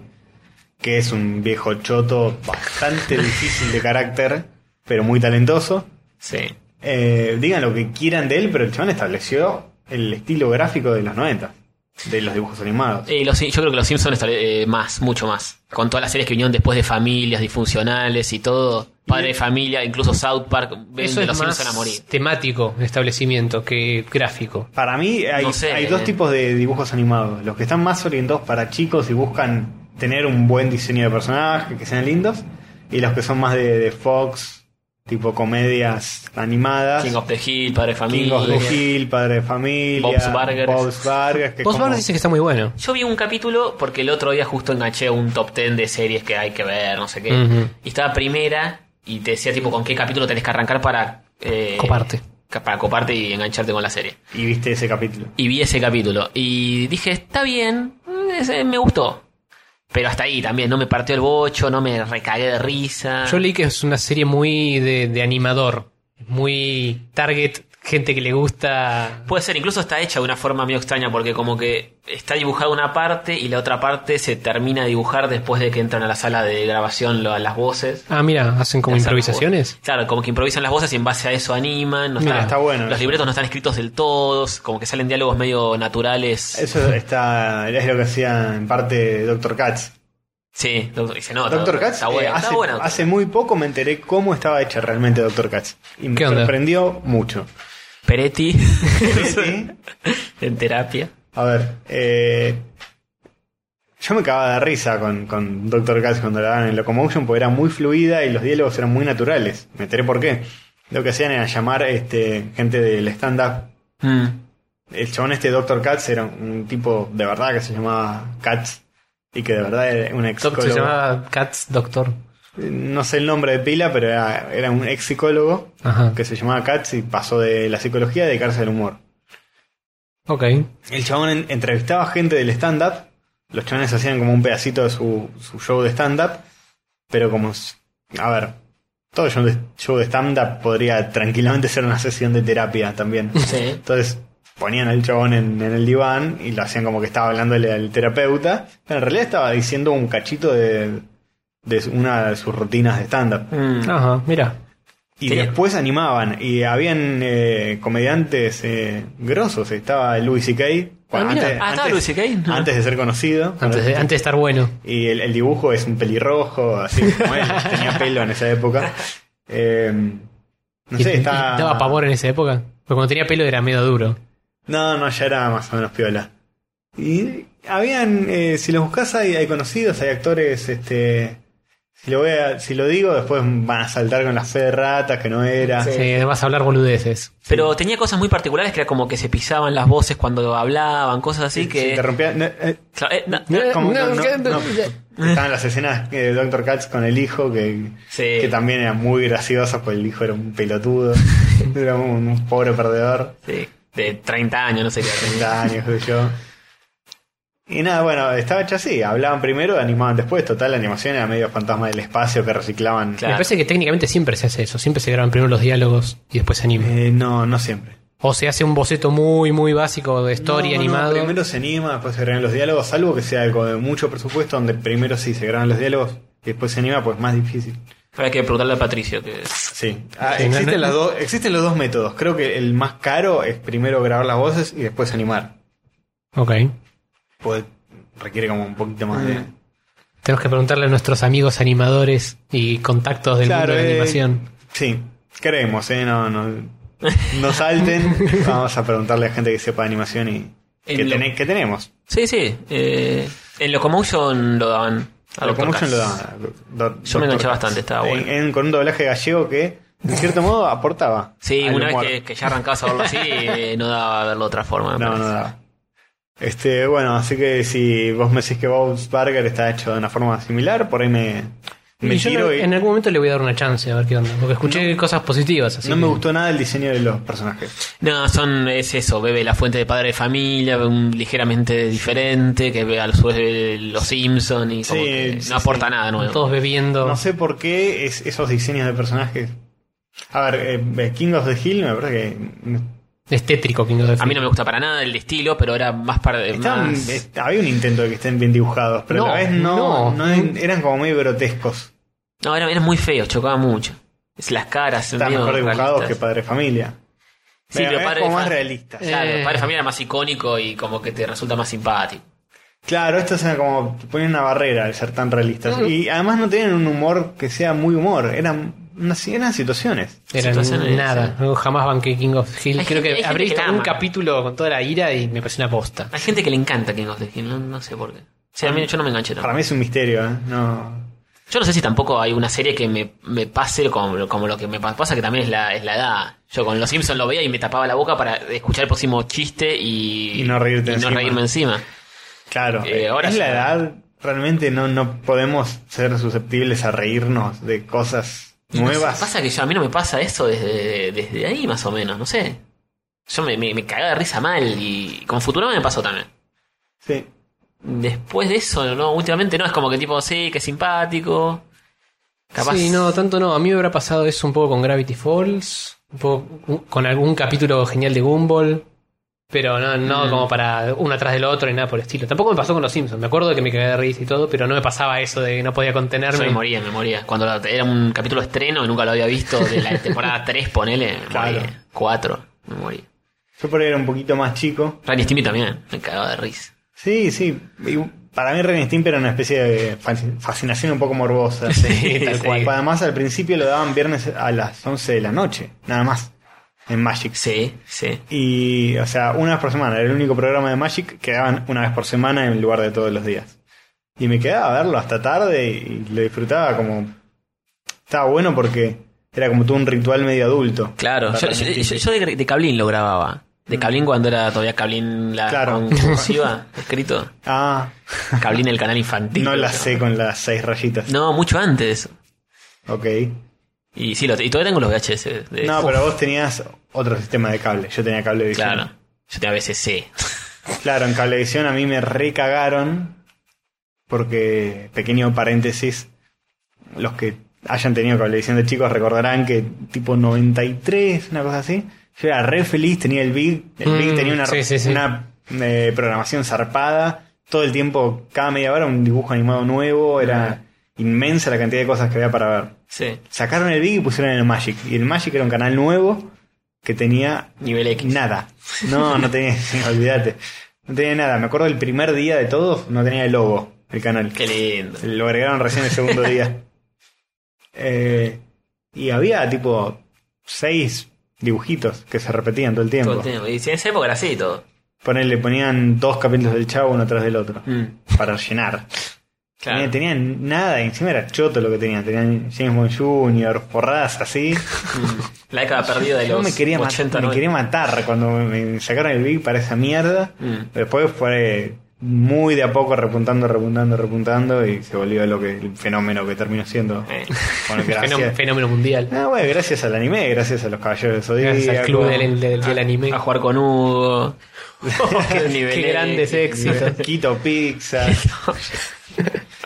Speaker 3: que es un viejo choto bastante difícil de carácter, pero muy talentoso.
Speaker 1: Sí.
Speaker 3: Eh, digan lo que quieran de él, pero el chabón estableció el estilo gráfico de los 90, de los dibujos animados.
Speaker 1: Eh, los- yo creo que los Simpsons están eh, más, mucho más. Con todas las series que vinieron después de familias disfuncionales y todo. Padre de familia, incluso South Park. ven
Speaker 4: Eso
Speaker 1: de
Speaker 4: es
Speaker 1: los
Speaker 4: más
Speaker 1: Simpsons a morir.
Speaker 4: temático el establecimiento que gráfico.
Speaker 3: Para mí hay,
Speaker 1: No sé,
Speaker 3: hay dos
Speaker 1: eh.
Speaker 3: tipos de dibujos animados. Los que están más orientados para chicos y buscan tener un buen diseño de personaje, que sean lindos. Y los que son más de, de Fox, tipo comedias animadas.
Speaker 1: King of the Hill, Padre de
Speaker 3: King
Speaker 1: familia.
Speaker 3: of the Hill, Padre de Familia.
Speaker 1: Bob's Burgers.
Speaker 3: Bob's Burgers, que es
Speaker 4: Vos
Speaker 3: como-
Speaker 4: dice que está muy bueno.
Speaker 1: Yo vi un capítulo porque el otro día justo enganché un top 10 de series que hay que ver, no sé qué.
Speaker 4: Ujú.
Speaker 1: Y estaba primera y te decía tipo con qué capítulo tenés que arrancar para... eh,
Speaker 4: Coparte.
Speaker 1: ca- Para coparte y engancharte con la serie.
Speaker 3: Y viste ese capítulo.
Speaker 1: y vi ese capítulo. Y dije, está bien, ese me gustó. Pero hasta ahí también, no me partió el bocho, no me recagué de risa.
Speaker 4: Yo leí que es una serie muy de, de animador. Muy target, gente que le gusta.
Speaker 1: Puede ser, incluso está hecha de una forma medio extraña, porque como que está dibujada una parte y la otra parte se termina de dibujar después de que entran a la sala de grabación lo- las voces.
Speaker 4: Ah, mira, hacen como
Speaker 1: Las
Speaker 4: improvisaciones.
Speaker 1: voces. Claro, como que improvisan las voces y en base a eso animan. no
Speaker 4: Mira,
Speaker 1: están-
Speaker 3: está bueno
Speaker 1: Los
Speaker 3: eso.
Speaker 1: libretos no están escritos del todo, como que salen diálogos medio naturales.
Speaker 3: Eso está, es lo que hacía en parte Dr. Katz.
Speaker 1: Sí, doctor, y se nota.
Speaker 3: Dr. Katz,
Speaker 1: está bueno,
Speaker 3: eh,
Speaker 1: está
Speaker 3: hace,
Speaker 1: bueno.
Speaker 3: hace muy poco me enteré cómo estaba hecha realmente Dr. Katz. Y me
Speaker 4: ¿Qué onda?
Speaker 3: sorprendió mucho.
Speaker 1: Peretti
Speaker 3: Sí.
Speaker 1: en terapia.
Speaker 3: A ver, eh, yo me cagaba de risa con, con Dr. Katz cuando la daban en Locomotion porque era muy fluida y los diálogos eran muy naturales. Me enteré por qué. Lo que hacían era llamar este, gente del stand-up.
Speaker 1: Mm.
Speaker 3: El chabón este Dr. Katz era un tipo de verdad que se llamaba Katz y que de verdad era un ex
Speaker 4: Doctor, se llama Cats Doctor.
Speaker 3: No sé el nombre de pila, pero era, era un ex psicólogo
Speaker 4: Ajá.
Speaker 3: que se llamaba Katz y pasó de la psicología a dedicarse al humor.
Speaker 4: Ok.
Speaker 3: El chabón en- entrevistaba gente del stand-up. Los chabones hacían como un pedacito de su, su show de stand-up. Pero como. s- A ver. Todo show de, show de stand-up podría tranquilamente ser una sesión de terapia también.
Speaker 1: Sí.
Speaker 3: Entonces ponían al chabón en, en el diván y lo hacían como que estaba hablándole al terapeuta. Pero en realidad estaba diciendo un cachito de, de su- una de sus rutinas de stand-up.
Speaker 4: Ajá, mira.
Speaker 3: Y
Speaker 1: Sí.
Speaker 3: después animaban. Y habían eh, comediantes eh, grosos. Estaba Louis C.K. cuando-
Speaker 4: mirá.
Speaker 1: Ah, estaba Louis C.K.. Ah.
Speaker 3: antes de ser conocido.
Speaker 4: Antes de, antes de estar bueno.
Speaker 3: Y el, el dibujo es un pelirrojo, así como él. tenía pelo en esa época. Eh, No
Speaker 4: Y-
Speaker 3: sé, está.
Speaker 4: y Daba pavor en esa época. Porque cuando tenía pelo era medio duro.
Speaker 3: No, no, ya era más o menos piola. Y habían, eh, si los buscas hay, hay conocidos, hay actores, este, si lo voy a- si lo digo, después van a saltar con la fe de ratas que no era.
Speaker 4: Sí, además hablar boludeces.
Speaker 1: Pero tenía cosas muy particulares que era como que se pisaban las voces cuando hablaban, cosas así
Speaker 3: Se
Speaker 1: que.
Speaker 3: interrumpían, no, eh,
Speaker 1: Claro, eh, na-
Speaker 3: como- no, no,
Speaker 4: que-
Speaker 3: no. Estaban las escenas de Doctor Katz con el hijo, que,
Speaker 1: Sí.
Speaker 3: que también eran muy graciosas, porque el hijo era un pelotudo, era un, un pobre perdedor,
Speaker 1: sí, de 30 años, no sé qué.
Speaker 3: 30 años que yo. Y nada, bueno, estaba hecho así, hablaban primero, animaban después, total, la animación era medio fantasma del espacio que reciclaban.
Speaker 1: Claro.
Speaker 4: Me parece que técnicamente siempre se hace eso. Siempre se graban primero los diálogos y después se anima.
Speaker 3: Eh, no, no siempre.
Speaker 4: O se hace un boceto muy, muy básico de story
Speaker 3: No, no,
Speaker 4: animado.
Speaker 3: primero se anima, después se agregan los diálogos, salvo que sea algo de mucho presupuesto, donde primero sí se graban los diálogos y después se anima, pues más difícil.
Speaker 1: Habrá que preguntarle a Patricio. Que...
Speaker 3: Sí. Ah,
Speaker 4: Sí,
Speaker 3: existen,
Speaker 4: no, no.
Speaker 3: las dos- existen los dos métodos. Creo que el más caro es primero grabar las voces y después animar.
Speaker 4: Ok.
Speaker 3: Pues requiere como un poquito más
Speaker 4: Ah.
Speaker 3: de.
Speaker 4: Tenemos que preguntarle a nuestros amigos animadores y contactos del mundo de la
Speaker 3: eh,
Speaker 4: animación.
Speaker 3: Sí, creemos, ¿eh? No, no, no salten. Vamos a preguntarle a gente que sepa animación y.
Speaker 1: En
Speaker 3: Que,
Speaker 1: lo-
Speaker 3: tené- que tenemos.
Speaker 1: Sí, sí. eh, en Locomotion lo daban. a
Speaker 3: A lo
Speaker 1: Dr.
Speaker 3: Comotion
Speaker 1: Katz.
Speaker 3: lo daban. Do-
Speaker 1: Yo me
Speaker 3: Dr.
Speaker 1: enganché
Speaker 3: Katz.
Speaker 1: bastante, estaba
Speaker 3: En-
Speaker 1: bueno.
Speaker 3: en- con un doblaje gallego que, de cierto modo, aportaba.
Speaker 1: Sí,
Speaker 3: al
Speaker 1: una
Speaker 3: humor.
Speaker 1: vez que, que ya arrancabas a verlo así, eh, no daba a verlo de otra forma. me
Speaker 3: No,
Speaker 1: Ah, parece.
Speaker 3: no daba. Este, bueno, así que si vos me decís que Bob's Burger está hecho de una forma similar, por ahí me, me
Speaker 4: Y yo
Speaker 3: tiro
Speaker 4: no-
Speaker 3: y
Speaker 4: en algún momento le voy a dar una chance a ver qué onda. Porque escuché cosas positivas. Así
Speaker 3: no me
Speaker 4: que-
Speaker 3: gustó nada el diseño de los personajes.
Speaker 1: No, son, es eso, bebe la fuente de padre de familia, un ligeramente diferente, que ve a los, bebe los Simpson y como
Speaker 3: Sí,
Speaker 1: que
Speaker 3: sí,
Speaker 1: no aporta
Speaker 3: sí.
Speaker 1: nada nuevo.
Speaker 4: Todos bebiendo.
Speaker 3: No sé por qué es- esos diseños de personajes. A ver, eh, eh, King of the Hill me parece que
Speaker 4: Es tétrico King of the
Speaker 1: A mí no
Speaker 4: Field.
Speaker 1: me gusta para nada el estilo, pero era más para...
Speaker 3: estaban-
Speaker 1: más-
Speaker 3: est- había un intento de que estén bien dibujados, pero a
Speaker 4: No,
Speaker 3: la vez no,
Speaker 4: no.
Speaker 3: no en- eran como medio grotescos.
Speaker 1: No, eran, eran muy feos, chocaba mucho. Es las caras,
Speaker 3: Estaban
Speaker 1: medio
Speaker 3: mejor dibujados
Speaker 1: realistas.
Speaker 3: que Padre Familia.
Speaker 1: Sí,
Speaker 3: Era-
Speaker 1: pero
Speaker 3: era
Speaker 1: Padre
Speaker 3: como
Speaker 1: Fa-
Speaker 3: más realistas.
Speaker 1: Claro,
Speaker 4: Eh.
Speaker 1: padre de familia era más icónico y como que te resulta más simpático.
Speaker 3: Claro, estos eran como te ponían una barrera al ser tan realistas. Y además no tenían un humor que sea muy humor, eran unas, eran situaciones.
Speaker 1: situaciones,
Speaker 4: Eran nada. No, jamás banqué King of Hill.
Speaker 1: Hay
Speaker 4: Creo
Speaker 1: gente- hay
Speaker 4: que
Speaker 1: gente
Speaker 4: abrí
Speaker 1: que
Speaker 4: visto
Speaker 1: la
Speaker 4: un
Speaker 1: ama.
Speaker 4: capítulo con toda la ira y me pareció una posta.
Speaker 1: Hay gente que le encanta King of the Hill, no, no sé por qué. O sea, a mí yo no me enganché tampoco.
Speaker 3: Para mí es un misterio, ¿eh? No.
Speaker 1: Yo no sé si tampoco hay una serie que me, me pase como, como lo que me pa- pasa, que también es la, es la edad. Yo con Los Simpsons lo veía y me tapaba la boca para escuchar el próximo chiste y,
Speaker 3: Y no reírte
Speaker 1: y
Speaker 3: encima.
Speaker 1: reírme encima.
Speaker 3: Claro,
Speaker 1: Eh, ahora
Speaker 3: es la
Speaker 1: sí.
Speaker 3: edad, realmente no, no podemos ser susceptibles a reírnos de cosas
Speaker 1: Y no sé,
Speaker 3: nuevas.
Speaker 1: pasa que yo, a mí no me pasa eso desde, desde ahí más o menos, no sé. Yo me, me, me cagaba de risa mal y con Futurama me pasó también.
Speaker 3: Sí.
Speaker 1: Después de eso, no, últimamente no, es como que tipo, sí, que simpático. Capaz.
Speaker 4: Sí, no, tanto no. A mí me habrá pasado eso un poco con Gravity Falls, un poco con algún capítulo genial de Gumball, pero no,
Speaker 3: Mm.
Speaker 4: no como para uno atrás del otro ni nada por el estilo. Tampoco me pasó con Los Simpsons. Me acuerdo que me cagué de risa y todo, pero no me pasaba eso de que no podía
Speaker 1: Yo
Speaker 4: contenerme.
Speaker 1: me moría, me moría. Cuando la- era un capítulo estreno y nunca lo había visto de la temporada 3, ponele, me
Speaker 3: Claro.
Speaker 1: moría. 4, me moría.
Speaker 3: Yo por ahí era un poquito más chico.
Speaker 1: Ren y Stimpy también, me cagaba de risa.
Speaker 3: Sí, sí. y para mí Ren y Stimpy era una especie de fasc- fascinación un poco morbosa.
Speaker 1: Sí,
Speaker 3: tal
Speaker 1: sí.
Speaker 3: cual. Además al principio lo daban viernes a las 11 de la noche, nada más, en Magic.
Speaker 1: Sí, sí.
Speaker 3: Y, o sea, una vez por semana. Era el único programa de Magic que daban una vez por semana en lugar de todos los días. Y me quedaba a verlo hasta tarde y lo disfrutaba como... Estaba bueno porque era como todo un ritual medio adulto.
Speaker 1: Claro, yo,
Speaker 3: Para
Speaker 1: yo-
Speaker 3: Ren y
Speaker 1: yo-
Speaker 3: Stimpy.
Speaker 1: yo de, de Cablín lo grababa. De Cablín cuando era todavía Cablín la
Speaker 3: Mm. Claro.
Speaker 1: con cursiva, escrito.
Speaker 3: Ah,
Speaker 1: Cablín el canal infantil.
Speaker 3: no la
Speaker 1: creo.
Speaker 3: sé con las seis rayitas.
Speaker 1: No, mucho antes de eso.
Speaker 3: Ok.
Speaker 1: Y sí, lo, y todavía tengo los VHS. De
Speaker 3: No,
Speaker 1: eso.
Speaker 3: pero vos tenías otro sistema de cable. Yo tenía cablevisión.
Speaker 1: Claro. Yo tenía VCC.
Speaker 3: Claro, en Cablevisión a mí me recagaron. Porque, pequeño paréntesis, los que hayan tenido Cablevisión de chicos recordarán que tipo 93, una cosa así. Yo era re feliz, tenía el Big. El
Speaker 4: Mm,
Speaker 3: Big tenía una,
Speaker 4: sí, sí, sí.
Speaker 3: una, eh, programación zarpada. Todo el tiempo, cada media hora, un dibujo animado nuevo.
Speaker 4: Ah.
Speaker 3: Era inmensa la cantidad de cosas que había para ver.
Speaker 1: Sí.
Speaker 3: Sacaron el Big y pusieron el Magic. Y el Magic era un canal nuevo que tenía
Speaker 1: Nivel X.
Speaker 3: Nada. No, no tenía, olvídate. No tenía nada. Me acuerdo el primer día de todos, no tenía el logo, el canal.
Speaker 1: Qué lindo.
Speaker 3: Lo agregaron recién el segundo día. Eh, y había tipo seis dibujitos que se repetían todo el tiempo.
Speaker 1: Todo el tiempo. Y en esa época era así todo.
Speaker 3: Ponele, ponían dos capítulos del chavo uno tras del otro.
Speaker 1: Mm,
Speaker 3: Para llenar.
Speaker 1: claro.
Speaker 3: Tenía- Tenían nada, y encima era choto lo que tenían. Tenían James Bond Jr., porradas así.
Speaker 1: La década perdida de
Speaker 3: Yo
Speaker 1: los
Speaker 3: me quería, mat-
Speaker 1: 80,
Speaker 3: me
Speaker 1: 90.
Speaker 3: quería matar cuando me sacaron el Big para esa mierda.
Speaker 1: Mm.
Speaker 3: Después fue muy de a poco repuntando, repuntando, repuntando y se volvió lo que el fenómeno que terminó siendo.
Speaker 1: Eh.
Speaker 3: Bueno,
Speaker 4: Fenómeno,
Speaker 3: gracias.
Speaker 4: fenómeno mundial.
Speaker 3: Ah, bueno, gracias al anime, gracias a los caballeros de Zodíaco.
Speaker 4: Gracias al club del, del- del anime.
Speaker 1: A jugar con Hugo.
Speaker 4: Qué
Speaker 1: nivel
Speaker 4: grandes
Speaker 1: X.
Speaker 4: éxitos.
Speaker 3: Quito Pizzas.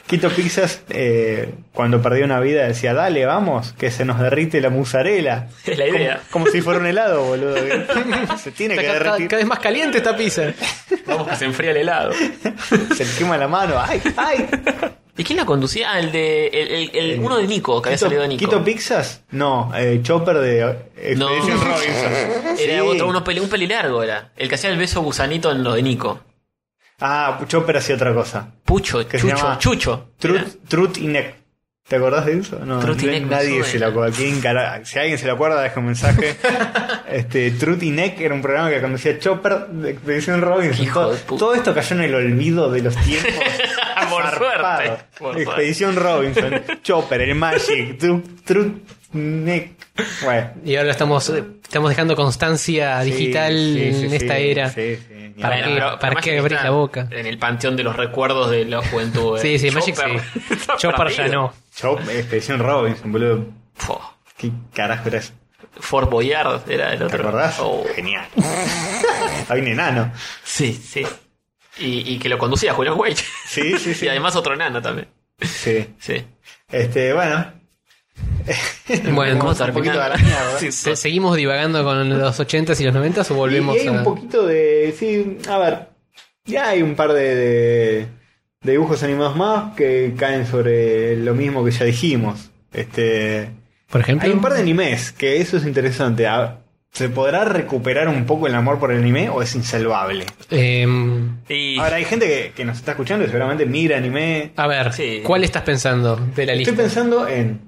Speaker 3: Quito Pizzas, eh, cuando perdió una vida, decía, dale, vamos, que se nos derrite la musarela.
Speaker 1: Es la idea.
Speaker 3: Como, como si fuera un helado, boludo. Se tiene
Speaker 4: Está
Speaker 3: que
Speaker 4: cada, cada-
Speaker 3: derretir.
Speaker 4: cada vez más caliente esta pizza.
Speaker 1: Vamos que se enfría el helado.
Speaker 3: Se le quema la mano. ¡Ay, ay!
Speaker 1: ¿Y quién la conducía? Ah, el de. El, el- el-
Speaker 3: Eh,
Speaker 1: uno de Nico, que había salido de Nico.
Speaker 3: ¿Quito Pizzas? No, eh, Chopper de Expedition
Speaker 1: No.
Speaker 3: Robinson.
Speaker 1: Era
Speaker 3: Sí.
Speaker 1: otro, uno peli- un pelilargo era. El que hacía el beso gusanito en lo de Nico.
Speaker 3: Ah, Chopper hacía otra cosa.
Speaker 1: Pucho,
Speaker 3: Que se
Speaker 1: Chucho,
Speaker 3: llama-
Speaker 1: Chucho. Era.
Speaker 3: Truth, Truth y Neck. ¿Te acordás de eso? No,
Speaker 1: Truth y
Speaker 3: na-
Speaker 1: Neck me
Speaker 3: nadie
Speaker 1: suena.
Speaker 3: se lo acuerda. ¿Quién cara- Si alguien se lo acuerda, deja un mensaje. este, Truth y Neck era un programa que conducía Chopper de Expedición Robinson.
Speaker 1: Hijo
Speaker 3: todo,
Speaker 1: de puta.
Speaker 3: todo esto cayó en el olvido de los tiempos.
Speaker 1: Por
Speaker 3: Zarpado.
Speaker 1: suerte, por
Speaker 3: Expedición Robinson, Chopper, el Magic, Truth, Truth Neck. Bueno.
Speaker 4: Y ahora estamos, eh, estamos dejando constancia
Speaker 3: sí,
Speaker 4: digital
Speaker 3: sí, sí,
Speaker 4: en
Speaker 3: sí,
Speaker 4: esta era.
Speaker 3: sí, sí, ni
Speaker 4: Para
Speaker 3: hablar.
Speaker 4: qué- para
Speaker 1: Magic
Speaker 4: qué abrir
Speaker 1: está
Speaker 4: la boca?
Speaker 1: En el panteón de los recuerdos de la juventud. eh.
Speaker 4: Sí, sí, Magic
Speaker 1: Chopper
Speaker 4: sí.
Speaker 1: está
Speaker 4: Chopper ya
Speaker 1: perdido.
Speaker 4: no.
Speaker 3: Chopper, Expedición Robinson, boludo.
Speaker 1: Fo,
Speaker 3: ¿Qué carajo era eso?
Speaker 1: Fort Boyard era el
Speaker 3: ¿Te
Speaker 1: otro.
Speaker 3: acordás?
Speaker 1: Oh,
Speaker 3: Genial. Hay un enano.
Speaker 1: sí, sí. Y, y que lo conducía Julián Weich.
Speaker 3: Sí, sí, sí.
Speaker 1: y además otro nano también.
Speaker 3: Sí.
Speaker 1: Sí.
Speaker 3: Este, bueno.
Speaker 4: Bueno,
Speaker 1: ¿cómo
Speaker 3: Vamos un
Speaker 1: terminamos?
Speaker 3: poquito ¿eh? a la mierda.
Speaker 1: Sí,
Speaker 4: Se- ¿Seguimos divagando con los 80s y los 90s o volvemos
Speaker 3: y hay
Speaker 4: a-
Speaker 3: un poquito de. Sí, a ver. Ya hay un par de, de- de dibujos animados más que caen sobre lo mismo que ya dijimos. Este.
Speaker 4: por ejemplo?
Speaker 3: Hay un par de animes, que eso es interesante. A- ¿Se podrá recuperar un poco el amor por el anime o es insalvable?
Speaker 4: Em,
Speaker 1: Y
Speaker 3: Ahora, hay gente que, que nos está escuchando y seguramente mira anime.
Speaker 4: a ver,
Speaker 1: Sí.
Speaker 4: ¿cuál estás pensando de la lista?
Speaker 3: Estoy pensando en.
Speaker 1: yo,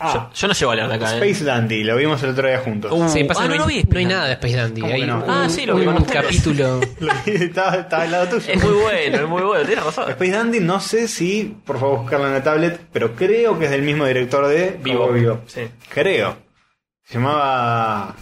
Speaker 3: Ah,
Speaker 1: yo no llego a hablar de acá. eh.
Speaker 3: Space Dandy, lo vimos el otro día juntos.
Speaker 1: Uh,
Speaker 4: Sí, pasa
Speaker 1: ah,
Speaker 4: que
Speaker 1: no
Speaker 4: no,
Speaker 1: lo
Speaker 4: hay,
Speaker 1: vi,
Speaker 4: no hay
Speaker 1: Spinal.
Speaker 4: nada de Space Dandy.
Speaker 3: ¿Cómo
Speaker 4: Hay
Speaker 3: que no?
Speaker 4: un,
Speaker 1: Ah, sí, lo vi
Speaker 4: un
Speaker 1: con ustedes.
Speaker 4: capítulo.
Speaker 3: Lo vi, estaba, estaba al lado tuyo.
Speaker 1: Es muy bueno, es muy bueno, tienes razón.
Speaker 3: Space Dandy, no sé si, por favor, buscarlo en la tablet, pero creo que es del mismo director de
Speaker 1: Vivo.
Speaker 3: Cowboy Bebop.
Speaker 1: Sí.
Speaker 3: Creo. Se llamaba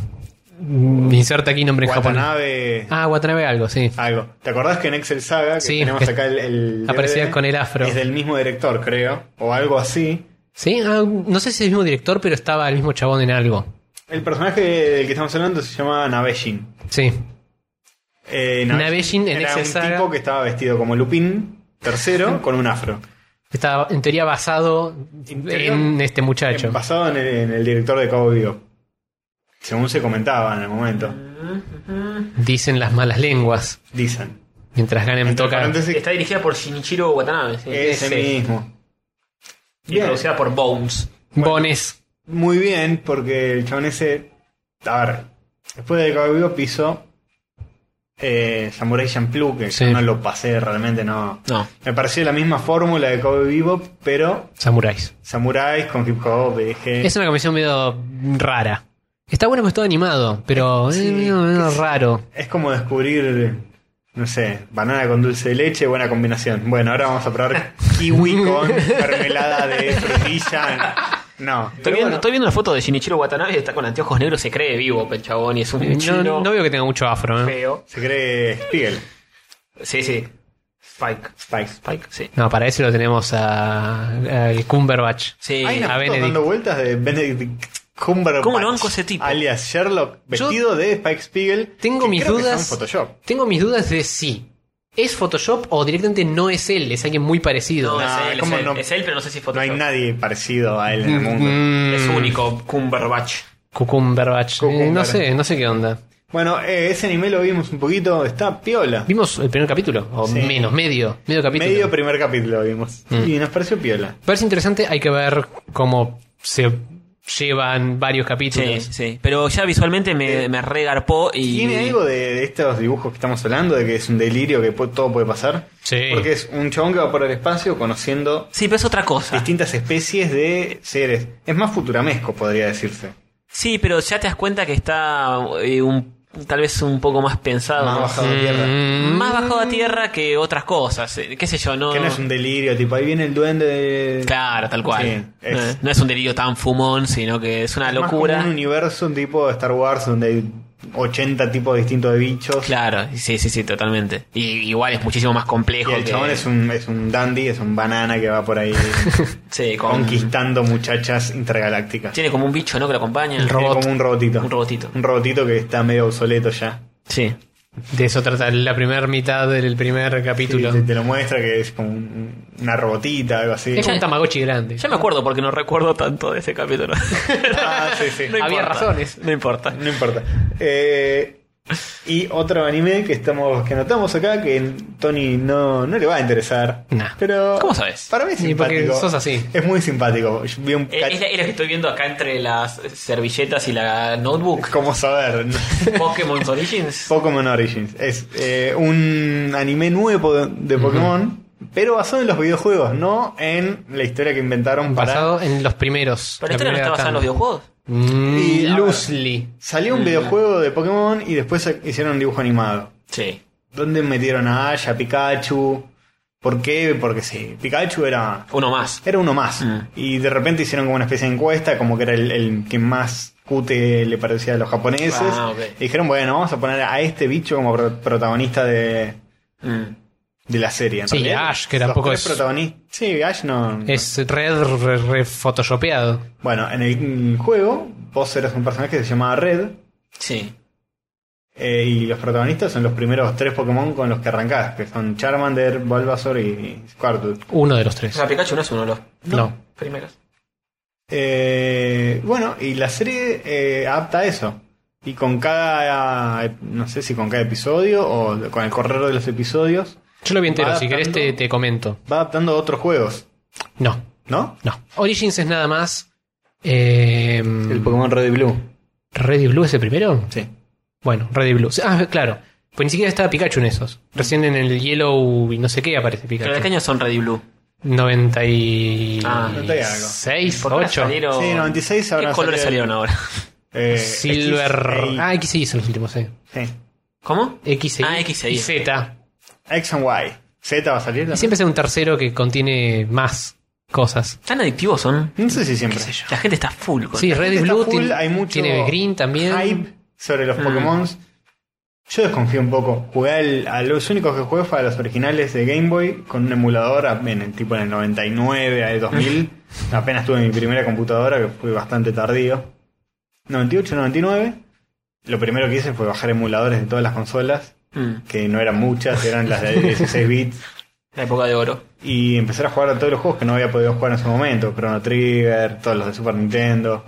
Speaker 4: Inserta aquí nombre en japonés.
Speaker 3: Watanabe.
Speaker 4: Ah, Watanabe algo, sí.
Speaker 3: Algo. ¿Te acordás que en Excel Saga, que
Speaker 4: Sí,
Speaker 3: tenemos
Speaker 4: que
Speaker 3: acá el, el DVD,
Speaker 4: aparecía con el afro.
Speaker 3: Es del mismo director, creo. O algo así.
Speaker 4: Sí, ah, no sé si es el mismo director, pero estaba el mismo chabón en algo.
Speaker 3: El personaje del que estamos hablando se llama Naveshin.
Speaker 4: Sí.
Speaker 3: Eh,
Speaker 4: Naveshin en
Speaker 3: era
Speaker 4: Excel
Speaker 3: un
Speaker 4: Saga.
Speaker 3: tipo que estaba vestido como Lupin tercero con un afro.
Speaker 4: Estaba en teoría basado
Speaker 3: teoría,
Speaker 4: en este muchacho.
Speaker 3: Basado en el, en el director de Cowboy Bebop. Según se comentaba en el momento.
Speaker 4: Dicen las malas lenguas.
Speaker 3: Dicen.
Speaker 4: Mientras Ganem
Speaker 3: Entre
Speaker 4: toca.
Speaker 3: paréntesis,
Speaker 1: Está dirigida por Shinichiro Watanabe. sí.
Speaker 3: ese
Speaker 4: ese.
Speaker 3: mismo.
Speaker 1: Y
Speaker 3: Eh, Bien.
Speaker 1: producida por Bones.
Speaker 4: Bones.
Speaker 3: Muy bien, porque el chabón ese. A ver, después de Cowboy Bebop hizo. Eh, Samurai Champloo, que
Speaker 4: Sí.
Speaker 3: yo no lo pasé realmente, no.
Speaker 1: No.
Speaker 3: Me pareció la misma fórmula de Cowboy Bebop, pero
Speaker 4: Samuráis.
Speaker 3: samuráis con hip hop, dije.
Speaker 4: Es una comisión medio rara. Está bueno porque es todo animado, pero es medio, medio raro.
Speaker 3: Es como descubrir, no sé, banana con dulce de leche, buena combinación. Bueno, ahora vamos a probar kiwi con mermelada de frutilla. No.
Speaker 1: Estoy
Speaker 3: Pero
Speaker 1: viendo,
Speaker 3: bueno,
Speaker 1: estoy viendo una foto de Shinichiro Watanabe y está con anteojos negros, se cree vivo, el chabón, y es un chino
Speaker 4: No, no veo que tenga mucho afro, ¿eh?
Speaker 1: feo.
Speaker 3: Se cree Spiegel.
Speaker 1: Sí, sí. Spike.
Speaker 3: Spike.
Speaker 1: Spike, sí.
Speaker 4: No, para eso lo tenemos a, al Cumberbatch.
Speaker 1: Sí.
Speaker 3: Hay una
Speaker 4: a
Speaker 3: foto
Speaker 4: Benedict.
Speaker 3: dando vueltas de Benedict Cumberbatch.
Speaker 1: Eh, ¿Cómo lo banco ese tipo?
Speaker 3: Alias Sherlock, vestido de Spike Spiegel.
Speaker 4: Tengo
Speaker 3: que
Speaker 4: mis
Speaker 3: creo que está
Speaker 4: dudas.
Speaker 3: en Photoshop.
Speaker 4: Tengo mis dudas de si es Photoshop o directamente no es él, es alguien muy
Speaker 1: No,
Speaker 4: parecido.
Speaker 3: No,
Speaker 1: es él, es
Speaker 3: Ah, ¿cómo
Speaker 1: él,
Speaker 3: no?
Speaker 1: es él, pero no sé si es
Speaker 3: No hay
Speaker 1: Photoshop.
Speaker 3: nadie parecido a él en el mundo.
Speaker 4: Mm,
Speaker 1: Es único, Cumberbatch.
Speaker 4: Cucumberbatch.
Speaker 3: Cucumber.
Speaker 4: Eh, no sé, no sé qué onda.
Speaker 3: Bueno, eh, ese anime lo vimos un poquito. Está piola.
Speaker 4: ¿Vimos el primer capítulo? O
Speaker 3: Sí.
Speaker 4: menos, medio. Medio capítulo.
Speaker 3: Medio primer capítulo lo vimos.
Speaker 1: Mm.
Speaker 3: Y nos pareció piola.
Speaker 4: Parece interesante, hay que ver cómo se llevan varios
Speaker 1: Sí,
Speaker 4: capítulos.
Speaker 1: sí. Pero ya visualmente me, me regarpó y.
Speaker 3: ¿Tiene algo de, de estos dibujos que estamos hablando? De que es un delirio, que pu- todo puede pasar.
Speaker 4: Sí.
Speaker 3: Porque es un chabón que va por el espacio conociendo
Speaker 1: Sí, pero es otra cosa.
Speaker 3: distintas especies de seres. Es más futuramesco, podría decirse.
Speaker 1: Sí, pero ya te das cuenta que está eh, un, tal vez un poco más pensado.
Speaker 3: Más
Speaker 1: ¿no? Mm.
Speaker 3: bajado a tierra.
Speaker 1: Más bajado a tierra que otras cosas. eh, ¿Qué sé yo? No,
Speaker 3: Que no es un delirio, tipo, ahí viene el duende de...
Speaker 1: Claro, tal cual.
Speaker 3: Sí,
Speaker 1: no,
Speaker 3: es-
Speaker 1: no es un delirio tan fumón, sino que es una
Speaker 3: Es más como
Speaker 1: locura.
Speaker 3: un universo, un tipo de Star Wars, donde hay 80 tipos distintos de bichos.
Speaker 1: Claro, sí, sí, sí, totalmente. Y igual es muchísimo más complejo.
Speaker 3: Y el
Speaker 1: que-
Speaker 3: chabón es un, es un dandy, es un banana que va por ahí
Speaker 1: sí, con-
Speaker 3: conquistando muchachas intergalácticas.
Speaker 1: Tiene como un bicho, ¿no? Que lo acompaña.
Speaker 4: El robot.
Speaker 3: Tiene como un robotito.
Speaker 1: Un robotito.
Speaker 3: Un robotito que está medio obsoleto ya.
Speaker 1: Sí.
Speaker 4: De eso trata la primera mitad del primer capítulo.
Speaker 3: Sí, te, te lo muestra que es como un- una robotita, algo así.
Speaker 4: Es un Tamagotchi grande.
Speaker 1: Ya me acuerdo porque no recuerdo tanto de ese capítulo.
Speaker 3: Ah, sí, sí.
Speaker 1: No
Speaker 4: Había
Speaker 1: importa,
Speaker 4: razones.
Speaker 1: No importa.
Speaker 3: No importa. Eh, y otro anime que estamos que notamos acá que Tony no, no le va a interesar.
Speaker 4: Nah.
Speaker 3: Pero
Speaker 1: ¿Cómo sabes?
Speaker 3: Para mí es
Speaker 4: Y porque
Speaker 3: simpático.
Speaker 4: sos así.
Speaker 3: Es muy simpático. Yo Vi un
Speaker 1: Eh,
Speaker 3: ca-
Speaker 1: Es, la- es lo que estoy viendo acá entre las servilletas y la notebook.
Speaker 3: ¿Cómo saber?
Speaker 1: Pokémon Origins.
Speaker 3: Pokémon Origins. Es eh, un anime nuevo de, de Pokémon, pero basado en los videojuegos, no en la historia que inventaron para...
Speaker 4: Basado en los primeros.
Speaker 1: Pero esto no está basado en los videojuegos.
Speaker 4: videojuegos.
Speaker 3: Y-
Speaker 4: Y loosely.
Speaker 3: Salió un videojuego de Pokémon y después hicieron un dibujo animado.
Speaker 1: Sí.
Speaker 3: ¿Dónde metieron a Ash, a Pikachu? ¿Por qué? Porque sí, Pikachu era,
Speaker 1: Uno más.
Speaker 3: era uno más.
Speaker 1: Mm.
Speaker 3: Y de repente hicieron como una especie de encuesta, como que era el, el que más cute le parecía a los japoneses.
Speaker 1: Ah, ok.
Speaker 3: Y dijeron, bueno, vamos a poner a este bicho como pro- protagonista de,
Speaker 1: Mm.
Speaker 3: de la serie. en
Speaker 4: Sí,
Speaker 3: realidad.
Speaker 4: Ash, que tampoco es-
Speaker 3: protagonistas. Sí, Ash no.
Speaker 4: Es red re, re photoshopeado.
Speaker 3: Bueno, en el juego, vos eras un personaje que se llamaba Red.
Speaker 1: Sí.
Speaker 3: eh, y los protagonistas son los primeros tres Pokémon con los que arrancás, que son Charmander, Bulbasaur y Squirtle.
Speaker 4: Uno de los
Speaker 1: O
Speaker 4: tres.
Speaker 1: sea, Pikachu no es uno de los
Speaker 4: No.
Speaker 1: primeros.
Speaker 3: Eh, bueno, y la serie eh, adapta a eso. Y con cada, no sé si con cada episodio o con el correr de los episodios,
Speaker 4: Yo lo vi entero.
Speaker 3: Va
Speaker 4: Si querés, te,
Speaker 3: adaptando.
Speaker 4: te comento.
Speaker 3: va adaptando a otros juegos,
Speaker 4: No,
Speaker 3: ¿no?
Speaker 4: no. Origins es nada más. eh,
Speaker 3: Pokémon Red y Blue.
Speaker 4: ¿Red y Blue es el primero?
Speaker 3: Sí.
Speaker 4: Bueno, Red y Blue. Ah, claro. Pues ni siquiera estaba Pikachu en esos. Recién en el Yellow y no sé qué aparece
Speaker 1: Pero de qué
Speaker 4: Pikachu.
Speaker 1: año son Red y Blue.
Speaker 4: 96,
Speaker 1: Ah,
Speaker 4: 96,
Speaker 1: ¿Por qué ahora
Speaker 4: 8.
Speaker 1: salieron-
Speaker 3: Sí, 96
Speaker 1: ¿Qué
Speaker 3: habrán
Speaker 1: colores
Speaker 3: salido-
Speaker 1: salieron ahora?
Speaker 3: Eh,
Speaker 4: Silver.
Speaker 3: X,
Speaker 4: Ah,
Speaker 3: A,
Speaker 4: XI son los últimos, eh.
Speaker 3: sí.
Speaker 1: ¿Cómo?
Speaker 4: XI
Speaker 1: Ah, XI.
Speaker 4: y Z.
Speaker 3: X and Y. Z va a salir.
Speaker 4: Y
Speaker 3: también?
Speaker 4: siempre sea un tercero que contiene más cosas.
Speaker 1: Tan adictivos son.
Speaker 3: No sé si siempre.
Speaker 1: La gente está full con
Speaker 4: Sí, Red y
Speaker 3: Este Está
Speaker 4: Blue
Speaker 3: full,
Speaker 4: tiene,
Speaker 3: hay mucho
Speaker 4: tiene Green también.
Speaker 3: Hype sobre los
Speaker 1: Mm.
Speaker 3: Pokémon. Yo desconfío un poco. Jugué al- a los únicos que jugué fue a los originales de Game Boy con un emulador a- en el tipo en el 99 al 2000. Apenas tuve mi primera computadora que fue bastante tardío. 98, 99. Lo primero que hice fue bajar emuladores de todas las consolas,
Speaker 1: Mm.
Speaker 3: que no eran muchas, eran las de 16 bits.
Speaker 1: La época de oro.
Speaker 3: Y empezar a jugar a todos los juegos que no había podido jugar en su momento. Chrono Trigger, todos los de Super Nintendo,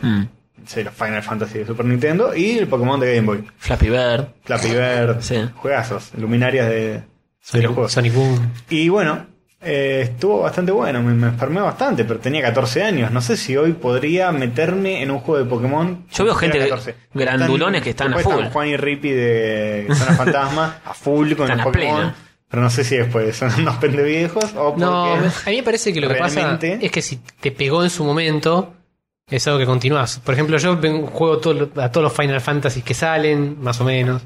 Speaker 3: sí, los Final Fantasy de Super Nintendo y el Pokémon de Game Boy.
Speaker 1: Flappy Bird.
Speaker 3: Flappy Bird,
Speaker 1: Sí.
Speaker 3: juegazos, luminarias de, de los
Speaker 4: Sonic,
Speaker 3: juegos.
Speaker 4: Sonic Boom.
Speaker 3: Y bueno, eh, estuvo bastante bueno, me, me enfermé bastante, pero tenía 14 años. No sé si hoy podría meterme en un juego de Pokémon.
Speaker 1: Yo veo gente
Speaker 3: Era
Speaker 1: grandulones que están a
Speaker 3: después
Speaker 1: full.
Speaker 3: Juan y Rippy de Zona Fantasma, a full con
Speaker 1: Están
Speaker 3: los
Speaker 1: a
Speaker 3: Pokémon.
Speaker 1: pleno.
Speaker 3: Pero no sé si después son unos pendeviejos o porque...
Speaker 4: No, a mí me parece que lo que pasa
Speaker 3: realmente-
Speaker 4: es que si te pegó en su momento, es algo que continúas. Por ejemplo, yo ven- juego todo lo- a todos los Final Fantasy que salen, más o menos.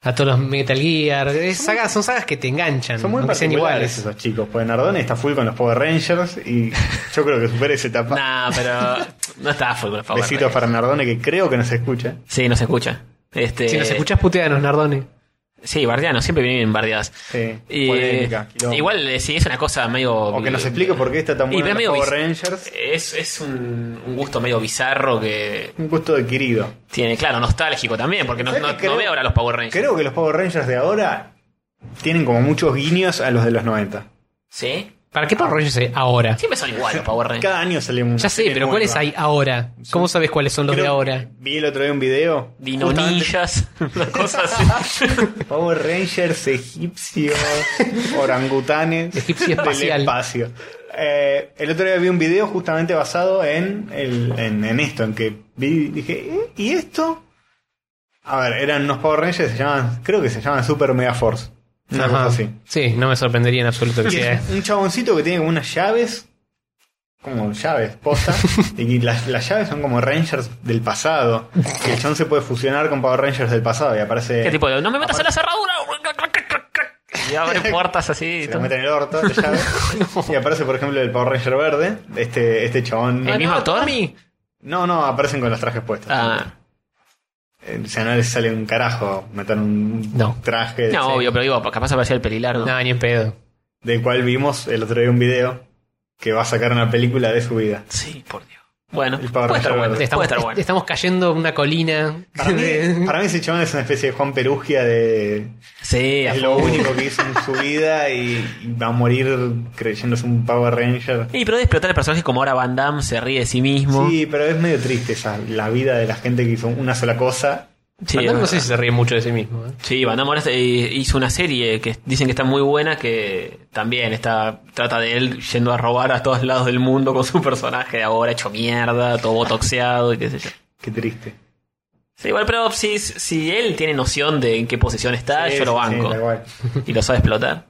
Speaker 4: A todos los Metal Gear. Es sagas, son sagas que te enganchan.
Speaker 3: Son muy
Speaker 4: aunque sean
Speaker 3: particulares
Speaker 4: iguales.
Speaker 3: esos chicos, pues Nardone está full con los Power Rangers y yo creo que supera esa etapa.
Speaker 1: Nah, pero no está full con el favor.
Speaker 3: Besitos para Nardone que creo que nos escucha.
Speaker 1: Sí, no se escucha. Este,
Speaker 4: Si nos escuchás, puteanos, Nardone.
Speaker 1: Sí, bardeanos, siempre vienen bardeadas.
Speaker 3: Sí,
Speaker 1: Y,
Speaker 3: polémica, quilombo.
Speaker 1: igual, eh, sí, es una cosa medio.
Speaker 3: O que nos explique por qué está tan
Speaker 1: Y
Speaker 3: bueno
Speaker 1: pero
Speaker 3: los
Speaker 1: medio
Speaker 3: Power
Speaker 1: bis-
Speaker 3: Rangers.
Speaker 1: Es, es un, un gusto medio bizarro que
Speaker 3: Un gusto adquirido.
Speaker 1: tiene, claro, nostálgico también, porque no,
Speaker 3: ¿Sabes
Speaker 1: no-
Speaker 3: qué
Speaker 1: no
Speaker 3: creo?
Speaker 1: veo ahora los Power Rangers.
Speaker 3: Creo que los Power Rangers de ahora tienen como muchos guiños a los de los 90.
Speaker 1: ¿Sí?
Speaker 4: ¿Para qué Power Rangers hay ahora?
Speaker 1: Siempre son iguales los Power Rangers.
Speaker 3: Cada año sale un.
Speaker 4: Ya sé, pero ¿cuáles hay ahora? ¿Cómo sabes cuáles son los de ahora?
Speaker 3: Vi el otro día un video. justamente-
Speaker 1: Dinonillas, una cosa así.
Speaker 3: Power Rangers egipcios, orangutanes.
Speaker 4: Egipcio
Speaker 3: del
Speaker 4: espacial.
Speaker 3: espacio. Eh, el otro día vi un video justamente basado en, el- en, en esto, en que vi dije, "¿Eh? ¿y esto? A ver, eran unos Power Rangers, se llaman, creo que se llaman Super Mega Force. Una cosa
Speaker 4: Ajá.
Speaker 3: así.
Speaker 4: Sí, no me sorprendería en absoluto que
Speaker 3: Y
Speaker 4: sea.
Speaker 3: es un chaboncito que tiene como unas llaves como llaves, posta. y las, las llaves son como Rangers del pasado. Que el John se puede fusionar con Power Rangers del pasado y aparece.
Speaker 1: ¿Qué tipo de.? ¡No me metas en la cerradura! Y abre puertas así.
Speaker 3: Se
Speaker 1: todo.
Speaker 3: lo mete en el orto, la llave. Y aparece, por ejemplo, el Power Ranger verde. Este, este chabón.
Speaker 1: ¿El mismo actor?
Speaker 3: No, no, aparecen con los trajes puestos.
Speaker 1: Ah,
Speaker 3: Eh, O sea, no les sale un carajo meter un
Speaker 4: No.
Speaker 3: traje.
Speaker 1: no,
Speaker 3: sí.
Speaker 1: obvio, pero digo, capaz aparecía el pelilargo.
Speaker 4: No, ni en pedo.
Speaker 3: Del cual vimos el otro día un video que va a sacar una película de su vida.
Speaker 1: Sí, por Dios. Bueno,
Speaker 3: El Power
Speaker 1: puede estar
Speaker 3: Ranger
Speaker 1: bueno.
Speaker 3: verde.
Speaker 1: Puede
Speaker 4: Estamos,
Speaker 1: estar bueno.
Speaker 4: estamos cayendo una colina.
Speaker 3: Para mí,
Speaker 4: de-
Speaker 3: para mí ese chabón es una especie de Juan Perugia de...
Speaker 1: Sí, a
Speaker 3: Es lo
Speaker 1: full.
Speaker 3: único que hizo en su vida y, y va a morir creyéndose un Power Ranger.
Speaker 1: Y pero de explotar el personaje como ahora Van Damme se ríe de sí mismo.
Speaker 3: Sí, pero es medio triste esa, la vida de la gente que hizo una sola cosa.
Speaker 1: Sí, es
Speaker 4: Fernando no sé si se ríe mucho de sí mismo. ¿eh?
Speaker 1: Sí, Van Damme ahora se- eh, hizo una serie que dicen que está muy buena, que también está trata de él yendo a robar a todos lados del mundo con su personaje de ahora hecho mierda, todo botoxeado y qué sé yo.
Speaker 3: Qué triste.
Speaker 1: Sí, igual, pero si, si él tiene noción de en qué posición está,
Speaker 3: Sí,
Speaker 1: Ah, yo lo
Speaker 3: sí, sí,
Speaker 1: banco
Speaker 3: tal cual.
Speaker 1: y lo sabe explotar.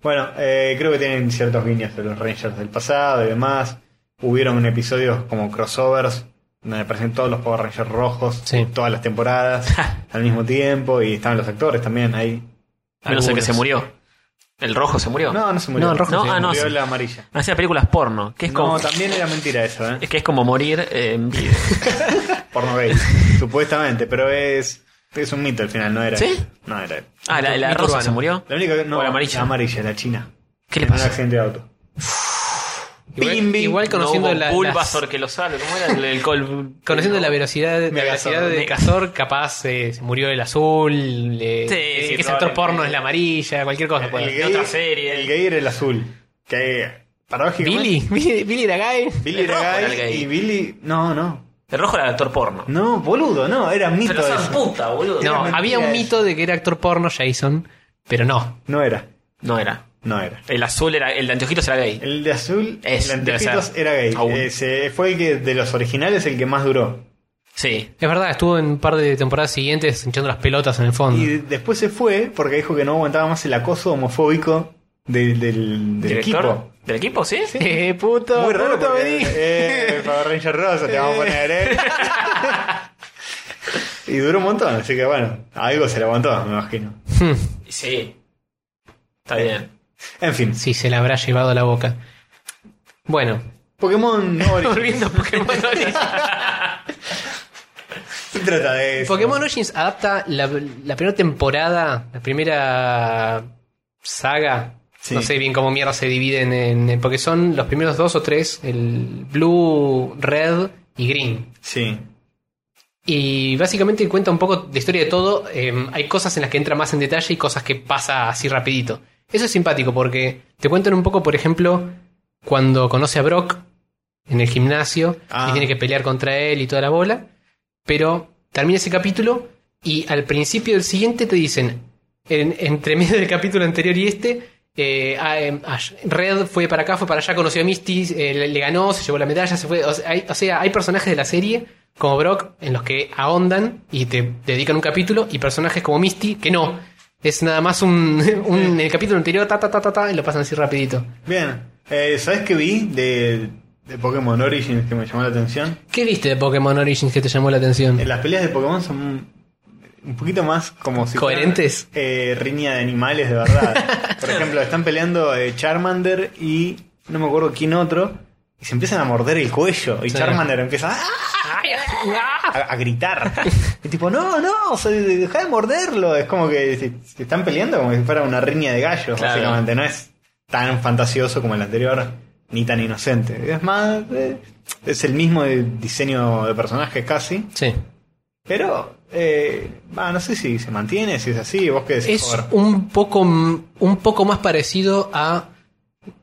Speaker 3: Bueno, eh, creo que tienen ciertos guiños de los Rangers del pasado y demás. Hubieron episodios como crossovers donde aparecen todos los Power Rangers rojos,
Speaker 4: Sí.
Speaker 3: todas las temporadas, al mismo tiempo, y estaban los actores también ahí.
Speaker 1: A no ser que
Speaker 3: Algunos.
Speaker 1: se murió. El rojo se murió.
Speaker 3: No, no se murió.
Speaker 4: No, el rojo
Speaker 1: No, se ah, no,
Speaker 3: murió
Speaker 1: sí.
Speaker 3: la amarilla.
Speaker 1: Hacía películas porno, que es como
Speaker 3: No, también era mentira eso, ¿eh?
Speaker 1: es que es como morir eh, en vida.
Speaker 3: Porno gay, supuestamente, pero es, es un mito al final, no era.
Speaker 1: ¿Sí?
Speaker 3: él. No era. él.
Speaker 1: Ah, la, la
Speaker 4: Mito
Speaker 1: rosa
Speaker 4: urbano.
Speaker 1: se murió.
Speaker 3: La única que no.
Speaker 1: O la amarilla.
Speaker 3: La amarilla, la china.
Speaker 1: ¿Qué le
Speaker 3: En un
Speaker 1: pasa?
Speaker 3: accidente de auto.
Speaker 4: Igual,
Speaker 3: Bimbi,
Speaker 4: igual conociendo,
Speaker 1: no hubo
Speaker 4: la,
Speaker 1: Bulbasaur
Speaker 4: las-
Speaker 1: que lo sale, ¿cómo era el, el col-
Speaker 4: conociendo
Speaker 1: el-
Speaker 4: la velocidad, la
Speaker 3: Megazord,
Speaker 4: velocidad de
Speaker 1: Mega-
Speaker 4: Cazor, capaz eh, se murió el azul, le-
Speaker 1: Sí,
Speaker 4: eh,
Speaker 1: sí,
Speaker 4: que ese actor
Speaker 1: probablemente.
Speaker 4: porno es la amarilla, cualquier cosa. pues. puede
Speaker 3: Ah, El
Speaker 4: ser.
Speaker 1: de otra serie.
Speaker 3: El gay era el azul. Que paradójicamente.
Speaker 4: Billy, Billy, Billy era gay.
Speaker 3: Billy
Speaker 1: El
Speaker 3: era
Speaker 1: rojo
Speaker 3: gay,
Speaker 1: era el gay.
Speaker 3: y Billy. No, no.
Speaker 1: El rojo era el actor porno.
Speaker 3: No, boludo, no, era mito
Speaker 1: Pero esa
Speaker 3: eso.
Speaker 1: puta, boludo.
Speaker 4: No,
Speaker 3: mentira
Speaker 4: había un
Speaker 3: eso.
Speaker 4: mito de que era actor porno Jason, pero no.
Speaker 3: No era,
Speaker 1: No era.
Speaker 3: no era.
Speaker 1: El azul era. El de anteojitos era gay.
Speaker 3: El de azul,
Speaker 1: Es,
Speaker 3: el de
Speaker 1: debe
Speaker 3: anteojitos
Speaker 1: ser.
Speaker 3: era gay.
Speaker 1: Aún.
Speaker 3: Ese fue el que de los originales el que más duró.
Speaker 1: Sí.
Speaker 4: Es verdad, estuvo en un par de temporadas siguientes hinchando las pelotas en el fondo.
Speaker 3: Y después se fue porque dijo que no aguantaba más el acoso homofóbicó del, del, del
Speaker 1: ¿Director?
Speaker 3: equipo.
Speaker 1: ¿Del equipo? Sí.
Speaker 4: Eh, puto,
Speaker 3: Muy raro
Speaker 4: puto,
Speaker 3: porque,
Speaker 4: vení.
Speaker 3: eh, Power Ranger Rosa te vamos a poner, eh. y duró un montón, así que bueno, algo se le aguantó, me imagino.
Speaker 4: Hmm,
Speaker 1: Sí. Está bien.
Speaker 3: En fin,
Speaker 4: Sí, se la habrá llevado a la boca. Bueno,
Speaker 3: Pokémon Origins.
Speaker 4: volviendo a Pokémon Origins.
Speaker 3: se trata de eso.
Speaker 4: Pokémon Origins adapta la, la primera temporada, la primera saga.
Speaker 3: Sí.
Speaker 4: No sé bien cómo mierda se dividen en, en- porque son los primeros dos o tres, el Blue, Red y Green.
Speaker 3: Sí.
Speaker 4: Y básicamente cuenta un poco de historia de todo. eh, hay cosas en las que entra más en detalle y cosas que pasa así rapidito. Eso es simpático porque te cuentan un poco, por ejemplo, cuando conoce a Brock en el gimnasio
Speaker 3: Ah.
Speaker 4: y tiene que pelear contra él y toda la bola. Pero termina ese capítulo y al principio del siguiente te dicen, en- entre medio del capítulo anterior y este, eh, ah, em, Ash- Red fue para acá, fue para allá, conoció a Misty, eh, le, le ganó, se llevó la medalla, se fue. O sea, hay, o sea, hay personajes de la serie como Brock en los que ahondan y te dedican un capítulo y personajes como Misty que no. Es nada más un, un- el capítulo anterior, ta, ta, ta, ta, ta, y lo pasan así rapidito.
Speaker 3: Bien, eh, ¿sabes qué vi de, de Pokémon Origins que me llamó la atención?
Speaker 4: ¿Qué viste de Pokémon Origins que te llamó la atención?
Speaker 3: Eh, Las peleas de Pokémon son un poquito más como si
Speaker 4: ¿Coherentes?
Speaker 3: fueran, eh, riña de animales de verdad. Por ejemplo, están peleando eh, Charmander y no me acuerdo quién otro. Y se empiezan a morder el cuello. Y
Speaker 4: Sí.
Speaker 3: Charmander empieza ¡ah!
Speaker 4: ah.
Speaker 3: a, a gritar. Y tipo, no, no, deja de morderlo. Es como que se, se están peleando como si fuera una riña de gallos,
Speaker 1: Claro.
Speaker 3: básicamente. No es tan fantasioso como el anterior, ni tan inocente. Es más, eh, es el mismo de- diseño de personajes casi.
Speaker 4: Sí.
Speaker 3: Pero, eh, ah, no sé si se mantiene, si es así, vos qué decís.
Speaker 4: Es
Speaker 3: Jorge?
Speaker 4: un poco, m- un poco más parecido a.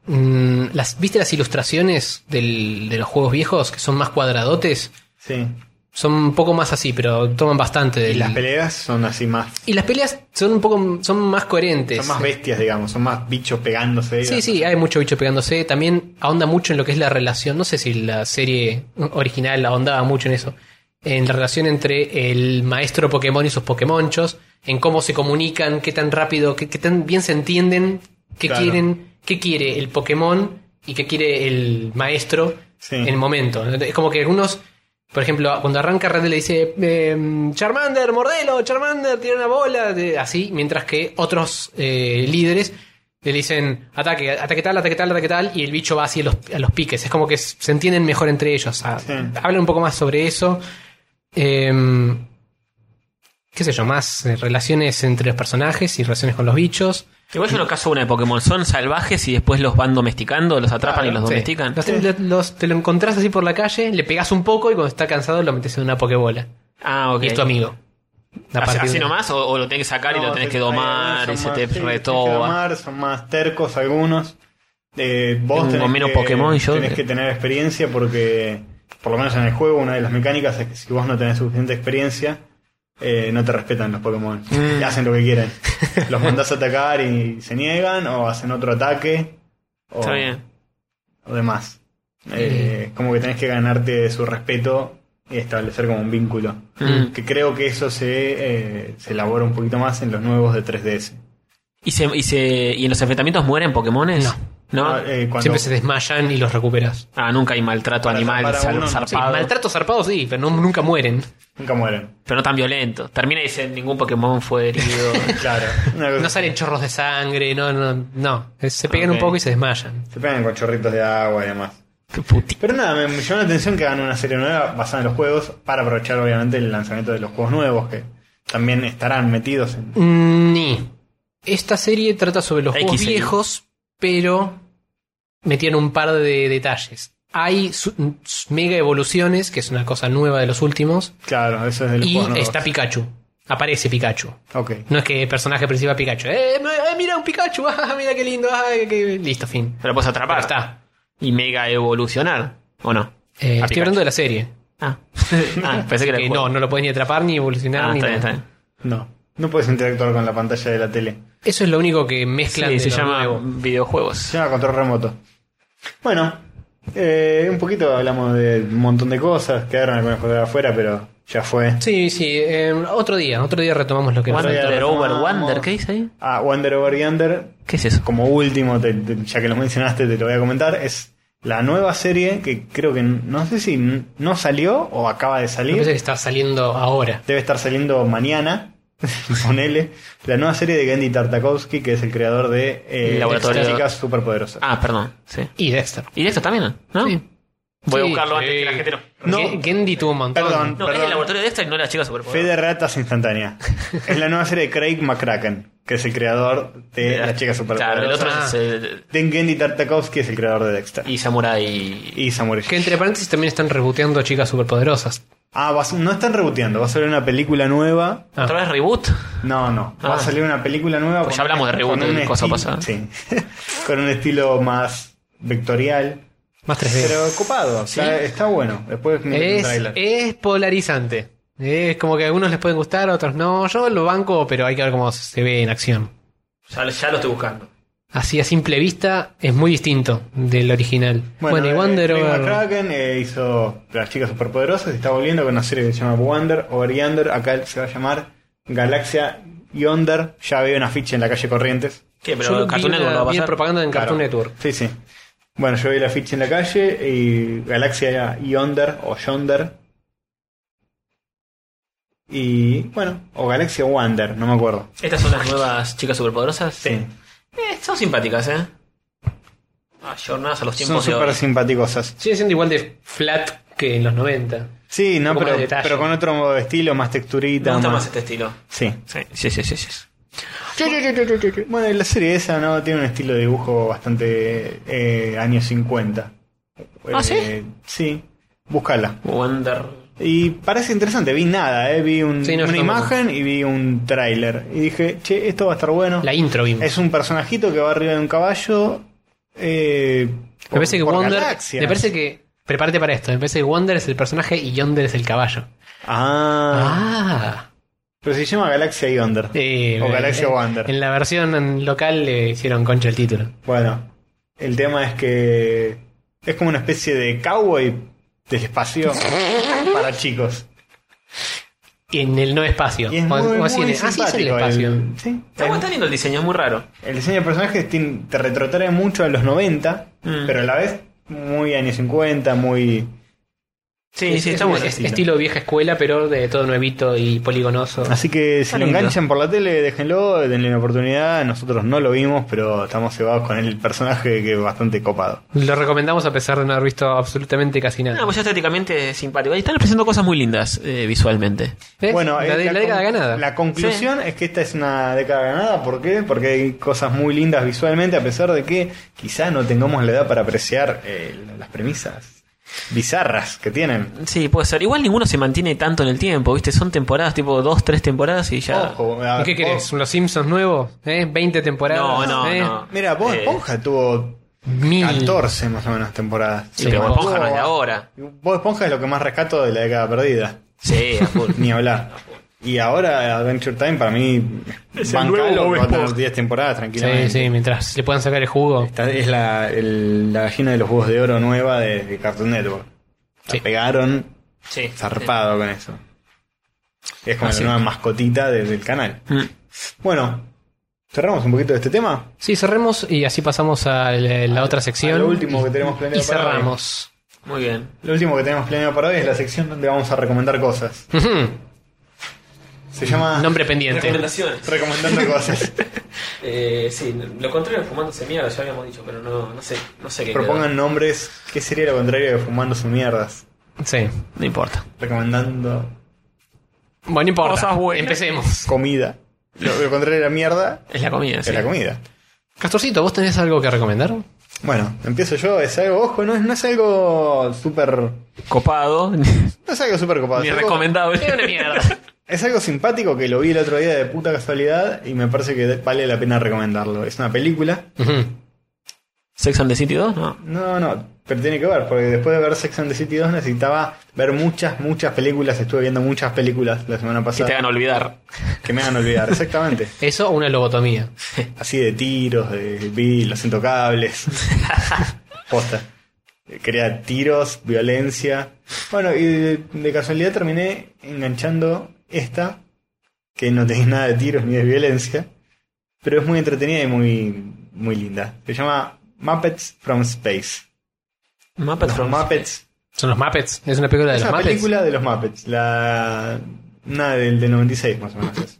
Speaker 4: mm, las, ¿Viste las ilustraciones del- de los juegos viejos que son más cuadradotes?
Speaker 3: Sí.
Speaker 4: Son un poco más así, pero toman bastante
Speaker 3: Y
Speaker 4: del-
Speaker 3: las peleas son así más...
Speaker 4: Y las peleas son un poco m- son más coherentes.
Speaker 3: Son más bestias, digamos, son más bichos pegándose.
Speaker 4: Sí, sí, hay mucho bicho pegándose. También ahonda mucho en lo que es la relación. No sé si la serie original ahondaba mucho en eso. En la relación entre el maestro Pokémon y sus Pokémonchos. En cómo se comunican, qué tan rápido, qué, qué tan bien se entienden, qué
Speaker 3: Claro.
Speaker 4: quieren, qué quiere el Pokémon y qué quiere el maestro
Speaker 3: Sí.
Speaker 4: en el momento. Es como que algunos, por ejemplo, cuando arranca Red le dice eh, Charmander, mordelo, Charmander, tira una bola, de- así, mientras que otros eh, líderes le dicen ataque, ataque tal, ataque tal, ataque tal, y el bicho va así a los, a los piques. Es como que se entienden mejor entre ellos. Ah,
Speaker 3: Sí.
Speaker 4: Hablan un poco más sobre eso. Em, qué sé yo, más eh, relaciones entre los personajes y relaciones con los bichos.
Speaker 1: Igual yo los caso una de Pokémon. Son salvajes y después los van domesticando, los atrapan Ah, y los
Speaker 4: Sí.
Speaker 1: domestican.
Speaker 4: Los- los- los- te lo encontrás así por la calle, le pegás un poco y cuando está cansado lo metes en una pokebola.
Speaker 1: Ah, ok.
Speaker 4: Y es tu amigo. A
Speaker 1: ¿Así,
Speaker 4: partir
Speaker 1: así
Speaker 4: de-
Speaker 1: nomás? O, o lo tenés que sacar y lo
Speaker 3: No,
Speaker 1: tenés
Speaker 3: te-
Speaker 1: que domar
Speaker 3: son
Speaker 1: y se
Speaker 3: más-
Speaker 1: te
Speaker 3: sí, tenés que
Speaker 1: retoba?
Speaker 3: domar, son más tercos algunos. Eh, vos
Speaker 1: Tengo
Speaker 3: tenés
Speaker 1: menos
Speaker 3: que,
Speaker 1: Pokémon y yo-
Speaker 3: tenés que tener experiencia porque, por lo menos en el juego, una de las mecánicas es que si vos no tenés suficiente experiencia, eh, no te respetan los Pokémon.
Speaker 1: Mm.
Speaker 3: Y hacen lo que quieren. Los mandás a atacar y se niegan, o hacen otro ataque, o,
Speaker 1: Está bien.
Speaker 3: o demás. Eh, Como que tenés que ganarte su respeto y establecer como un vínculo.
Speaker 1: Mm.
Speaker 3: Que creo que eso se, eh, se elabora un poquito más en los nuevos de 3DS.
Speaker 1: ¿Y, se, y, se, ¿Y en los enfrentamientos mueren Pokémones?
Speaker 4: No.
Speaker 1: ¿No?
Speaker 3: Ah, eh, cuando-
Speaker 4: Siempre se desmayan y los recuperas.
Speaker 1: Ah, nunca hay maltrato
Speaker 3: Para-
Speaker 1: animal
Speaker 3: para
Speaker 1: sal-
Speaker 3: uno no.
Speaker 4: Sí,
Speaker 1: zarpado.
Speaker 4: maltratos zarpados sí, pero no- nunca mueren.
Speaker 3: Nunca mueren.
Speaker 1: Pero no tan violento. Termina y dice, ningún Pokémon fue herido.
Speaker 3: Claro. Una cosa-
Speaker 4: No salen chorros de sangre, no, no, no. Eh, Se pegan
Speaker 1: Ok.
Speaker 4: un poco y se desmayan.
Speaker 3: Se pegan con chorritos de agua y demás.
Speaker 1: Qué puti-
Speaker 3: Pero nada, me, me llamó la atención que hagan una serie nueva basada en los juegos para aprovechar obviamente el lanzamiento de los juegos nuevos que también estarán metidos en...
Speaker 4: Mm, Ni. Esta serie trata sobre los juegos
Speaker 1: XL.
Speaker 4: viejos, pero metían un par de detalles. Hay su- mega evoluciones, que es una cosa nueva de los últimos,
Speaker 3: Claro, eso es de los
Speaker 4: Y
Speaker 3: juegos nuevos.
Speaker 4: está Pikachu. Aparece Pikachu.
Speaker 3: Ok.
Speaker 4: No es que el personaje principal Pikachu. ¡Eh, eh, mira un Pikachu! ¡Ah, mira qué lindo! ah, qué- qué- Listo, fin.
Speaker 1: Pero puedes atrapar.
Speaker 4: Pero está.
Speaker 1: Y mega evolucionar. ¿O no?
Speaker 4: Eh,
Speaker 1: A
Speaker 4: estoy
Speaker 1: Pikachu.
Speaker 4: hablando de la serie.
Speaker 1: Ah, Ah, pensé que era el
Speaker 4: Que
Speaker 1: juego.
Speaker 4: no, no lo puedes ni atrapar, ni evolucionar,
Speaker 1: Ah,
Speaker 4: ni
Speaker 1: está bien,
Speaker 4: nada.
Speaker 1: está bien.
Speaker 3: No. No puedes interactuar con la pantalla de la tele.
Speaker 4: Eso es lo único que mezclan.
Speaker 1: Sí,
Speaker 4: de
Speaker 1: se
Speaker 4: lo
Speaker 1: llama
Speaker 4: nuevo.
Speaker 1: videojuegos.
Speaker 3: Se llama control remoto. Bueno, eh, un poquito hablamos de un montón de cosas. Quedaron algunas cosas afuera, pero ya fue.
Speaker 4: Sí, sí. eh, otro día, otro día retomamos lo que nos
Speaker 3: Otro día.
Speaker 1: Wonder
Speaker 3: retomamos.
Speaker 1: over Wonder, ¿qué dice ahí?
Speaker 3: Ah, Wonder Over Yonder,
Speaker 1: ¿Qué es eso?
Speaker 3: como último, te- te- ya que lo mencionaste, te lo voy a comentar. Es la nueva serie que creo que n- no sé si n- no salió o acaba de
Speaker 4: Me parece
Speaker 3: salir.
Speaker 4: que está saliendo ahora.
Speaker 3: Debe estar saliendo mañana. Ponele. La nueva serie de Gendy Tartakovsky, que es el creador de eh,
Speaker 1: Laboratorio.
Speaker 3: Las Chicas Superpoderosas.
Speaker 1: Ah, perdón. Sí.
Speaker 4: Y Dexter.
Speaker 1: ¿Y esto también? ¿No?
Speaker 4: Sí.
Speaker 1: Voy a
Speaker 4: Sí,
Speaker 1: buscarlo
Speaker 4: sí.
Speaker 1: antes que la gente no.
Speaker 3: No.
Speaker 4: Ge- Gendy tuvo un montón.
Speaker 3: Perdón.
Speaker 1: No, es el laboratorio de esta y no la chica super
Speaker 3: Fe de ratas instantánea. es la nueva serie de Craig McCracken, que es el creador de Las Chicas Superpoderosas.
Speaker 1: Eh, Claro, el otro
Speaker 4: Ah.
Speaker 1: es eh,
Speaker 3: Den Gendy Tartakovsky es el creador de Dexter.
Speaker 1: y Samurai y,
Speaker 3: Y Samurai.
Speaker 4: Que entre paréntesis también están reboteando a chicas superpoderosas.
Speaker 3: Ah, vas- no están reboteando, va a salir una película nueva.
Speaker 4: Ah.
Speaker 1: otra vez reboot.
Speaker 3: No, no. Va
Speaker 1: Ah.
Speaker 3: a salir una película nueva.
Speaker 1: Pues ya hablamos de reboot
Speaker 3: con un
Speaker 1: del coso
Speaker 3: esti-
Speaker 1: pasado.
Speaker 3: Sí. con un estilo más vectorial.
Speaker 4: Más 3D.
Speaker 3: Pero copado. Está, está bueno. Después me
Speaker 4: Es,
Speaker 3: trailer.
Speaker 4: es polarizante. Es como que a algunos les pueden gustar, a otros no. Yo lo banco, pero hay que ver cómo se ve en acción.
Speaker 1: Ya, ya lo estoy buscando.
Speaker 4: Así a simple vista es muy distinto del original. Bueno, y
Speaker 3: eh,
Speaker 4: Wonder
Speaker 3: Craig
Speaker 4: Over-
Speaker 3: McCracken eh, hizo Las Chicas Superpoderosas y está volviendo con una serie que se llama Wonder Over Yonder. Acá se va a llamar Galaxia Yonder. Ya veo una ficha en la calle Corrientes.
Speaker 1: ¿Qué?
Speaker 4: Yo
Speaker 1: Pero
Speaker 4: vi
Speaker 1: Cartoon Network
Speaker 4: una-
Speaker 1: no va a
Speaker 4: vi
Speaker 1: pasar.
Speaker 4: propaganda en Cartoon
Speaker 3: Claro.
Speaker 4: Network.
Speaker 3: Sí, sí. Bueno, yo vi la ficha en la calle y Galaxia Yonder o Yonder. Y bueno, o Galaxia Wander, no me acuerdo.
Speaker 1: Estas son las nuevas chicas superpoderosas.
Speaker 3: Sí.
Speaker 1: Eh, son simpáticas, ¿eh? Ayornadas a los
Speaker 3: Son
Speaker 1: tiempos de
Speaker 3: súper
Speaker 1: hoy.
Speaker 3: simpáticosas.
Speaker 4: Sigue siendo igual de flat que en los 90.
Speaker 3: Sí, no,
Speaker 4: poco más
Speaker 3: pero,
Speaker 4: de detalle.
Speaker 3: pero con otro modo de estilo, más
Speaker 1: Me
Speaker 3: texturita.
Speaker 1: gusta
Speaker 3: más-
Speaker 1: más este estilo.
Speaker 3: Sí.
Speaker 1: Sí, sí, sí, sí. sí.
Speaker 3: Bueno, y la serie esa no tiene un estilo de dibujo bastante eh, años 50.
Speaker 1: ¿Ah,
Speaker 3: Eh, Sí, búscala.
Speaker 1: Wonder.
Speaker 3: Y parece interesante, vi nada, eh. vi un-
Speaker 4: Sí, no,
Speaker 3: una
Speaker 4: yo tampoco.
Speaker 3: imagen y vi un tráiler. Y dije, che, esto va a estar bueno.
Speaker 4: La intro vimos.
Speaker 3: Es un personajito que va arriba de un caballo. eh,
Speaker 4: me parece que
Speaker 3: por
Speaker 4: Wonder.
Speaker 3: galaxias.
Speaker 4: Me parece que. Prepárate para esto. Me parece que Wonder es el personaje y Yonder es el caballo.
Speaker 3: Ah,
Speaker 4: Ah.
Speaker 3: Pero se llama Galaxia Yonder.
Speaker 4: Eh,
Speaker 3: o
Speaker 4: eh,
Speaker 3: Galaxia
Speaker 4: eh,
Speaker 3: Wonder.
Speaker 4: En la versión local le hicieron concha el título.
Speaker 3: Bueno, el tema es que es como una especie de cowboy del espacio para chicos.
Speaker 4: y en el no espacio.
Speaker 3: Y es
Speaker 4: O-
Speaker 3: muy,
Speaker 4: o así
Speaker 3: muy
Speaker 4: en- ah, sí, es en el
Speaker 3: simpático
Speaker 4: espacio.
Speaker 3: el- sí.
Speaker 1: Está muy- está lindo el diseño, es muy raro.
Speaker 3: El diseño de personajes tiene- te retrotrae mucho a los 90,
Speaker 1: Mm.
Speaker 3: pero a la vez muy años 50, muy...
Speaker 1: Sí,
Speaker 4: Es-
Speaker 1: sí, está
Speaker 4: es-
Speaker 1: bueno.
Speaker 4: es estilo vieja escuela, pero de todo nuevito y poligonoso.
Speaker 3: Así que si
Speaker 1: Está
Speaker 3: lo
Speaker 1: lindo.
Speaker 3: enganchan por la tele, déjenlo, denle una oportunidad. Nosotros no lo vimos, pero estamos cebados con el personaje que es bastante copado.
Speaker 4: Lo recomendamos a pesar de no haber visto absolutamente casi nada.
Speaker 1: No, pues ya estéticamente es simpático. Y están ofreciendo cosas muy lindas eh, visualmente.
Speaker 4: ¿Ves? la,
Speaker 3: eh,
Speaker 4: de- la década
Speaker 3: con-
Speaker 4: ganada.
Speaker 3: La conclusión es que esta es una década ganada. ¿Por qué? Porque hay cosas muy lindas visualmente, a pesar de que quizá no tengamos la edad para apreciar eh, las premisas bizarras que tienen.
Speaker 1: Sí, puede ser. Igual ninguno se mantiene tanto en el tiempo, ¿viste? Son temporadas, tipo dos, tres temporadas y ya.
Speaker 3: Ojo, a-
Speaker 4: ¿Y qué querés?
Speaker 3: Oh.
Speaker 4: ¿Los Simpsons nuevos? ¿Eh? ¿20 temporadas?
Speaker 1: No, no,
Speaker 4: ¿Eh?
Speaker 1: no.
Speaker 3: Mira, Bob
Speaker 1: Eh.
Speaker 3: Esponja tuvo
Speaker 4: Mil.
Speaker 3: 14 más o menos temporadas.
Speaker 1: Sí, pero Bob Esponja no es de ahora.
Speaker 3: Bob Esponja es lo que más rescato de la década perdida.
Speaker 1: Sí, a full.
Speaker 3: Ni hablar. Y ahora Adventure Time para mí
Speaker 1: Es el
Speaker 3: bancalo,
Speaker 1: nuevo Bob
Speaker 3: va a tener
Speaker 1: Esponja.
Speaker 3: 10 temporadas tranquilamente.
Speaker 4: Sí, sí, mientras le puedan sacar el jugo.
Speaker 3: Esta es la, el- la gallina de los huevos de oro nueva de, de Cartoon Network. La
Speaker 4: Sí.
Speaker 3: pegaron
Speaker 1: Sí.
Speaker 3: zarpado con eso. Es como
Speaker 4: Así
Speaker 3: la nueva mascotita de- del canal.
Speaker 1: Mm.
Speaker 3: Bueno, cerramos un poquito de este tema.
Speaker 4: Sí, cerremos y así pasamos a la, la otra sección.
Speaker 3: a lo último que tenemos planeado
Speaker 4: Y
Speaker 3: para hoy.
Speaker 4: cerramos.
Speaker 1: Muy bien.
Speaker 3: Lo último que tenemos planeado para hoy es la sección donde vamos a recomendar cosas.
Speaker 4: Ujú.
Speaker 3: Se llama
Speaker 4: Mm. Nombre pendiente.
Speaker 1: Recomendaciones.
Speaker 3: Recomendando cosas.
Speaker 1: Eh, sí, lo contrario de fumándose mierda, ya habíamos dicho, pero no, no sé, no sé qué.
Speaker 3: Propongan nombres. ¿Qué sería lo contrario de fumando sus mierdas?
Speaker 4: Sí.
Speaker 1: quedó. No importa.
Speaker 3: Recomendando
Speaker 4: Bueno, no importa.
Speaker 1: Cosas buenas.
Speaker 4: Empecemos.
Speaker 3: comida. Lo, lo contrario de la mierda
Speaker 1: Es la comida,
Speaker 3: es
Speaker 1: sí.
Speaker 3: la comida.
Speaker 4: Castorcito, ¿vos tenés algo que recomendar?
Speaker 3: Bueno, empiezo yo. Es algo, ojo, no es, no es algo súper. No
Speaker 1: Copado, ni
Speaker 3: es algo súper copado. es algo-
Speaker 1: recomendable.
Speaker 4: Es una mierda.
Speaker 3: Es algo simpático que lo vi el otro día de puta casualidad y me parece que vale la pena recomendarlo. Es una película.
Speaker 4: Ujú.
Speaker 1: Sex and the City 2, no.
Speaker 3: No, no, pero tiene que ver, porque después de ver Sex and the City 2 necesitaba ver muchas, muchas películas. Estuve viendo muchas películas la semana
Speaker 1: Que
Speaker 3: pasada.
Speaker 1: te hagan olvidar.
Speaker 3: que me hagan olvidar, exactamente.
Speaker 4: Eso o una lobotomía.
Speaker 3: Así de tiros, de vi, los intocables. Posta. Quería tiros, violencia. Bueno, y de, de casualidad terminé enganchando esta, que no tenéis nada de tiros ni de violencia, pero es muy entretenida y muy, muy linda. Se llama Muppets from Space.
Speaker 1: Muppet
Speaker 3: Los
Speaker 1: from- Ah,
Speaker 3: Muppets.
Speaker 4: Son los Muppets. Es una película de
Speaker 3: Es
Speaker 4: los
Speaker 3: una
Speaker 4: Muppets.
Speaker 3: película de los Muppets, la una del de 96 más o menos. es.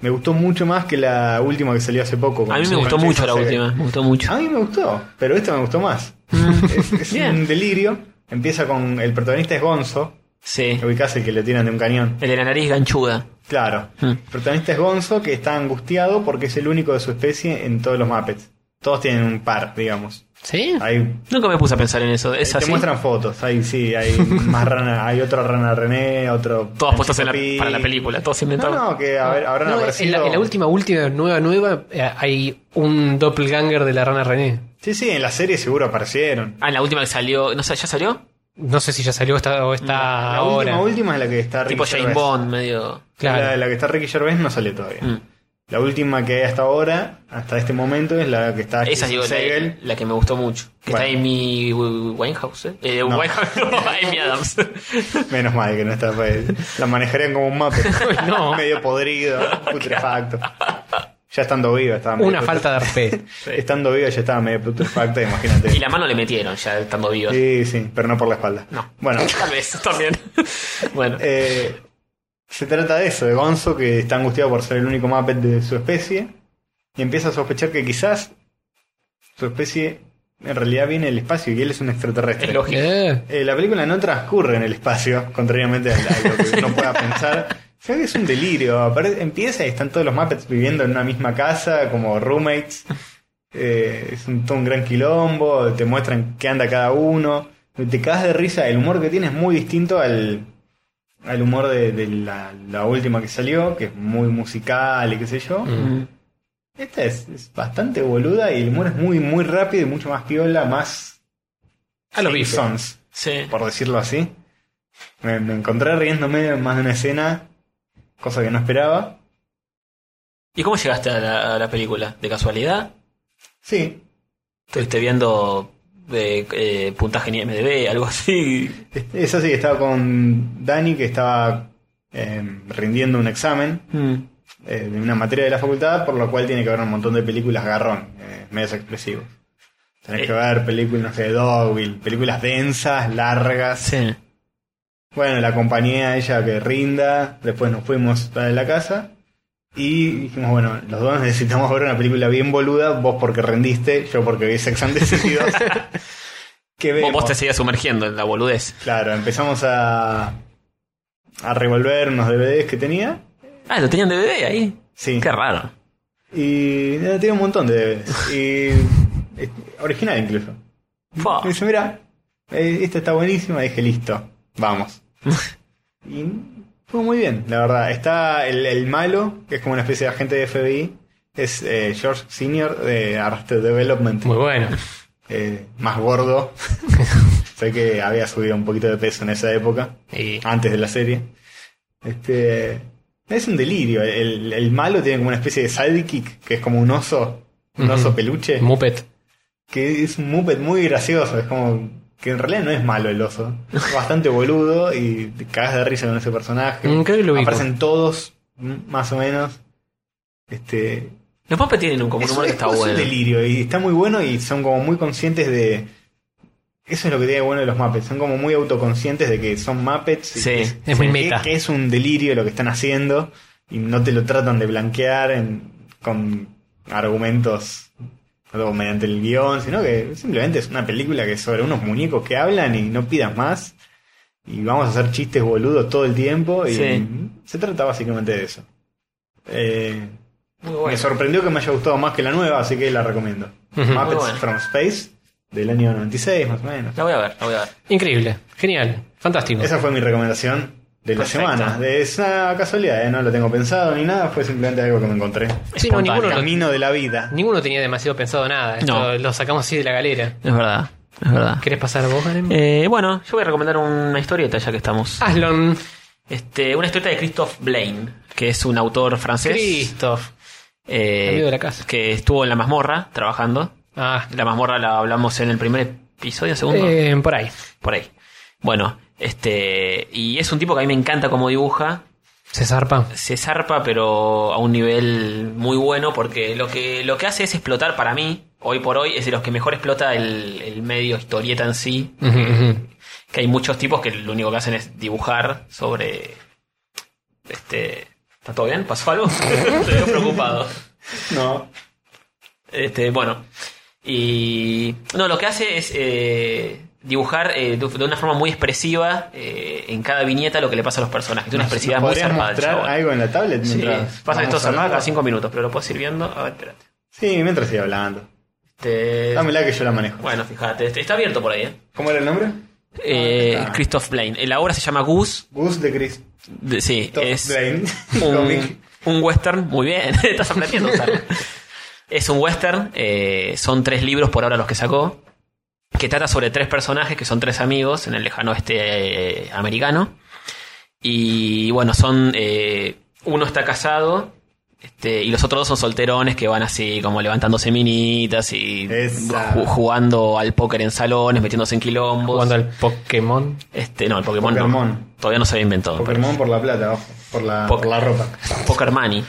Speaker 3: Me gustó mucho más que la última que salió hace poco. con
Speaker 1: A mí me
Speaker 3: Francis
Speaker 1: gustó mucho la
Speaker 3: Fonseca.
Speaker 1: última, me gustó mucho.
Speaker 3: A mí me gustó, pero esta me gustó más. es es un
Speaker 1: Mm. Bien.
Speaker 3: delirio. Empieza con el protagonista es Gonzo,
Speaker 1: Sí.
Speaker 3: que ubicás el que le tiran de un cañón.
Speaker 1: El de la nariz ganchuda.
Speaker 3: Claro.
Speaker 1: Mm.
Speaker 3: El protagonista es Gonzo, que está angustiado porque es el único de su especie en todos los Muppets. Todos tienen un par, digamos.
Speaker 4: ¿Sí?
Speaker 3: Hay
Speaker 1: Nunca me puse a pensar en eso. Es
Speaker 3: te
Speaker 1: así.
Speaker 3: muestran fotos, ahí sí, hay más rana, hay otra rana René, otro.
Speaker 1: Todas puestas en la-
Speaker 3: Pi.
Speaker 1: para la película, todos
Speaker 3: No,
Speaker 1: inventados.
Speaker 3: no, que a ver, habrán
Speaker 4: No,
Speaker 3: aparecido.
Speaker 4: en, la, en la última, última, nueva, nueva, eh, hay un doppelganger de la rana René.
Speaker 3: Sí, sí, en la serie seguro aparecieron.
Speaker 1: Ah, en la última que salió. No sé, ¿ya salió?
Speaker 4: No sé si ya salió esta, o está
Speaker 3: la
Speaker 4: ahora.
Speaker 3: última, última es la que está Ricky
Speaker 1: Tipo Jane
Speaker 3: Gervais.
Speaker 1: Bond, medio.
Speaker 4: Claro.
Speaker 3: La, la que está Ricky Gervais no salió todavía.
Speaker 1: Mm.
Speaker 3: La última que hay hasta ahora, hasta este momento, es la que está
Speaker 1: Esa
Speaker 3: Jason
Speaker 1: digo, la,
Speaker 3: Segel.
Speaker 1: la que me gustó mucho. Que
Speaker 3: Bueno.
Speaker 1: está Amy Winehouse. ¿eh? Eh,
Speaker 3: No.
Speaker 1: Winehouse, no, Amy Adams.
Speaker 3: Menos mal que no está. pues, La manejarían como un mapa.
Speaker 4: No.
Speaker 3: medio podrido, putrefacto. Ya estando viva, estaba medio
Speaker 4: Una
Speaker 3: putre-
Speaker 4: falta de respeto.
Speaker 3: Estando viva ya estaba medio putrefacta, imagínate.
Speaker 1: y la mano le metieron ya estando viva.
Speaker 3: Sí, sí, pero no por la espalda.
Speaker 1: No.
Speaker 3: Bueno,
Speaker 1: Tal vez también. bueno.
Speaker 3: eh, se trata de eso, de Gonzo que está angustiado por ser el único Muppet de su especie y empieza a sospechar que quizás su especie en realidad viene del espacio y él es un extraterrestre.
Speaker 1: Es lógico.
Speaker 4: Eh,
Speaker 3: Eh, la película no transcurre en el espacio, contrariamente a a lo que uno pueda pensar. Creo que es un delirio. Apare- Empieza y están todos los Muppets viviendo en una misma casa, como roommates. Eh, es un, todo un gran quilombo, te muestran qué anda cada uno. Te cagas de risa, el humor que tiene es muy distinto al, al humor de, de la, la última que salió, que es muy musical y qué sé yo.
Speaker 1: Mm.
Speaker 3: Esta es, es bastante boluda y el humor es muy, muy rápido y mucho más piola, más...
Speaker 4: A lo bife.
Speaker 3: Simpsons
Speaker 1: Sí.
Speaker 3: por decirlo así. Me, me encontré riéndome en más de una escena, cosa que no esperaba.
Speaker 1: ¿Y cómo llegaste a la, a la película? ¿De casualidad?
Speaker 3: Sí,
Speaker 1: ¿Estuviste viendo eh, eh, puntaje en IMDb, algo así?
Speaker 3: es así, estaba con Dani que estaba eh, rindiendo un examen eh, de una materia de la facultad, por lo cual tiene que ver un montón de películas garrón, eh, medios expresivos. Tenés
Speaker 1: Eh.
Speaker 3: que ver películas, no sé, Dogville, películas densas, largas.
Speaker 1: Sí.
Speaker 3: Bueno, la acompañé a ella que rinda, después nos fuimos a la casa y dijimos, bueno, los dos necesitamos ver una película bien boluda, vos porque rendiste, yo porque vi Sex and the City 2. ¿Qué
Speaker 1: Vos,
Speaker 3: vemos?
Speaker 1: vos te seguías sumergiendo en la boludez.
Speaker 3: Claro, empezamos a, a revolver unos DVDs que tenía.
Speaker 1: Ah, lo tenían DVD ahí.
Speaker 3: Sí.
Speaker 1: Qué raro.
Speaker 3: Y eh, tenía un montón de DVDs. Y, eh, original incluso.
Speaker 4: Ah.
Speaker 1: Fua.
Speaker 3: Me dice, mira, eh, esta está buenísima. Y dije, listo, vamos. y fue muy bien, la verdad. Está el, el malo, que es como una especie de agente de FBI. Es eh, George Senior de Arrested Development.
Speaker 4: Muy bueno.
Speaker 3: Eh, más gordo. sé que había subido un poquito de peso en esa época,
Speaker 4: Y
Speaker 3: antes de la serie. Este. Es un delirio. El, el malo tiene como una especie de sidekick, que es como un oso, un
Speaker 4: Ujú.
Speaker 3: oso peluche
Speaker 4: Muppet.
Speaker 3: que es un Muppet muy gracioso, es como que en realidad no es malo el oso, es bastante boludo y te cagas de risa con ese personaje.
Speaker 4: Mm, creo que lo ubico.
Speaker 3: Aparecen todos, mm, más o menos. Este,
Speaker 1: Los Muppets tienen un común
Speaker 3: es,
Speaker 1: humor que
Speaker 3: es-
Speaker 1: está
Speaker 3: es
Speaker 1: bueno.
Speaker 3: un delirio y está muy bueno y son como muy conscientes de... Eso es lo que tiene de bueno de los Muppets, son como muy autoconscientes de que son Muppets. y
Speaker 1: Sí,
Speaker 3: que
Speaker 1: es
Speaker 3: que-
Speaker 4: muy meta.
Speaker 3: Que es un delirio lo que están haciendo y no te lo tratan de blanquear en- con argumentos o mediante el guión, sino que simplemente es una película que es sobre unos muñecos que hablan y no pidas más. Y vamos a hacer chistes boludos todo el tiempo. Y
Speaker 1: Sí.
Speaker 3: se trata básicamente de eso. Eh,
Speaker 1: Muy
Speaker 3: Me
Speaker 1: bueno.
Speaker 3: sorprendió que me haya gustado más que la nueva, así que la recomiendo.
Speaker 4: Ujú.
Speaker 3: Muppets
Speaker 1: Muy bueno.
Speaker 3: from Space, del año 96 más o menos.
Speaker 1: La voy a ver, la voy a ver.
Speaker 4: Increíble. Genial. Fantástico.
Speaker 3: Esa fue mi recomendación de la
Speaker 1: Perfecto.
Speaker 3: semana. De esa casualidad, ¿eh? no lo tengo pensado ni nada, fue simplemente algo que me encontré.
Speaker 4: Sí, no,
Speaker 1: espontánea.
Speaker 4: ninguno, lo-
Speaker 3: Camino de la vida.
Speaker 4: ninguno tenía demasiado pensado nada. Esto
Speaker 1: No.
Speaker 4: Lo sacamos así de la galera.
Speaker 1: Es verdad, es verdad.
Speaker 4: ¿Querés pasar vos, Garem?
Speaker 1: Eh, bueno, yo voy a recomendar una historieta ya que estamos.
Speaker 4: Ah. Aslon.
Speaker 1: Este, una historieta de Christophe Blaine, que es un autor francés.
Speaker 4: Christophe.
Speaker 1: eh,
Speaker 4: Amigo de la casa.
Speaker 1: Que estuvo en la mazmorra trabajando.
Speaker 4: Ah,
Speaker 1: La mazmorra la hablamos en el primer episodio, segundo.
Speaker 4: eh, por ahí.
Speaker 1: Por ahí. Bueno, este. Y es un tipo que a mí me encanta cómo dibuja.
Speaker 4: Se zarpa.
Speaker 1: se zarpa, pero a un nivel muy bueno, porque lo que, lo que hace es explotar para mí, hoy por hoy, es de los que mejor explota el, el medio historieta en sí,
Speaker 4: Ujú, ujú.
Speaker 1: que hay muchos tipos que lo único que hacen es dibujar sobre... Este, ¿Está todo bien? ¿Pasó algo? Estoy preocupado.
Speaker 3: No.
Speaker 1: Este, bueno. Y. No, lo que hace es eh, dibujar eh, de de una forma muy expresiva eh, en cada viñeta lo que le pasa a los personajes. De una
Speaker 3: ¿Nos-
Speaker 1: expresividad
Speaker 3: nos
Speaker 1: muy
Speaker 3: podrías
Speaker 1: zarpada. el
Speaker 3: mostrar
Speaker 1: chabón.
Speaker 3: algo en la tablet
Speaker 1: Sí,
Speaker 3: mientras.
Speaker 1: pasa que
Speaker 3: vamos
Speaker 1: esto se arranca
Speaker 3: hablando?
Speaker 1: cada 5 minutos, pero lo puedo ir viendo. A ver, espérate.
Speaker 3: Sí, mientras sigue hablando.
Speaker 1: Este,
Speaker 3: Dámela que yo la manejo.
Speaker 1: Bueno, fíjate, este- está abierto por ahí, ¿eh?
Speaker 3: ¿Cómo era el nombre?
Speaker 1: Eh,
Speaker 3: Ah, está.
Speaker 1: Christoph Blaine. La obra se llama Goose.
Speaker 3: Gus de Chris.
Speaker 1: De- sí,
Speaker 3: Top
Speaker 1: es
Speaker 3: Blaine.
Speaker 1: un,
Speaker 3: Comic.
Speaker 1: un western. Muy bien, estás aprendiendo. Sara. es un western. eh, son tres libros por ahora los que sacó. Que trata sobre tres personajes que son tres amigos en el lejano oeste eh, americano. Y bueno, son. eh, uno está casado. Este, y los otros dos son solterones que van así como levantándose minitas y
Speaker 3: Esa.
Speaker 1: ju- jugando al póker en salones, metiéndose en quilombos.
Speaker 4: Jugando al Pokémon.
Speaker 1: Este, no, el Pokémon, no.
Speaker 3: Pokémon.
Speaker 1: todavía no se había inventado. pero-
Speaker 3: Pokémon por la plata, ojo. Por la,
Speaker 1: Poc-
Speaker 3: por la ropa.
Speaker 1: Poker Money.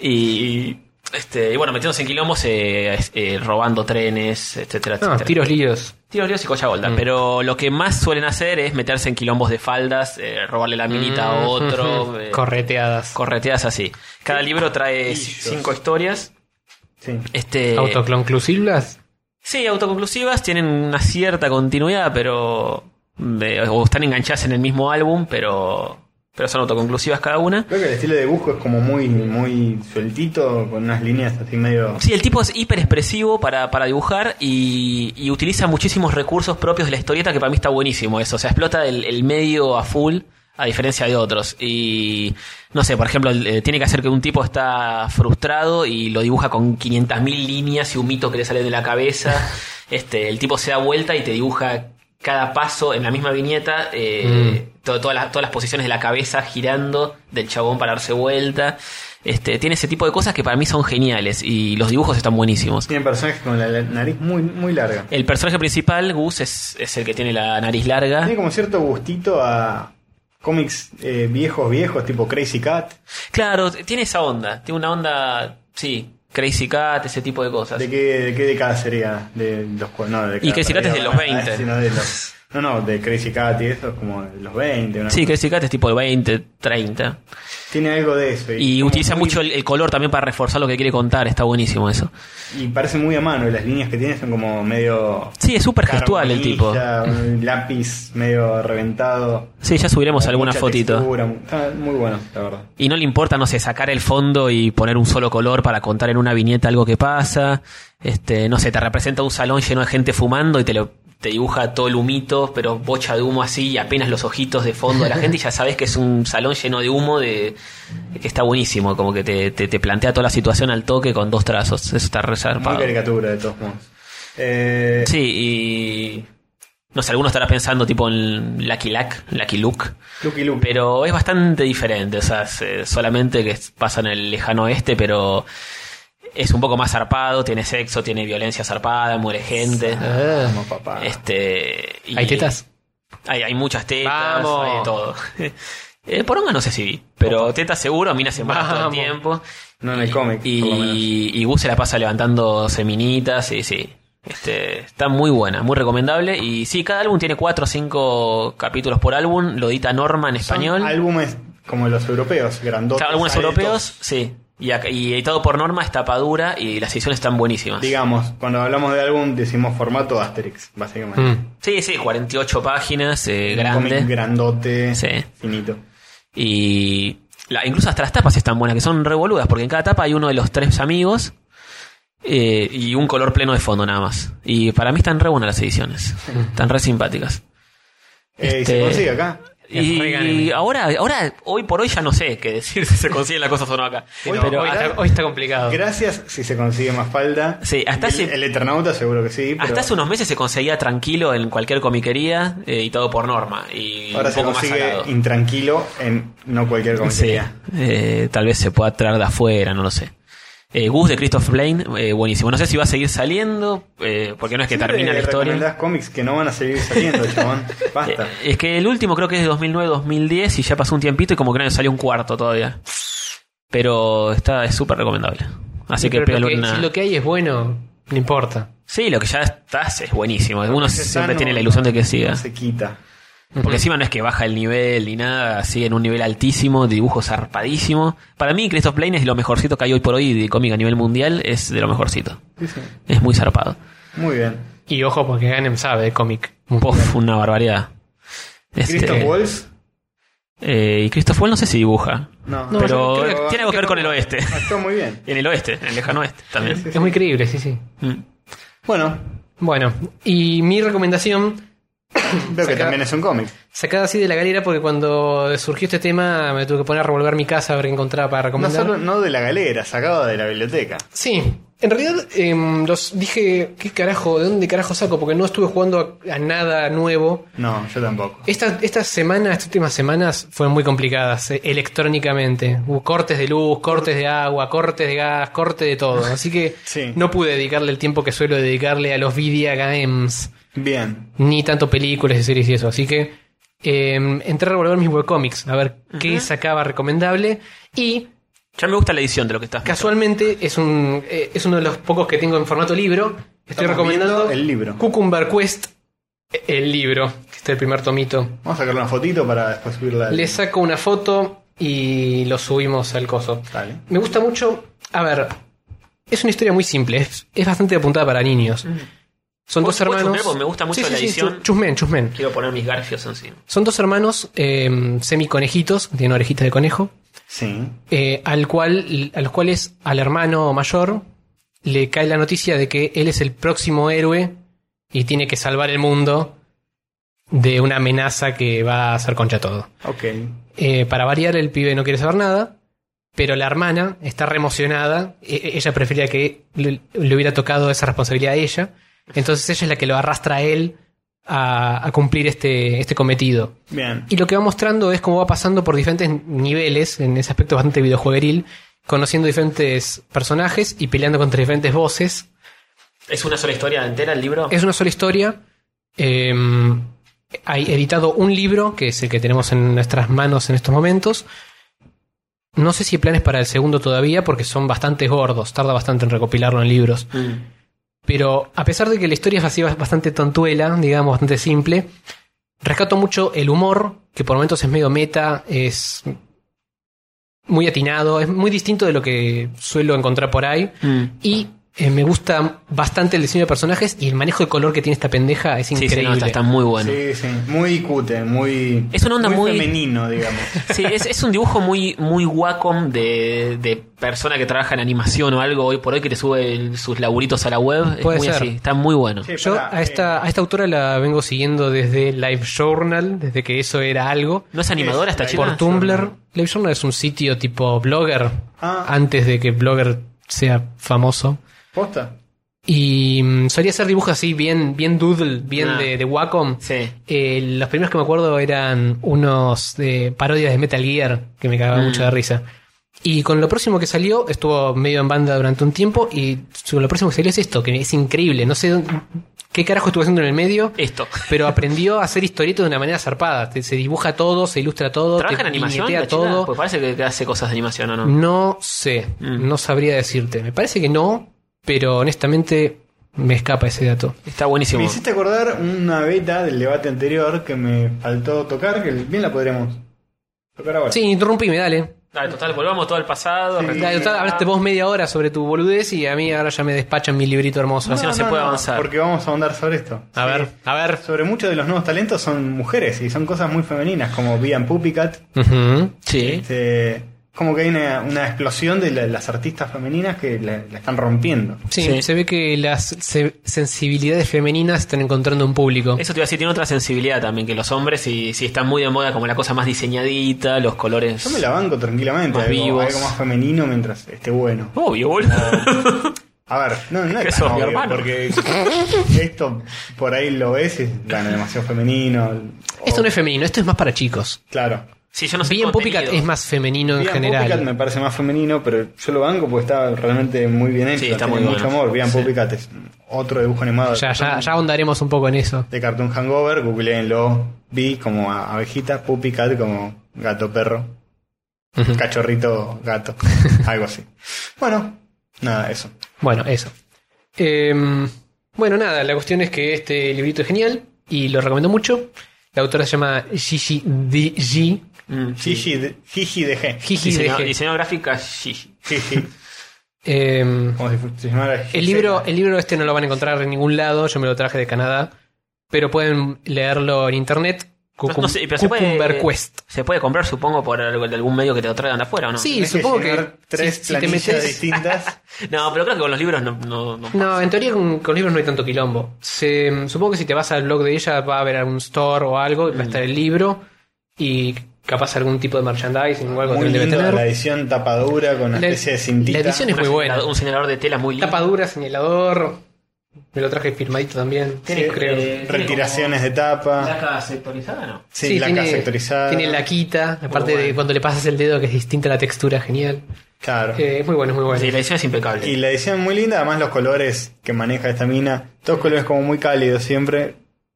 Speaker 1: Y, este, y bueno, metiéndose en quilombos, eh, es- eh, robando trenes, etcétera,
Speaker 4: No,
Speaker 1: etcétera.
Speaker 4: tiros líos.
Speaker 1: Tiros líos y cocha golda.
Speaker 4: Mm.
Speaker 1: Pero lo que más suelen hacer es meterse en quilombos de faldas, eh, robarle la minita a
Speaker 4: Ujú.
Speaker 1: otro. eh,
Speaker 4: Mm. Correteadas.
Speaker 1: correteadas así. Cada libro trae
Speaker 3: Pillos.
Speaker 1: cinco historias.
Speaker 3: Sí.
Speaker 4: Eh,
Speaker 1: Este,
Speaker 4: Autoclonclusivas.
Speaker 1: Sí, autoconclusivas, tienen una cierta continuidad, pero. de- o están enganchadas en el mismo álbum, pero. Pero son autoconclusivas cada una.
Speaker 3: Creo que el estilo de dibujo es como muy, muy sueltito, con unas líneas así medio.
Speaker 1: Sí, el tipo es hiper expresivo para, para dibujar y, y utiliza muchísimos recursos propios de la historieta que para mí está buenísimo eso. O sea, explota el, el medio a full a diferencia de otros. Y no sé, por ejemplo, el- eh, tiene que hacer que un tipo está frustrado y lo dibuja con 500.000 líneas y un mito que le sale de la cabeza. Este, el tipo se da vuelta y te dibuja cada paso en la misma viñeta. eh, to- todas, las, todas las posiciones de la cabeza girando, del chabón para darse vuelta. Este, tiene ese tipo de cosas que para mí son geniales y los dibujos están buenísimos.
Speaker 3: Tienen personajes con la la nariz muy, muy larga.
Speaker 1: El personaje principal, Gus, es, es el que tiene la nariz larga.
Speaker 3: Tiene como cierto gustito a. cómics eh, viejos, viejos, tipo Crazy Cat,
Speaker 1: Claro, tiene esa onda. Tiene una onda, sí, Crazy Cat, ese tipo de cosas.
Speaker 3: ¿de qué, de qué década sería? De los, cu- no, de
Speaker 1: Y Crazy Cat es de los 20.
Speaker 3: sino de los- no, no, de Crazy Cat y eso es como de los 20. una
Speaker 1: Sí,
Speaker 3: cosa.
Speaker 1: Crazy Cat es tipo de 20, 30.
Speaker 3: Tiene algo de eso.
Speaker 1: Y
Speaker 3: como
Speaker 1: utiliza
Speaker 3: muy-
Speaker 1: mucho el, el color también para reforzar lo que quiere contar. Está buenísimo eso.
Speaker 3: Y parece muy a mano, y las líneas que tiene son como medio...
Speaker 1: Sí, es súper gestual el tipo.
Speaker 3: carbonilla, Un lápiz medio reventado.
Speaker 1: Sí, ya subiremos
Speaker 3: Con
Speaker 1: alguna
Speaker 3: mucha
Speaker 1: fotito.
Speaker 3: textura, mu- Está muy bueno, la verdad.
Speaker 1: Y no le importa, no sé, sacar el fondo y poner un solo color para contar en una viñeta algo que pasa. Este, no sé, te representa un salón lleno de gente fumando y te lo te dibuja todo el humito, pero bocha de humo así y apenas los ojitos de fondo de la gente y ya sabes que es un salón lleno de humo de que está buenísimo, como que te, te- te plantea toda la situación al toque con dos trazos. Eso está
Speaker 3: Muy
Speaker 1: reservado.
Speaker 3: caricatura, de todos modos. Eh,
Speaker 1: Sí, y no sé, alguno estará pensando tipo en Lucky Luck, Lucky Luke.
Speaker 3: Lucky Luke.
Speaker 1: Pero es bastante diferente, o sea, es, eh, solamente que es- pasa en el lejano oeste, pero es un poco más zarpado, tiene sexo, tiene violencia zarpada, muere gente.
Speaker 4: Ah,
Speaker 3: Como papá.
Speaker 1: Este, y-
Speaker 4: ¿Hay tetas?
Speaker 1: Hay, hay muchas tetas,
Speaker 4: Vamos.
Speaker 1: hay de todo. Eh, poronga no sé si vi, pero tetas seguro, mina se muere todo el
Speaker 4: Vamos.
Speaker 1: tiempo.
Speaker 3: No en el
Speaker 1: Y-
Speaker 3: cómic, por
Speaker 1: Y,
Speaker 3: lo menos.
Speaker 1: y Gus se la pasa levantando seminitas, y sí. Este, está muy buena, muy recomendable. Y sí, cada álbum tiene cuatro o cinco capítulos por álbum, lo edita Norma en
Speaker 3: Son
Speaker 1: español.
Speaker 3: álbumes como los europeos, grandotes.
Speaker 1: Claro, algunos
Speaker 3: altos,
Speaker 1: europeos, sí. Y, acá- y editado por Norma está padura y las ediciones están buenísimas.
Speaker 3: Digamos, cuando hablamos de álbum decimos formato Asterix, básicamente.
Speaker 4: Mm.
Speaker 1: Sí, sí, 48 páginas, eh,
Speaker 3: Un cómic
Speaker 1: grande.
Speaker 3: grandote,
Speaker 1: Sí.
Speaker 3: finito.
Speaker 1: Y la- incluso hasta las tapas están buenas, que son revoludas, porque en cada tapa hay uno de los tres amigos eh, y un color pleno de fondo nada más. Y para mí están re buenas las ediciones. Están re simpáticas.
Speaker 3: Eh, ¿y
Speaker 1: Este-
Speaker 3: ¿Se consigue acá?
Speaker 4: Es
Speaker 1: Y,
Speaker 4: re ganeme.
Speaker 1: ahora, ahora, hoy por hoy ya no sé qué decir si se consiguen las cosas o no acá.
Speaker 3: Hoy-
Speaker 1: Pero-
Speaker 4: hoy,
Speaker 3: ahora-
Speaker 4: está, hoy está complicado.
Speaker 3: Gracias si se consigue más falda.
Speaker 1: Ah. Sí, hasta
Speaker 3: el,
Speaker 1: hace-
Speaker 3: el Eternauta seguro que sí.
Speaker 1: Hasta
Speaker 3: pero
Speaker 1: hace unos meses se conseguía tranquilo en cualquier comiquería, eh, editado por Norma. Y
Speaker 3: Ahora
Speaker 1: un
Speaker 3: se
Speaker 1: poco más
Speaker 3: consigue
Speaker 1: salado.
Speaker 3: intranquilo en no cualquier
Speaker 1: Sí,
Speaker 3: comiquería.
Speaker 1: eh, tal vez se pueda traer de afuera, no lo sé. Eh, Gus de Christoph Blaine, eh, buenísimo. No sé si va a seguir saliendo, eh, porque no es que
Speaker 3: Siempre
Speaker 1: termina la
Speaker 3: recomendás
Speaker 1: historia.
Speaker 3: cómics que no van a seguir saliendo, chabón. Basta.
Speaker 1: Eh, es que el último creo que es de 2009-2010 y ya pasó un tiempito y como que no salió un cuarto todavía. Pero está es súper recomendable. Así que
Speaker 4: Pero lo,
Speaker 1: pégale
Speaker 4: que,
Speaker 1: una...
Speaker 4: si lo que hay es bueno, no importa.
Speaker 1: Sí, lo que ya estás es buenísimo. Uno
Speaker 3: Ese
Speaker 1: siempre
Speaker 3: sano
Speaker 1: tiene la ilusión de que
Speaker 3: no
Speaker 1: siga.
Speaker 3: Se quita.
Speaker 1: Porque encima no es que baja el nivel ni nada, sigue en un nivel altísimo, dibujo zarpadísimo. Para mí, Christoph Blaine es lo mejorcito que hay hoy por hoy de cómic a nivel mundial, es de lo mejorcito.
Speaker 3: Sí, sí.
Speaker 1: Es muy zarpado.
Speaker 3: Muy bien.
Speaker 4: Y ojo, porque Ganem sabe de cómic.
Speaker 1: Puff, una barbaridad. Este,
Speaker 3: Christoph Waltz.
Speaker 1: eh, y Christoph Wall no sé si dibuja.
Speaker 3: No,
Speaker 4: No,
Speaker 1: pero tiene algo que ver con el oeste.
Speaker 3: Actuó muy bien.
Speaker 1: En el oeste, en el lejano oeste también.
Speaker 4: Es muy creíble, sí, sí.
Speaker 1: Mm.
Speaker 3: Bueno,
Speaker 4: Bueno, y mi recomendación,
Speaker 3: veo que
Speaker 4: Saca-
Speaker 3: también es un cómic.
Speaker 4: sacada así de la galera, porque cuando surgió este tema me tuve que poner a revolver mi casa a ver qué encontraba para
Speaker 3: No
Speaker 4: recomendar.
Speaker 3: solo no de la galera, sacado de la biblioteca.
Speaker 4: Sí, en realidad em, los dije, ¿qué carajo? ¿De dónde carajo saco? Porque no estuve jugando a, a nada nuevo.
Speaker 3: No, yo tampoco.
Speaker 1: Eh,
Speaker 4: Esta, esta semana, estas últimas semanas fueron muy complicadas eh, electrónicamente. Hubo cortes de luz, cortes de agua, cortes de gas, corte de todo. Así que
Speaker 3: Sí.
Speaker 4: no pude dedicarle el tiempo que suelo dedicarle a los video games,
Speaker 3: Bien.
Speaker 4: ni tanto películas y series y eso. Así que em, entré a revolver mis webcomics a ver qué sacaba recomendable. Y
Speaker 1: Ya me gusta la edición de lo que estás
Speaker 4: Casualmente es un eh, es uno de los pocos que tengo en formato libro. Estoy
Speaker 3: Estamos
Speaker 4: recomendando
Speaker 3: viendo el libro.
Speaker 4: Cucumber Quest, eh, el libro, que está el primer tomito.
Speaker 3: Vamos a sacarle una fotito para después subirla. al-
Speaker 4: Le saco una foto y lo subimos al coso.
Speaker 3: Dale.
Speaker 4: Me gusta mucho. A ver, es una historia muy simple. Es, es bastante apuntada para niños. Son
Speaker 1: ¿Puedo-
Speaker 4: dos
Speaker 1: puedo
Speaker 4: hermanos.
Speaker 1: chusmear? Porque me gusta mucho la edición.
Speaker 4: chu- Chusmen, chusmen.
Speaker 1: Quiero poner mis garfios encima.
Speaker 4: Son dos hermanos eh, semiconejitos, tienen orejitas de conejo
Speaker 3: Sí.
Speaker 4: eh, al cual, a los cuales al hermano mayor le cae la noticia de que él es el próximo héroe y tiene que salvar el mundo de una amenaza que va a hacer concha todo.
Speaker 3: Ok.
Speaker 4: Eh, para variar, el pibe no quiere saber nada, pero la hermana está re emocionada. e- e- ella prefería que le, le hubiera tocado esa responsabilidad a ella. Entonces ella es la que lo arrastra a él a, a cumplir este, este cometido.
Speaker 3: Bien.
Speaker 4: Y lo que va mostrando es cómo va pasando por diferentes niveles, en ese aspecto bastante videojuegueril, conociendo diferentes personajes y peleando contra diferentes voces.
Speaker 1: ¿Es una sola historia entera el libro?
Speaker 4: Es una sola historia. eh, hay editado un libro, que es el que tenemos en nuestras manos en estos momentos. No sé si hay planes para el segundo todavía, porque son bastante gordos, tarda bastante en recopilarlo en libros. Pero a pesar de que la historia es así bastante tontuela, digamos, bastante simple, rescato mucho el humor, que por momentos es medio meta, es muy atinado, es muy distinto de lo que suelo encontrar por ahí.
Speaker 1: Mm.
Speaker 4: Y eh, me gusta bastante el diseño de personajes y el manejo de color que tiene esta pendeja es
Speaker 1: Sí,
Speaker 4: increíble.
Speaker 1: sí, no, está, está muy bueno.
Speaker 3: Sí, sí. Muy cute, muy.
Speaker 1: Es una onda muy-
Speaker 3: femenino, digamos.
Speaker 1: Sí, es, es un dibujo muy, muy Wacom de, de persona que trabaja en animación o algo hoy por hoy que te sube el- sus laburitos a la web. Es
Speaker 4: Puede
Speaker 1: muy
Speaker 4: ser.
Speaker 1: así, está muy bueno.
Speaker 3: Sí,
Speaker 4: Yo
Speaker 3: pará,
Speaker 4: a
Speaker 3: eh,
Speaker 4: esta, a esta autora la vengo siguiendo desde Live Journal, desde que eso era algo.
Speaker 1: ¿No es animadora esta
Speaker 3: Es
Speaker 1: chica?
Speaker 4: Por
Speaker 3: Live
Speaker 4: Tumblr.
Speaker 3: Journal.
Speaker 4: Live Journal es un sitio tipo blogger,
Speaker 3: Ah.
Speaker 4: antes de que blogger sea famoso.
Speaker 3: ¿Posta?
Speaker 4: Y mm, solía hacer dibujos así, bien, bien doodle, bien
Speaker 1: Ah.
Speaker 4: de, de Wacom.
Speaker 1: Sí.
Speaker 4: Eh, los primeros que me acuerdo eran unos eh, parodias de Metal Gear que me cagaba
Speaker 1: Mm.
Speaker 4: mucho de risa. Y con lo próximo que salió, estuvo medio en banda durante un tiempo. Y su- lo próximo que salió es esto, que es increíble. No sé dónde- qué carajo estuvo haciendo en el medio,
Speaker 1: Esto.
Speaker 4: pero aprendió a hacer historietas de una manera zarpada. Te- se dibuja todo, se ilustra todo,
Speaker 1: ¿Trabaja
Speaker 4: te
Speaker 1: en animación?
Speaker 4: viñetea
Speaker 1: la chica?
Speaker 4: todo.
Speaker 1: Pues parece que- que hace cosas de animación o no.
Speaker 4: No sé,
Speaker 1: Mm.
Speaker 4: no sabría decirte. Me parece que no, pero honestamente me escapa ese dato.
Speaker 1: Está buenísimo.
Speaker 3: Me hiciste acordar una beta del debate anterior que me faltó tocar, que bien la podríamos tocar ahora.
Speaker 4: Sí, interrumpime, dale.
Speaker 1: Dale, total, volvamos todo al pasado.
Speaker 3: Sí.
Speaker 1: retomar.
Speaker 4: Dale, total, hablaste vos media hora sobre tu boludez y a mí ahora ya me despachan mi librito hermoso.
Speaker 1: No, si se puede avanzar.
Speaker 3: Porque vamos a ahondar sobre esto.
Speaker 4: A ver, a ver.
Speaker 3: Sobre muchos de los nuevos talentos son mujeres y son cosas muy femeninas, como Vian Pupicat.
Speaker 4: Ujú.
Speaker 1: Sí.
Speaker 3: Este, como que hay una, una explosión de la- las artistas femeninas que la, la están rompiendo.
Speaker 4: Sí,
Speaker 1: Sí.
Speaker 4: se ve que las se- sensibilidades femeninas están encontrando un público.
Speaker 1: Eso te iba a decir, tiene otra sensibilidad también que los hombres, si, si están muy de moda, como la cosa más diseñadita, los colores.
Speaker 3: Yo me la banco tranquilamente,
Speaker 1: Más
Speaker 3: algo,
Speaker 1: vivos.
Speaker 3: algo más femenino mientras esté bueno.
Speaker 1: Obvio, boludo.
Speaker 3: A ver, no, no
Speaker 1: Que
Speaker 3: es
Speaker 1: sos
Speaker 3: tan
Speaker 1: mi
Speaker 3: obvio,
Speaker 1: hermano.
Speaker 3: porque esto por ahí lo ves y es bueno, demasiado femenino.
Speaker 4: Esto no es femenino, esto es más para chicos.
Speaker 3: Claro.
Speaker 1: Si yo no sé
Speaker 4: Bien Pupicat
Speaker 1: contenido.
Speaker 4: es más femenino en
Speaker 3: Vian Pupicat
Speaker 4: general.
Speaker 3: me parece más femenino, pero yo lo banco porque está realmente muy bien hecho.
Speaker 1: Sí, está
Speaker 3: tiene
Speaker 1: muy
Speaker 3: mucho
Speaker 1: bueno.
Speaker 3: amor. Vian
Speaker 1: Sí.
Speaker 3: Pupicat es otro dibujo animado
Speaker 4: Ya, ya, ya ahondaremos un poco en eso.
Speaker 3: de Cartoon Hangover. Googleenlo. Vi como a- abejita, Pupicat como gato perro,
Speaker 4: Ujú.
Speaker 3: cachorrito gato, algo así. Bueno, nada, eso.
Speaker 4: Bueno, eso. Em, bueno, nada, la cuestión es que este librito es genial y lo recomiendo mucho. La autora se llama Gigi DG.
Speaker 1: Mm, sí.
Speaker 3: Gigi de, Gigi de G.
Speaker 4: Gigi
Speaker 1: Diseño,
Speaker 4: DG.
Speaker 1: diseño gráfica, sí.
Speaker 3: Gigi.
Speaker 4: Em,
Speaker 3: Como si fu- se llamara
Speaker 4: el,
Speaker 3: Gisela.
Speaker 4: libro, el libro este no lo van a encontrar en ningún lado, yo me lo traje de Canadá, pero pueden leerlo en internet.
Speaker 1: No-
Speaker 4: Cucum-
Speaker 1: no sé, pero se puede-
Speaker 4: Cucumber Quest.
Speaker 1: Se puede comprar, supongo, por algo- de algún medio que te lo traigan de afuera, ¿o no?
Speaker 4: Sí,
Speaker 3: Tenés
Speaker 4: supongo que
Speaker 3: llenar tres
Speaker 4: si- si te
Speaker 3: planillas
Speaker 4: metes-
Speaker 3: distintas.
Speaker 1: No, pero creo que con los libros no. no- no-
Speaker 4: No, en teoría con, con libros no hay tanto quilombo. Se- supongo que si te vas al blog de ella va a haber algún store o algo, y va a estar el libro y capaz algún tipo de merchandising o algo
Speaker 3: Muy
Speaker 4: que debe
Speaker 3: lindo la
Speaker 4: tener.
Speaker 3: edición tapadura con una
Speaker 4: La-
Speaker 3: especie de cintita.
Speaker 4: la edición es-
Speaker 1: una
Speaker 4: muy buena.
Speaker 1: señalado- Un señalador de tela muy lindo.
Speaker 4: Tapa dura, señalador. Me lo traje firmadito también.
Speaker 1: Tiene,
Speaker 4: Sí, creo.
Speaker 1: eh,
Speaker 3: Retiraciones de tapa.
Speaker 1: ¿Placa sectorizada no?
Speaker 3: Sí,
Speaker 4: Sí,
Speaker 3: laca sectorizada.
Speaker 4: tiene laquita,
Speaker 1: Muy
Speaker 4: aparte de
Speaker 1: bueno.
Speaker 4: cuando le pasas el dedo que es distinta la textura, genial.
Speaker 3: Claro.
Speaker 4: Eh, es muy bueno, es muy bueno.
Speaker 1: Sí, la edición es impecable.
Speaker 3: Y la edición muy linda, además los colores que maneja esta mina, todos colores como muy cálidos siempre.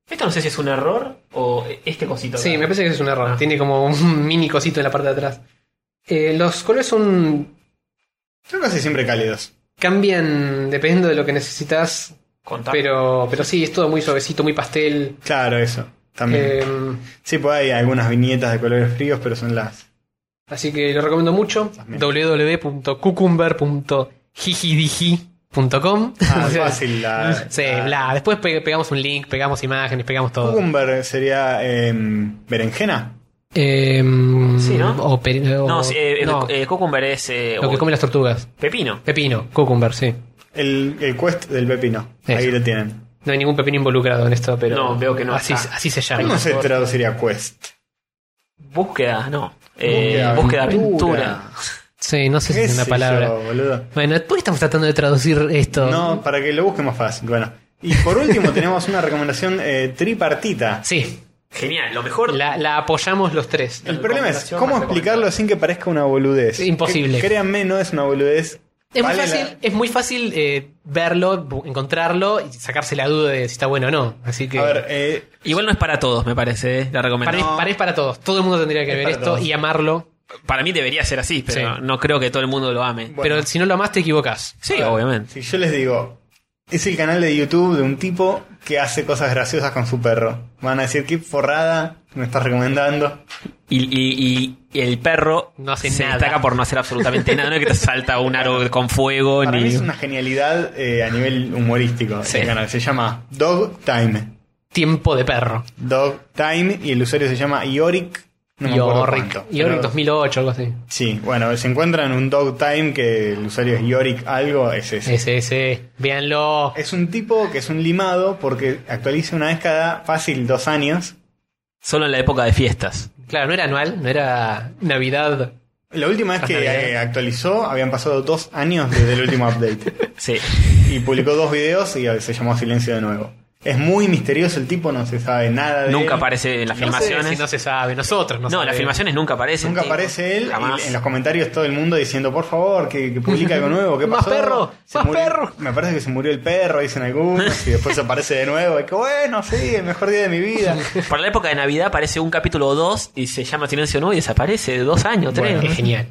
Speaker 1: Esto no sé si es un error o este cosito.
Speaker 4: Sí,
Speaker 1: acá.
Speaker 4: me parece que es un error.
Speaker 1: Ah.
Speaker 4: Tiene como un mini cosito en la parte de atrás. Eh, los colores son
Speaker 3: Son casi siempre cálidos.
Speaker 4: cambian dependiendo de lo que necesitas,
Speaker 3: Ah.
Speaker 1: Contá.
Speaker 4: pero pero sí, es todo muy suavecito, muy pastel.
Speaker 3: Claro, eso. También.
Speaker 4: Eh,
Speaker 3: sí, pues hay algunas viñetas de colores fríos, pero son las.
Speaker 4: así que lo recomiendo mucho.
Speaker 3: También.
Speaker 4: www.cucumber.gigidigi.com
Speaker 3: Ah, fácil la.
Speaker 4: Sí,
Speaker 3: la-
Speaker 4: bla. Después pe- pegamos un link, pegamos imágenes, pegamos todo.
Speaker 3: Cucumber sería em, berenjena.
Speaker 4: Em,
Speaker 1: Sí, ¿no?
Speaker 4: O, peri- o-
Speaker 1: No, sí, eh,
Speaker 4: no,
Speaker 1: eh, cucumber es. eh,
Speaker 4: lo que
Speaker 1: o-
Speaker 4: comen las tortugas.
Speaker 1: Pepino.
Speaker 4: Pepino, cucumber, sí.
Speaker 3: El, el quest del pepino.
Speaker 4: Eso.
Speaker 3: Ahí lo tienen.
Speaker 4: No hay ningún pepino involucrado en esto, pero.
Speaker 1: No, veo que no
Speaker 4: Así,
Speaker 1: está.
Speaker 4: así se llama.
Speaker 3: ¿Cómo se traduciría quest?
Speaker 1: Búsqueda, no. Eh, búsqueda, aventura.
Speaker 4: Sí, no sé si
Speaker 3: ¿Qué
Speaker 4: es una
Speaker 3: sé
Speaker 4: palabra.
Speaker 3: yo, boludo?
Speaker 4: Bueno, ¿por qué estamos tratando de traducir esto?
Speaker 3: No, para que lo busque más fácil. Bueno. Y por último tenemos una recomendación eh, tripartita.
Speaker 4: Sí,
Speaker 1: Genial, lo mejor.
Speaker 4: la, la apoyamos los tres.
Speaker 3: El problema es
Speaker 1: Recomendación
Speaker 3: cómo
Speaker 1: más
Speaker 3: explicarlo sin que parezca una boludez.
Speaker 4: Imposible.
Speaker 3: Que- créanme, no es una boludez.
Speaker 4: Es muy
Speaker 3: Vale la-
Speaker 4: fácil, es muy fácil eh, verlo, bu- encontrarlo y sacarse la duda de si está bueno o no. Así que
Speaker 3: A ver, eh,
Speaker 1: Igual no es para todos, me parece, eh, la
Speaker 4: para,
Speaker 1: recomendación.
Speaker 4: para- es para todos. Todo el mundo tendría que
Speaker 3: Es
Speaker 4: ver
Speaker 3: para
Speaker 4: esto
Speaker 3: todos.
Speaker 4: y amarlo.
Speaker 1: Para, mí debería ser así, pero
Speaker 4: Sí.
Speaker 1: no creo que todo el mundo lo ame.
Speaker 3: Bueno.
Speaker 4: Pero si no lo amas, te equivocas.
Speaker 1: Sí, obviamente.
Speaker 3: si yo les digo, es el canal de YouTube de un tipo que hace cosas graciosas con su perro. Van a decir, qué forrada me estás recomendando.
Speaker 1: Y, y- y- y el perro
Speaker 4: No hace
Speaker 1: se
Speaker 4: nada.
Speaker 1: destaca por no hacer absolutamente nada. No es que te salta un aro con fuego
Speaker 3: Para mí
Speaker 1: ni.
Speaker 3: es una genialidad eh, a nivel humorístico.
Speaker 1: Sí.
Speaker 3: El canal se llama Dog Time.
Speaker 4: Tiempo de perro.
Speaker 3: Dog Time y el usuario se llama Ioric. No me acuerdo
Speaker 4: Yorick.
Speaker 3: cuánto,
Speaker 4: Yorick
Speaker 3: pero-
Speaker 4: 2008, algo así.
Speaker 3: Sí, bueno, se encuentran un Dog Time que el usuario es Yorick algo, es ese.
Speaker 4: Ese, ese. Véanlo.
Speaker 3: Es un tipo que es un limado porque actualiza una vez cada fácil dos años.
Speaker 1: Solo en la época de fiestas.
Speaker 4: Claro, no era anual, no era Navidad.
Speaker 3: La última vez
Speaker 4: Tras
Speaker 3: que
Speaker 4: Navidad.
Speaker 3: eh, actualizó habían pasado dos años desde el último update.
Speaker 1: Sí.
Speaker 3: Y publicó dos videos y se llamó Silencio de nuevo. Es muy misterioso el tipo, no se sabe nada de
Speaker 1: Nunca
Speaker 3: él.
Speaker 1: aparece en las
Speaker 4: No sé
Speaker 1: filmaciones.
Speaker 4: si no se sabe, nosotros no
Speaker 1: no, las
Speaker 4: sabemos.
Speaker 1: filmaciones nunca aparecen.
Speaker 3: Nunca
Speaker 1: tipo.
Speaker 3: aparece él
Speaker 1: Jamás.
Speaker 3: y en los comentarios todo el mundo diciendo, por favor, que, que publica algo nuevo, ¿qué
Speaker 4: Más
Speaker 3: pasó?
Speaker 4: perro, más
Speaker 3: murió-
Speaker 4: perro.
Speaker 3: Me parece que se murió el perro, dicen algunos, y después aparece de nuevo, y que bueno, sí, el mejor día de mi vida.
Speaker 1: Para la época de Navidad aparece un capítulo o dos y se llama Silencio Nuevo y desaparece de dos años, tres.
Speaker 3: Bueno,
Speaker 4: Es genial.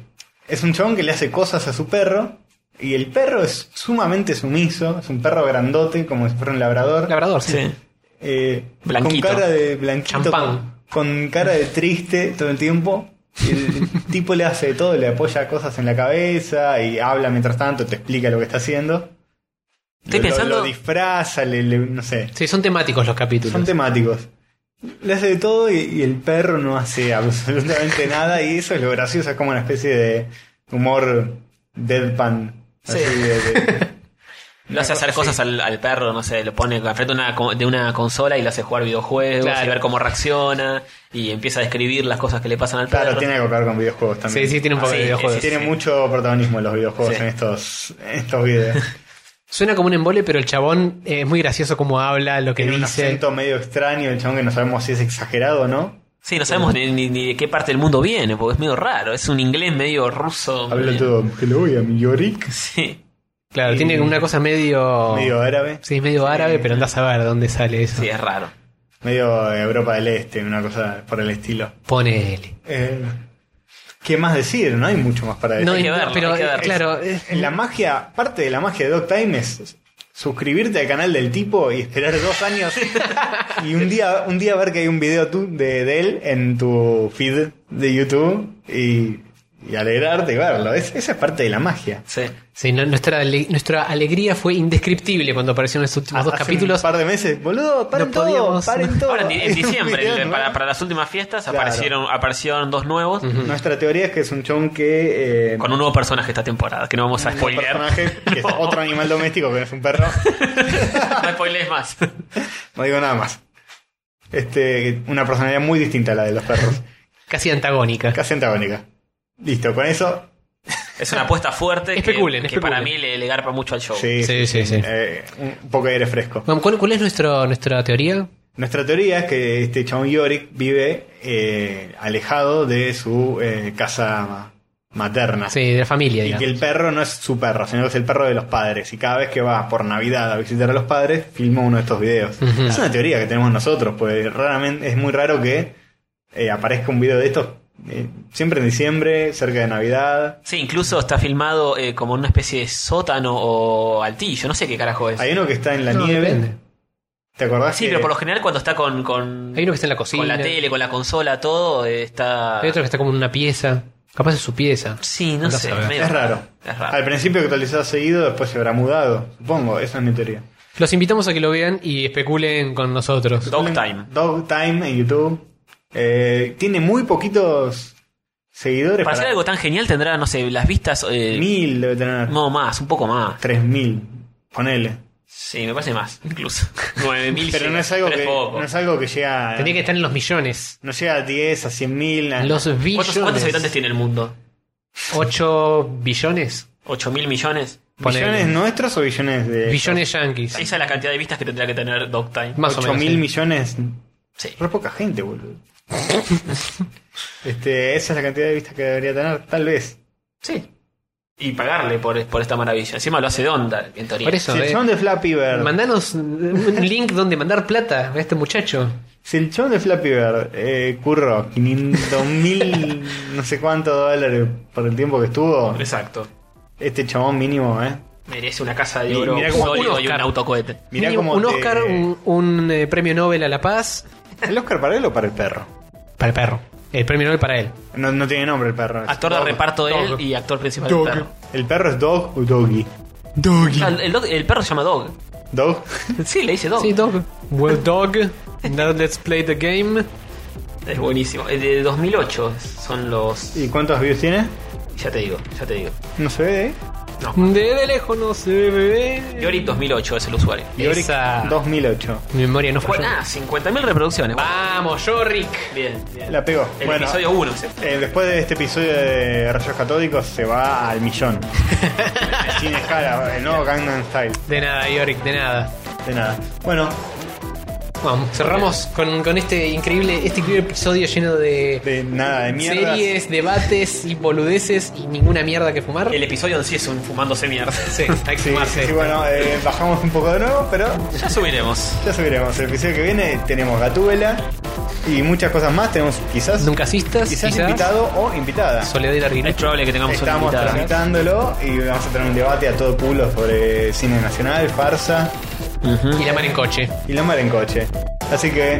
Speaker 3: Es un chabón que le hace cosas a su perro, y el perro es sumamente sumiso, es un perro grandote, como si fuera un labrador.
Speaker 4: Labrador, sí.
Speaker 1: Sí.
Speaker 3: eh,
Speaker 1: Blanquito.
Speaker 3: Con cara de blanquito. Con,
Speaker 4: Champán.
Speaker 3: con cara de triste todo el tiempo. El tipo le hace de todo, le apoya cosas en la cabeza y habla mientras tanto, te explica lo que está haciendo.
Speaker 1: Estoy
Speaker 3: Lo- lo-
Speaker 1: pensando-
Speaker 3: Lo, disfraza, le- le- no sé.
Speaker 4: Sí, son temáticos los capítulos.
Speaker 3: Son temáticos. Le hace de todo y, y el perro no hace absolutamente nada. Y eso es lo gracioso, es como una especie de humor deadpan. así de- de-
Speaker 1: Lo hace hacer cosas al, al perro, no sé, lo pone enfrente una, co- de una consola y lo hace jugar videojuegos
Speaker 4: Claro.
Speaker 1: y ver cómo reacciona y empieza a describir las cosas que le pasan al
Speaker 3: claro,
Speaker 1: perro.
Speaker 3: tiene algo que ver con videojuegos también.
Speaker 4: Sí, sí, tiene un poco
Speaker 1: Ah, sí,
Speaker 4: de videojuegos.
Speaker 1: sí, sí.
Speaker 3: Tiene mucho protagonismo los videojuegos
Speaker 1: Sí.
Speaker 3: en estos en estos videos.
Speaker 4: Suena como un embole, pero el chabón eh, es muy gracioso como habla, lo que
Speaker 3: Tiene un
Speaker 4: dice.
Speaker 3: acento medio extraño, el chabón que no sabemos si es exagerado o no.
Speaker 1: Sí, no sabemos ni, ni- ni de qué parte del mundo viene, porque es medio raro. Es un inglés medio ruso.
Speaker 3: Habla
Speaker 1: medio-
Speaker 3: todo, hello, I'm Yorick.
Speaker 1: Sí,
Speaker 4: Claro,
Speaker 3: Y-
Speaker 4: tiene una cosa
Speaker 1: Oh.
Speaker 4: medio.
Speaker 3: Medio árabe,
Speaker 4: Sí, medio árabe, pero andás a ver dónde sale eso.
Speaker 1: sí, es raro.
Speaker 3: medio Europa del Este, una cosa por el estilo.
Speaker 4: Ponele.
Speaker 3: Eh, ¿Qué más decir? No hay mucho más para decir.
Speaker 4: No,
Speaker 1: que
Speaker 4: no,
Speaker 1: verlo,
Speaker 4: pero
Speaker 1: hay que
Speaker 4: eh,
Speaker 1: verlo.
Speaker 4: claro, eh,
Speaker 3: Es- La magia, parte de la magia de Doc Time es suscribirte al canal del tipo y esperar dos años y un día, un día ver que hay un video tú- de, de él en tu feed de YouTube y, y alegrarte y verlo. Es- esa es parte de la magia.
Speaker 1: Sí.
Speaker 4: sí, no- nuestra, ale- nuestra alegría fue indescriptible cuando aparecieron estos últimos dos
Speaker 3: Hace
Speaker 4: capítulos.
Speaker 3: Un par de meses, boludo, paren
Speaker 4: No
Speaker 3: todo,
Speaker 4: podíamos.
Speaker 3: paren todo.
Speaker 1: Ahora en, di- en diciembre,
Speaker 3: Mirá,
Speaker 1: el-
Speaker 3: ¿no?
Speaker 1: para, para las últimas fiestas,
Speaker 3: Claro.
Speaker 1: aparecieron, aparecieron dos nuevos
Speaker 3: Nuestra teoría es que es un chon que. eh,
Speaker 1: con un nuevo personaje esta temporada, que no vamos a
Speaker 3: un
Speaker 1: spoilear.
Speaker 3: personaje que es otro animal doméstico que no es un perro.
Speaker 1: no spoilees más.
Speaker 3: No digo nada más. Este, una personalidad muy distinta a la de los perros.
Speaker 4: Casi antagónica.
Speaker 3: Casi antagónica. Listo, con eso.
Speaker 1: Es una apuesta fuerte que-
Speaker 4: Especulen,
Speaker 1: que,
Speaker 4: especulen.
Speaker 1: para mí le, le garpa mucho al show.
Speaker 3: Sí,
Speaker 4: Sí, sí, sí.
Speaker 3: eh, un poco de aire fresco.
Speaker 4: Bueno, ¿Cuál, cuál es nuestro, nuestra teoría?
Speaker 3: Nuestra teoría es que este chabón Yorick vive eh, alejado de su eh, casa ma- materna.
Speaker 4: Sí, de la familia,
Speaker 3: Y que
Speaker 4: digamos.
Speaker 3: el perro no es su perro, sino que es el perro de los padres. Y cada vez que va por Navidad a visitar a los padres, filma uno de estos videos.
Speaker 4: Ujú.
Speaker 3: Es una teoría que tenemos nosotros, pues raramente es muy raro que eh, aparezca un video de estos eh, siempre en diciembre, cerca de Navidad.
Speaker 1: Sí, incluso está filmado eh, como en una especie de sótano o altillo, no sé qué carajo es.
Speaker 3: Hay uno que está en la
Speaker 4: No,
Speaker 3: nieve.
Speaker 4: depende.
Speaker 3: ¿Te acordás?
Speaker 1: sí,
Speaker 3: que-
Speaker 1: pero por lo general cuando está con, con,
Speaker 4: Hay uno que está en la cocina.
Speaker 1: con la tele, con la consola, todo, eh, está...
Speaker 4: Hay otro que está como en una pieza. Capaz es su pieza.
Speaker 1: Sí, no
Speaker 4: Andá a
Speaker 1: sé.
Speaker 4: saber.
Speaker 1: medio
Speaker 3: Es raro.
Speaker 1: Es
Speaker 3: Al
Speaker 1: raro.
Speaker 3: principio actualizado seguido, después se habrá mudado. Supongo, esa es mi teoría.
Speaker 4: Los invitamos a que lo vean y especulen con nosotros.
Speaker 1: Dog Time.
Speaker 3: Dog Time en YouTube. Eh, tiene muy poquitos seguidores.
Speaker 1: Para hacer algo tan genial tendrá, no sé, las vistas... eh,
Speaker 3: Mil debe tener.
Speaker 1: No, más, un poco más.
Speaker 3: 3000, ponele.
Speaker 1: Sí, me parece más, incluso. 9000
Speaker 3: Pero no
Speaker 1: llega,
Speaker 3: es algo
Speaker 1: pero
Speaker 3: que
Speaker 1: poco.
Speaker 3: no es algo que llega
Speaker 4: Tendría que estar en los millones.
Speaker 3: no llega a 10 a 100 mil. a-
Speaker 4: Los billones.
Speaker 1: ¿Cuántos, cuántos habitantes tiene el mundo?
Speaker 4: 8 billones.
Speaker 1: ¿8000 millones?
Speaker 4: ponele.
Speaker 3: billones nuestros o billones de
Speaker 4: Billones yanquis.
Speaker 1: Esa es la cantidad de vistas que tendría que tener Dog Time.
Speaker 4: Más o
Speaker 3: 8
Speaker 4: menos.
Speaker 3: mil
Speaker 4: sí.
Speaker 3: millones.
Speaker 1: Sí.
Speaker 3: Re poca gente, boludo. este, esa es la cantidad de vistas que debería tener, tal vez.
Speaker 1: Sí. y pagarle por, por esta maravilla. Encima lo hace Donda, en teoría.
Speaker 4: Por eso,
Speaker 3: Si el
Speaker 4: eh,
Speaker 3: chabón de Flappy Bird.
Speaker 4: mandanos un link donde mandar plata a este muchacho.
Speaker 3: Si el chabón de Flappy Bird eh, curró 500 mil, no sé cuántos dólares por el tiempo que estuvo,
Speaker 1: Exacto.
Speaker 3: este chabón mínimo, ¿eh?
Speaker 1: Merece una casa de
Speaker 3: Y
Speaker 1: oro
Speaker 3: mirá cómo-
Speaker 1: sólido
Speaker 4: un
Speaker 1: y un
Speaker 4: Oscar.
Speaker 1: autocohete.
Speaker 3: Mirá
Speaker 4: Mínimo
Speaker 3: cómo
Speaker 4: un
Speaker 3: te-
Speaker 4: Oscar, un, un, eh, premio Nobel a La Paz.
Speaker 3: ¿El Oscar para él o para el perro?
Speaker 4: Para el perro. El premio Nobel para él.
Speaker 3: No, no tiene nombre el perro. es
Speaker 1: Actor de
Speaker 3: Dog.
Speaker 1: reparto de él
Speaker 4: Dog.
Speaker 1: y actor principal
Speaker 3: Dog.
Speaker 1: del perro.
Speaker 3: ¿El perro es Dog o Doggy?
Speaker 1: No, Ah, el, el dog- el perro se llama Dog.
Speaker 3: Dog.
Speaker 1: Oh. Sí, le dice Dog.
Speaker 4: Sí, dog. Well, dog. Now let's play the game.
Speaker 1: Es buenísimo. Es de 2008 son los...
Speaker 3: ¿Y cuántos views tiene?
Speaker 1: Ya te digo, ya te digo.
Speaker 3: No se ve, ¿eh?
Speaker 4: De, de lejos no se ve.
Speaker 1: Yorick 2008 es el usuario.
Speaker 3: Yorick
Speaker 4: Esa-
Speaker 3: 2008.
Speaker 4: Mi memoria no
Speaker 1: Bueno,
Speaker 4: falla.
Speaker 1: ah, 50.000 reproducciones.
Speaker 4: Ah, Vamos, Yorick.
Speaker 1: Bien, bien.
Speaker 3: La pegó.
Speaker 1: El
Speaker 3: bueno,
Speaker 1: episodio 1 es
Speaker 3: eh, después de este episodio de Rayos Catódicos se va al millón. Sin escala, el nuevo Gangnam Style.
Speaker 4: De nada, Yorick, de nada.
Speaker 3: De nada. Bueno,
Speaker 4: Vamos, cerramos con, con este increíble este increíble episodio lleno de,
Speaker 3: de nada, de mierda.
Speaker 4: series, debates y boludeces y ninguna mierda que fumar.
Speaker 1: El episodio en sí es un fumándose mierda.
Speaker 4: Sí, hay que
Speaker 3: Sí,
Speaker 4: fumarse.
Speaker 3: sí, sí, bueno, eh, bajamos un poco de nuevo, pero
Speaker 1: Ya subiremos.
Speaker 3: ya subiremos. El episodio que viene tenemos Gatúbela y muchas cosas más. Tenemos quizás,
Speaker 4: Nunca asistas,
Speaker 3: quizás, invitado o invitada.
Speaker 4: Soledad y la
Speaker 1: Es
Speaker 4: Rinecho.
Speaker 1: probable que tengamos una
Speaker 3: Estamos
Speaker 1: invitada.
Speaker 3: tramitándolo y vamos a tener un debate a todo culo sobre cine nacional, farsa
Speaker 4: Y la mar en coche.
Speaker 3: y la mar en coche. Así que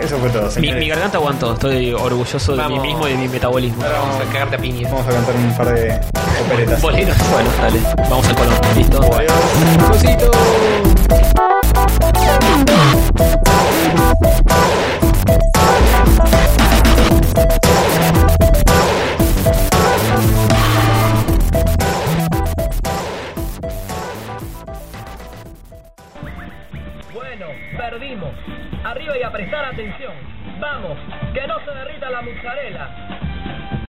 Speaker 3: eso fue todo,
Speaker 1: Mi,
Speaker 3: señores.
Speaker 1: mi garganta aguantó. Estoy orgulloso de
Speaker 4: Vamos.
Speaker 1: mí mismo y de mi metabolismo.
Speaker 4: Ahora vamos a cagarte a piña.
Speaker 3: Vamos a cantar un par de operetas.
Speaker 4: Boleros.
Speaker 1: Bueno, dale. Vamos al colón. ¿Listo?
Speaker 3: Adiós.
Speaker 4: Cosito.